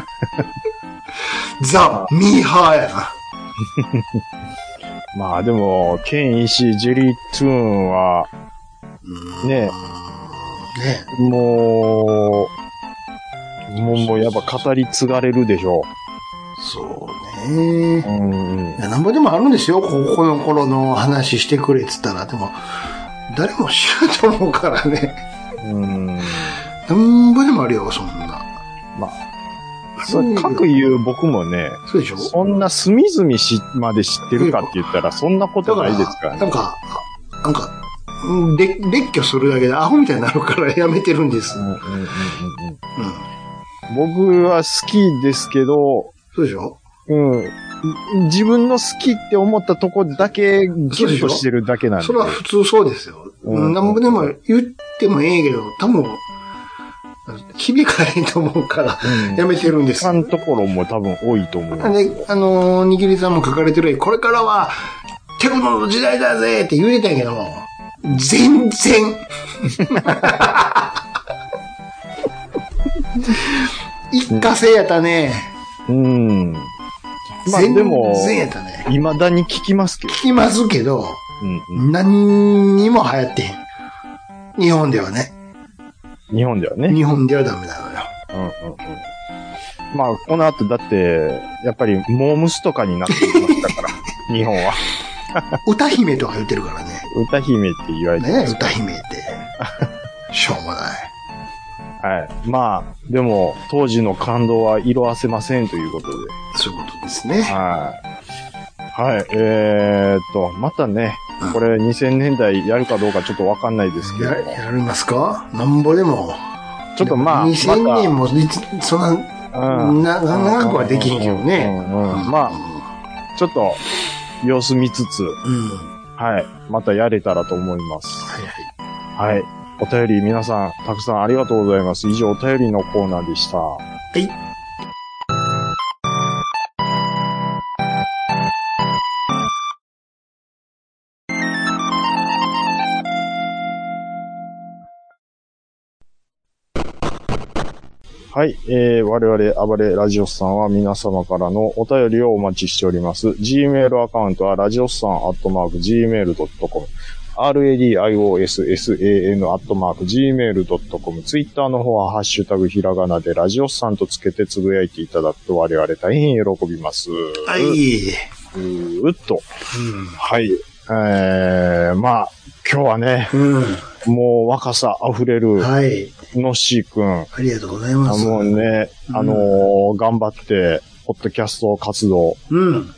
E: ザ・ミーハーやな。
D: まあでも、ケン・イシ、ジェリー・トゥーンは、ね
E: ね
D: もう、もう、もうやっぱ語り継がれるでしょ
E: そうね
D: う。。うんうん
E: い。や、なんぼでもあるんですよ。ここの頃の話してくれって言ったら。でも、誰も知らんと思うから ね。
D: うん。
E: なんぼでもあるよ、そんな。
D: まあ、そう、各言う僕もね、
E: そうでしょ
D: そんな隅々しまで知ってるかって言ったら、そんなこと
E: だ
D: な
E: から、
D: いですから
E: なん
D: ね。
E: か、なんか、うんれ列挙するだけでアホみたいになるからやめてるんです。
D: う
E: うん
D: ん。うんうんうんうん
E: そ
D: 僕は好きですけど、
E: うでしょ
D: うん。自分の好きって思ったとこだけギュッとしてるだけなんで。
E: それは普通そうですよ。
D: う
E: うんん、なんぼでも言ってもええけど、多分、響かへんと思うから
D: うん、
E: やめてるんです。
D: さんところも多分多いと思いますよ。
E: で、あのー、にぎりさんも書かれてるようにこれからは、テクノの時代だぜって言えたんやけど、全然。一過性やったね。
D: うん。まあ
E: 全
D: でも、
E: 然やったね。
D: 未だに聞きますけど。
E: 聞きますけど、
D: うんう
E: 何にも流行ってへん。日本ではね。
D: ん、日本ではね。
E: 日本ではダメなのよ。
D: うんうんうん。まあ、この後だって、やっぱりモームスとかになってきましたから、 日本は。
E: 歌姫とか言ってるからね。
D: 歌姫って言われてま
E: ね
D: す。
E: 歌姫って。しょうもない。
D: はい。まあ、でも、当時の感動は色あせませんということで。
E: そういうことですね。
D: はい。はい、えー、っと、またね
E: う、ん
D: これ2000年代やるかどうかちょっとわかんないですけど
E: や、、やりますかなんぼでも。
D: ちょっとまあ、
E: 2000年
D: ま
E: も、いつそんな、
D: た、うん
E: な長くはできへんけどね。
D: うんうんうんまあ、ちょっと、様子見つつ、
E: うん。うん。は
D: はい、またやれたらと思います。
E: いはい。
D: はい。お便り皆さん、たくさんありがとうございます。以上、お便りのコーナーでした。
E: い
D: はい、えー、我々、暴れラジオスさんは皆様からのお便りをお待ちしております。Gmail アカウントは、ラジオスさんアットマーク gmail.com、radiossan アットマーク gmail.com、ツイッターの方は、ハッシュタグひらがなでラジオスさんとつけてつぶやいていただくと我々大変喜びます。
E: は
D: う
E: い。
D: ーっと。はい。えー、まあ、今日はね、
E: うん。うん。
D: もう若さ溢れる、
E: はい。
D: のっしーくん。
E: ありがとうございます。
D: もうね、あのー頑張って、ポッドキャスト活動、
E: うん。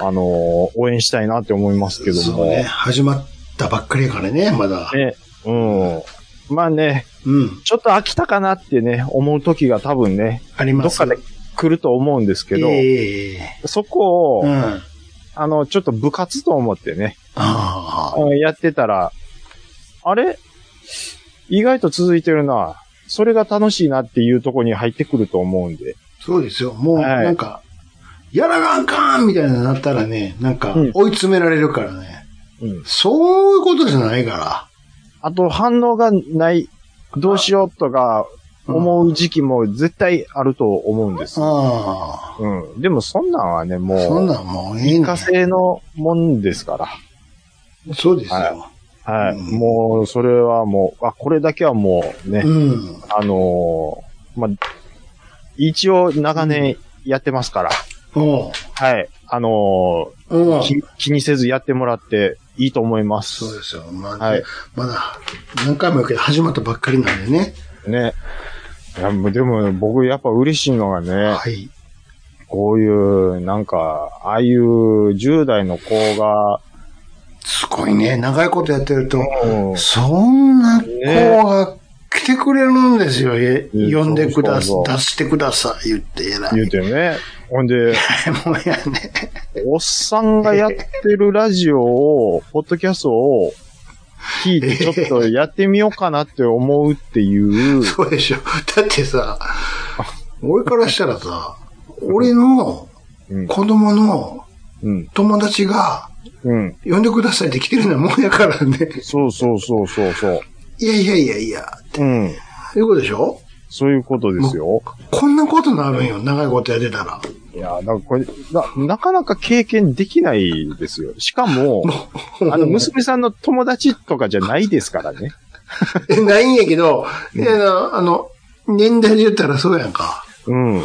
D: あのー応援したいなって思いますけど
E: そ
D: も。
E: うね。始まったばっかりやからね、まだ。
D: ねうん。まあね、
E: うん。
D: ちょっと飽きたかなってね、思う時が多分ね、
E: あり
D: ど
E: ま
D: っ
E: す。
D: かで来ると思うんですけど、
E: ええ
D: そこを、
E: うん。あ
D: あの、ちょっと部活と思ってね、
E: あ。
D: うんやってたら、あれ意外と続いてるな。それが楽しいなっていうところに入ってくると思うんで。
E: そうですよ。もう、
D: はい
E: なんか、やらがんかんみたいなのになったらね、なんか
D: うん、
E: 追い詰められるからね。
D: うん
E: そういうことじゃないか
D: あと反応がない、どうしようとか思う時期も絶対あると思うんです
E: ら。。ああ。
D: うん。でもそんなんはね、もう、
E: そんなんもういい
D: 一
E: の
D: 過性のもんですから。
E: そうですよ
D: は。はい。
E: うん
D: もう、それはもう、あ、これだけはもうね、
E: うん。
D: あのーまあ、一応長年やってますから、
E: おう
D: はい。あの
E: お
D: ー
E: う
D: き気にせずやってもらっていいと思いま
E: そう
D: す。
E: ですよ。まあ、
D: はい
E: まだ、何回も言うけど、始まったばっかりなんでね。
D: ね。いやもうでも、僕やっぱ嬉しいのがね、
E: はい。
D: こういう、なんか、ああいう10代の子が、
E: すごいね。長いことやってると、
D: うん
E: そんな子
D: ね
E: が来てくれるんですよ。え
D: うん
E: 呼んでく
D: そ
E: ださ
D: うそうそう
E: 出してください。言って偉い。
D: 言うてね。ほんで、
E: もうやね。
D: おっさんがやってるラジオを、ポッドキャストを、聞 いてちょっとやってみようかなって思うっていう、
E: そうでしょ。だって さ、俺からしたらさ、俺の
D: うん
E: 子供の
D: うん、
E: 友達が
D: うん。
E: 呼んでくださいって来てるのはもんやからね。
D: そうそうそうそうそう。
E: いやいやいやいや、
D: うん。
E: いうことでしょ
D: そういうことですよ。
E: こんなことなるんよ。長いことやってたら。
D: いや、だからこれな、なかなか経験できないですよ。しかも、あの、娘さんの友達とかじゃないですからね。
E: えないんやけど、いやあの、年代で言ったらそうやんか。
D: うん。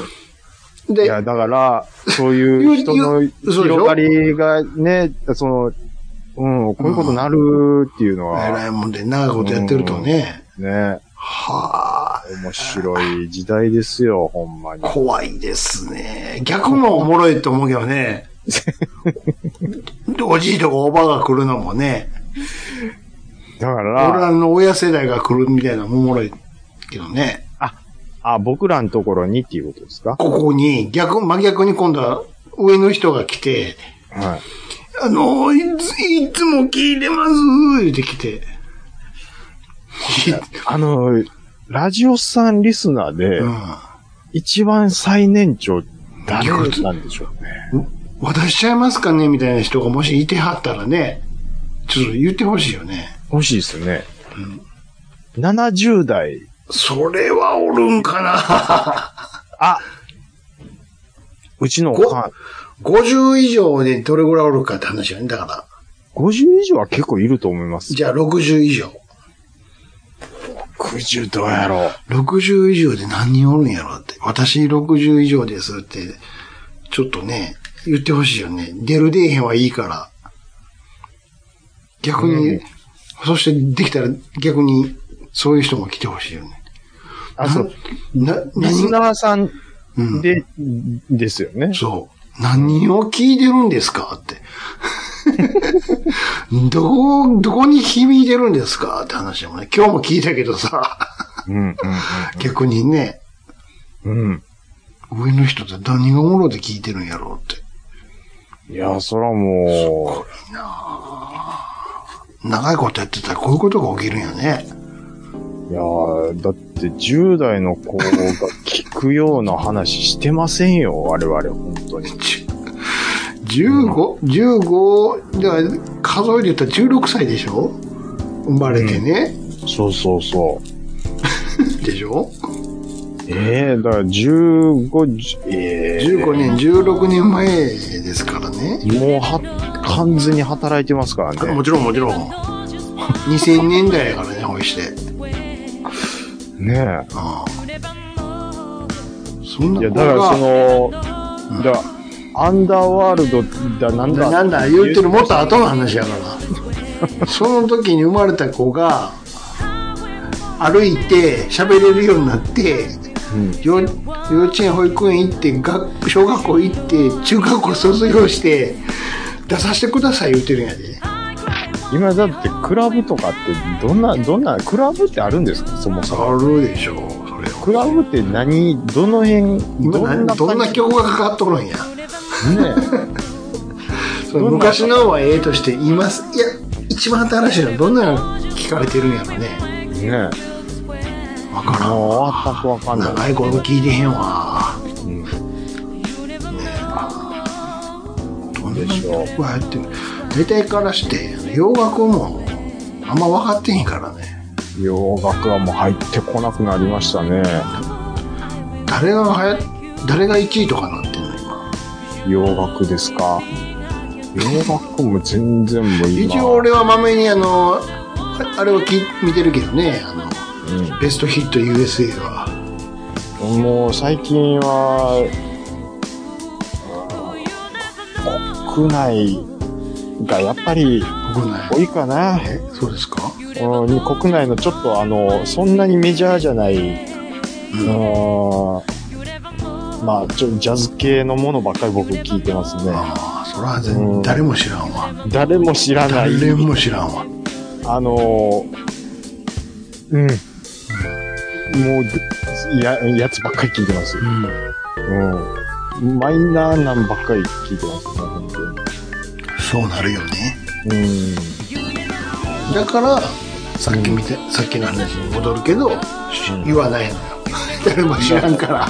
D: い
E: で、
D: や、だから、そういう人の広がりがね、その、うん、こういうことになるっていうのは、
E: 偉いもんで長いことやってるとね、
D: ね、
E: はあ、
D: 面白い時代ですよ、ほんまに。
E: 怖いですね。逆もおもろいと思うけど ね。おじいとかおばが来るのもね、
D: だか
E: 俺
D: ら、
E: らの親世代が来るみたいなのもおもろいけどね。
D: あ、僕らのところにっていうことですか
E: ここに逆、真逆に今度は上の人が来て、
D: はい。
E: あの、いついつも聞いてます言ってきて。
D: あの、ラジオさんリスナーで
E: う、
D: 一番最年長、誰なんでしょうね。
E: ん渡しちゃいますかねみたいな人がもしいてはったらね、ちょっと言ってほしいよね。
D: 欲しいですね。70代。
E: それはおるんかな
D: あうちのおかん、
E: ?50 以上でどれぐらいおるかって話よね。だから、
D: 50以上は結構いると思います。
E: じゃあ60以上。
D: 60どうやろう。
E: 60以上で何人おるんやろって。私60以上ですって、ちょっとね、言ってほしいよね。出る出えへんはいいから。逆に、そしてできたら逆に、そういう人も来てほしいよね。
D: あ、そう。
E: な、
D: リス
E: 何
D: ナーさん
E: うん
D: で、ですよね。
E: そう。何を聞いてるんですかって。 どこ、どこに響いてるんですかって話でもね。今日も聞いたけどさ、
D: うん、
E: 逆にね、
D: うん、うん。
E: 上の人って何がおもろで聞いてるんやろうって。
D: いや、そらも
E: 長いことやってたらこういうことが起きるんやね。
D: う、いやー、だって10代の子が聞くような話してませんよ、我々、本当に。
E: 15、15、だから数えて言ったら16歳でしょ生まれてね。
D: そうそうそう。
E: でしょ
D: ええだから15、じええ
E: ?15 年、16年前ですからね。
D: もうは、完全に働いてますからね。
E: もちろんもちろ ん。2000年代やからね、ほいして。
D: ね
E: ああ
D: え。や、だからそ
E: そんない子が
D: の、だアンダーワールドだ、なんだ。
E: なんだ言ってるもっと後の話や からその時に生まれた子が歩いて喋れるようになって、幼幼稚園保育園行って学小学校行って中学校卒業して出させてください言ってるんやで
D: 今だってクラブとかって、どんな、どんな、クラブってあるんですかそもそも。
E: あるでしょうそれ
D: クラブって何、どの辺、どんな
E: をどんな
D: 感じ
E: 曲がかかっとるんや
D: ね
E: その昔のはええとしていますいや一番新しいのはどんなの聞かれてるんやろね
D: え。ね
E: わから
D: え。
E: ん
D: もう全くわかんない。
E: 長いこと聞いてへんわ
D: うん
E: どん
D: でしょう
E: うやって大体からして洋楽もあんま分かってへんからね
D: 洋楽はもう入ってこなくなりましたね。
E: 誰がはや誰が1位とかなってんの今
D: 洋楽ですか。洋楽も全然もう今。
E: 一応俺はまめにあのああれをき見てるけどねあのベストヒット USA は
D: うん、もう最近は、国内がやっぱり
E: 国内
D: 多いかな。
E: えそうですか
D: うん国内のちょっとあの、そんなにメジャーじゃない、うんまあ、ちょジャズ系のものばっかり僕聞いてますね。
E: ああそれは全
D: うん
E: 然誰も知らんわ
D: 誰も知らない。
E: 誰も知らんわ
D: あのうん。もう、や、やつばっかり聞いてます。
E: うん
D: うん。マイナーなんばっかり聞いてますね、本当に。
E: そうなるよね
D: うん。
E: だからさっき見て、さっきの話に戻るけど、言わないのよ 誰も知らんから、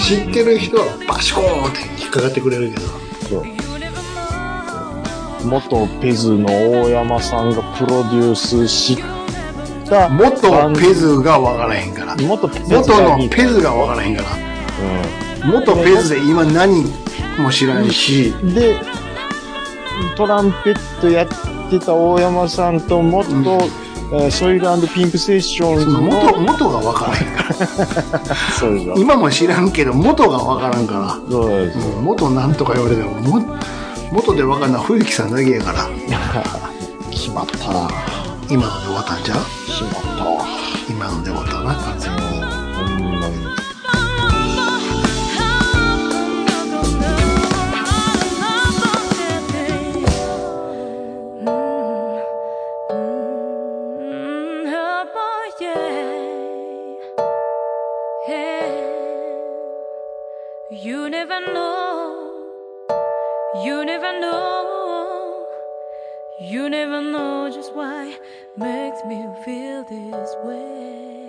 E: 知ってる人はバシコーンって引っかかってくれるけど
D: 元ペズの大山さんがプロデュースした、
E: 元ペズがわからへんから
D: 元ペズが
E: 元のペズがわからへんから元ペズで今何も知らんし、
D: うん。で、トランペットやってた大山さんと元、
E: うん
D: えーソイルピンクセッション
E: その
D: ズの、
E: 元元がわからへん から
D: そうですよ
E: 今も知らんけど元がわからんか
D: そうです
E: ら、うん元なんとか言われてもも元でわからんのは冬木さんだけやから
D: 決まったな
E: 今ので終わったんちゃう
D: 決まったわ
E: 今ので終わったな完全に。
D: ほんまに
I: You never know just why makes me feel this way.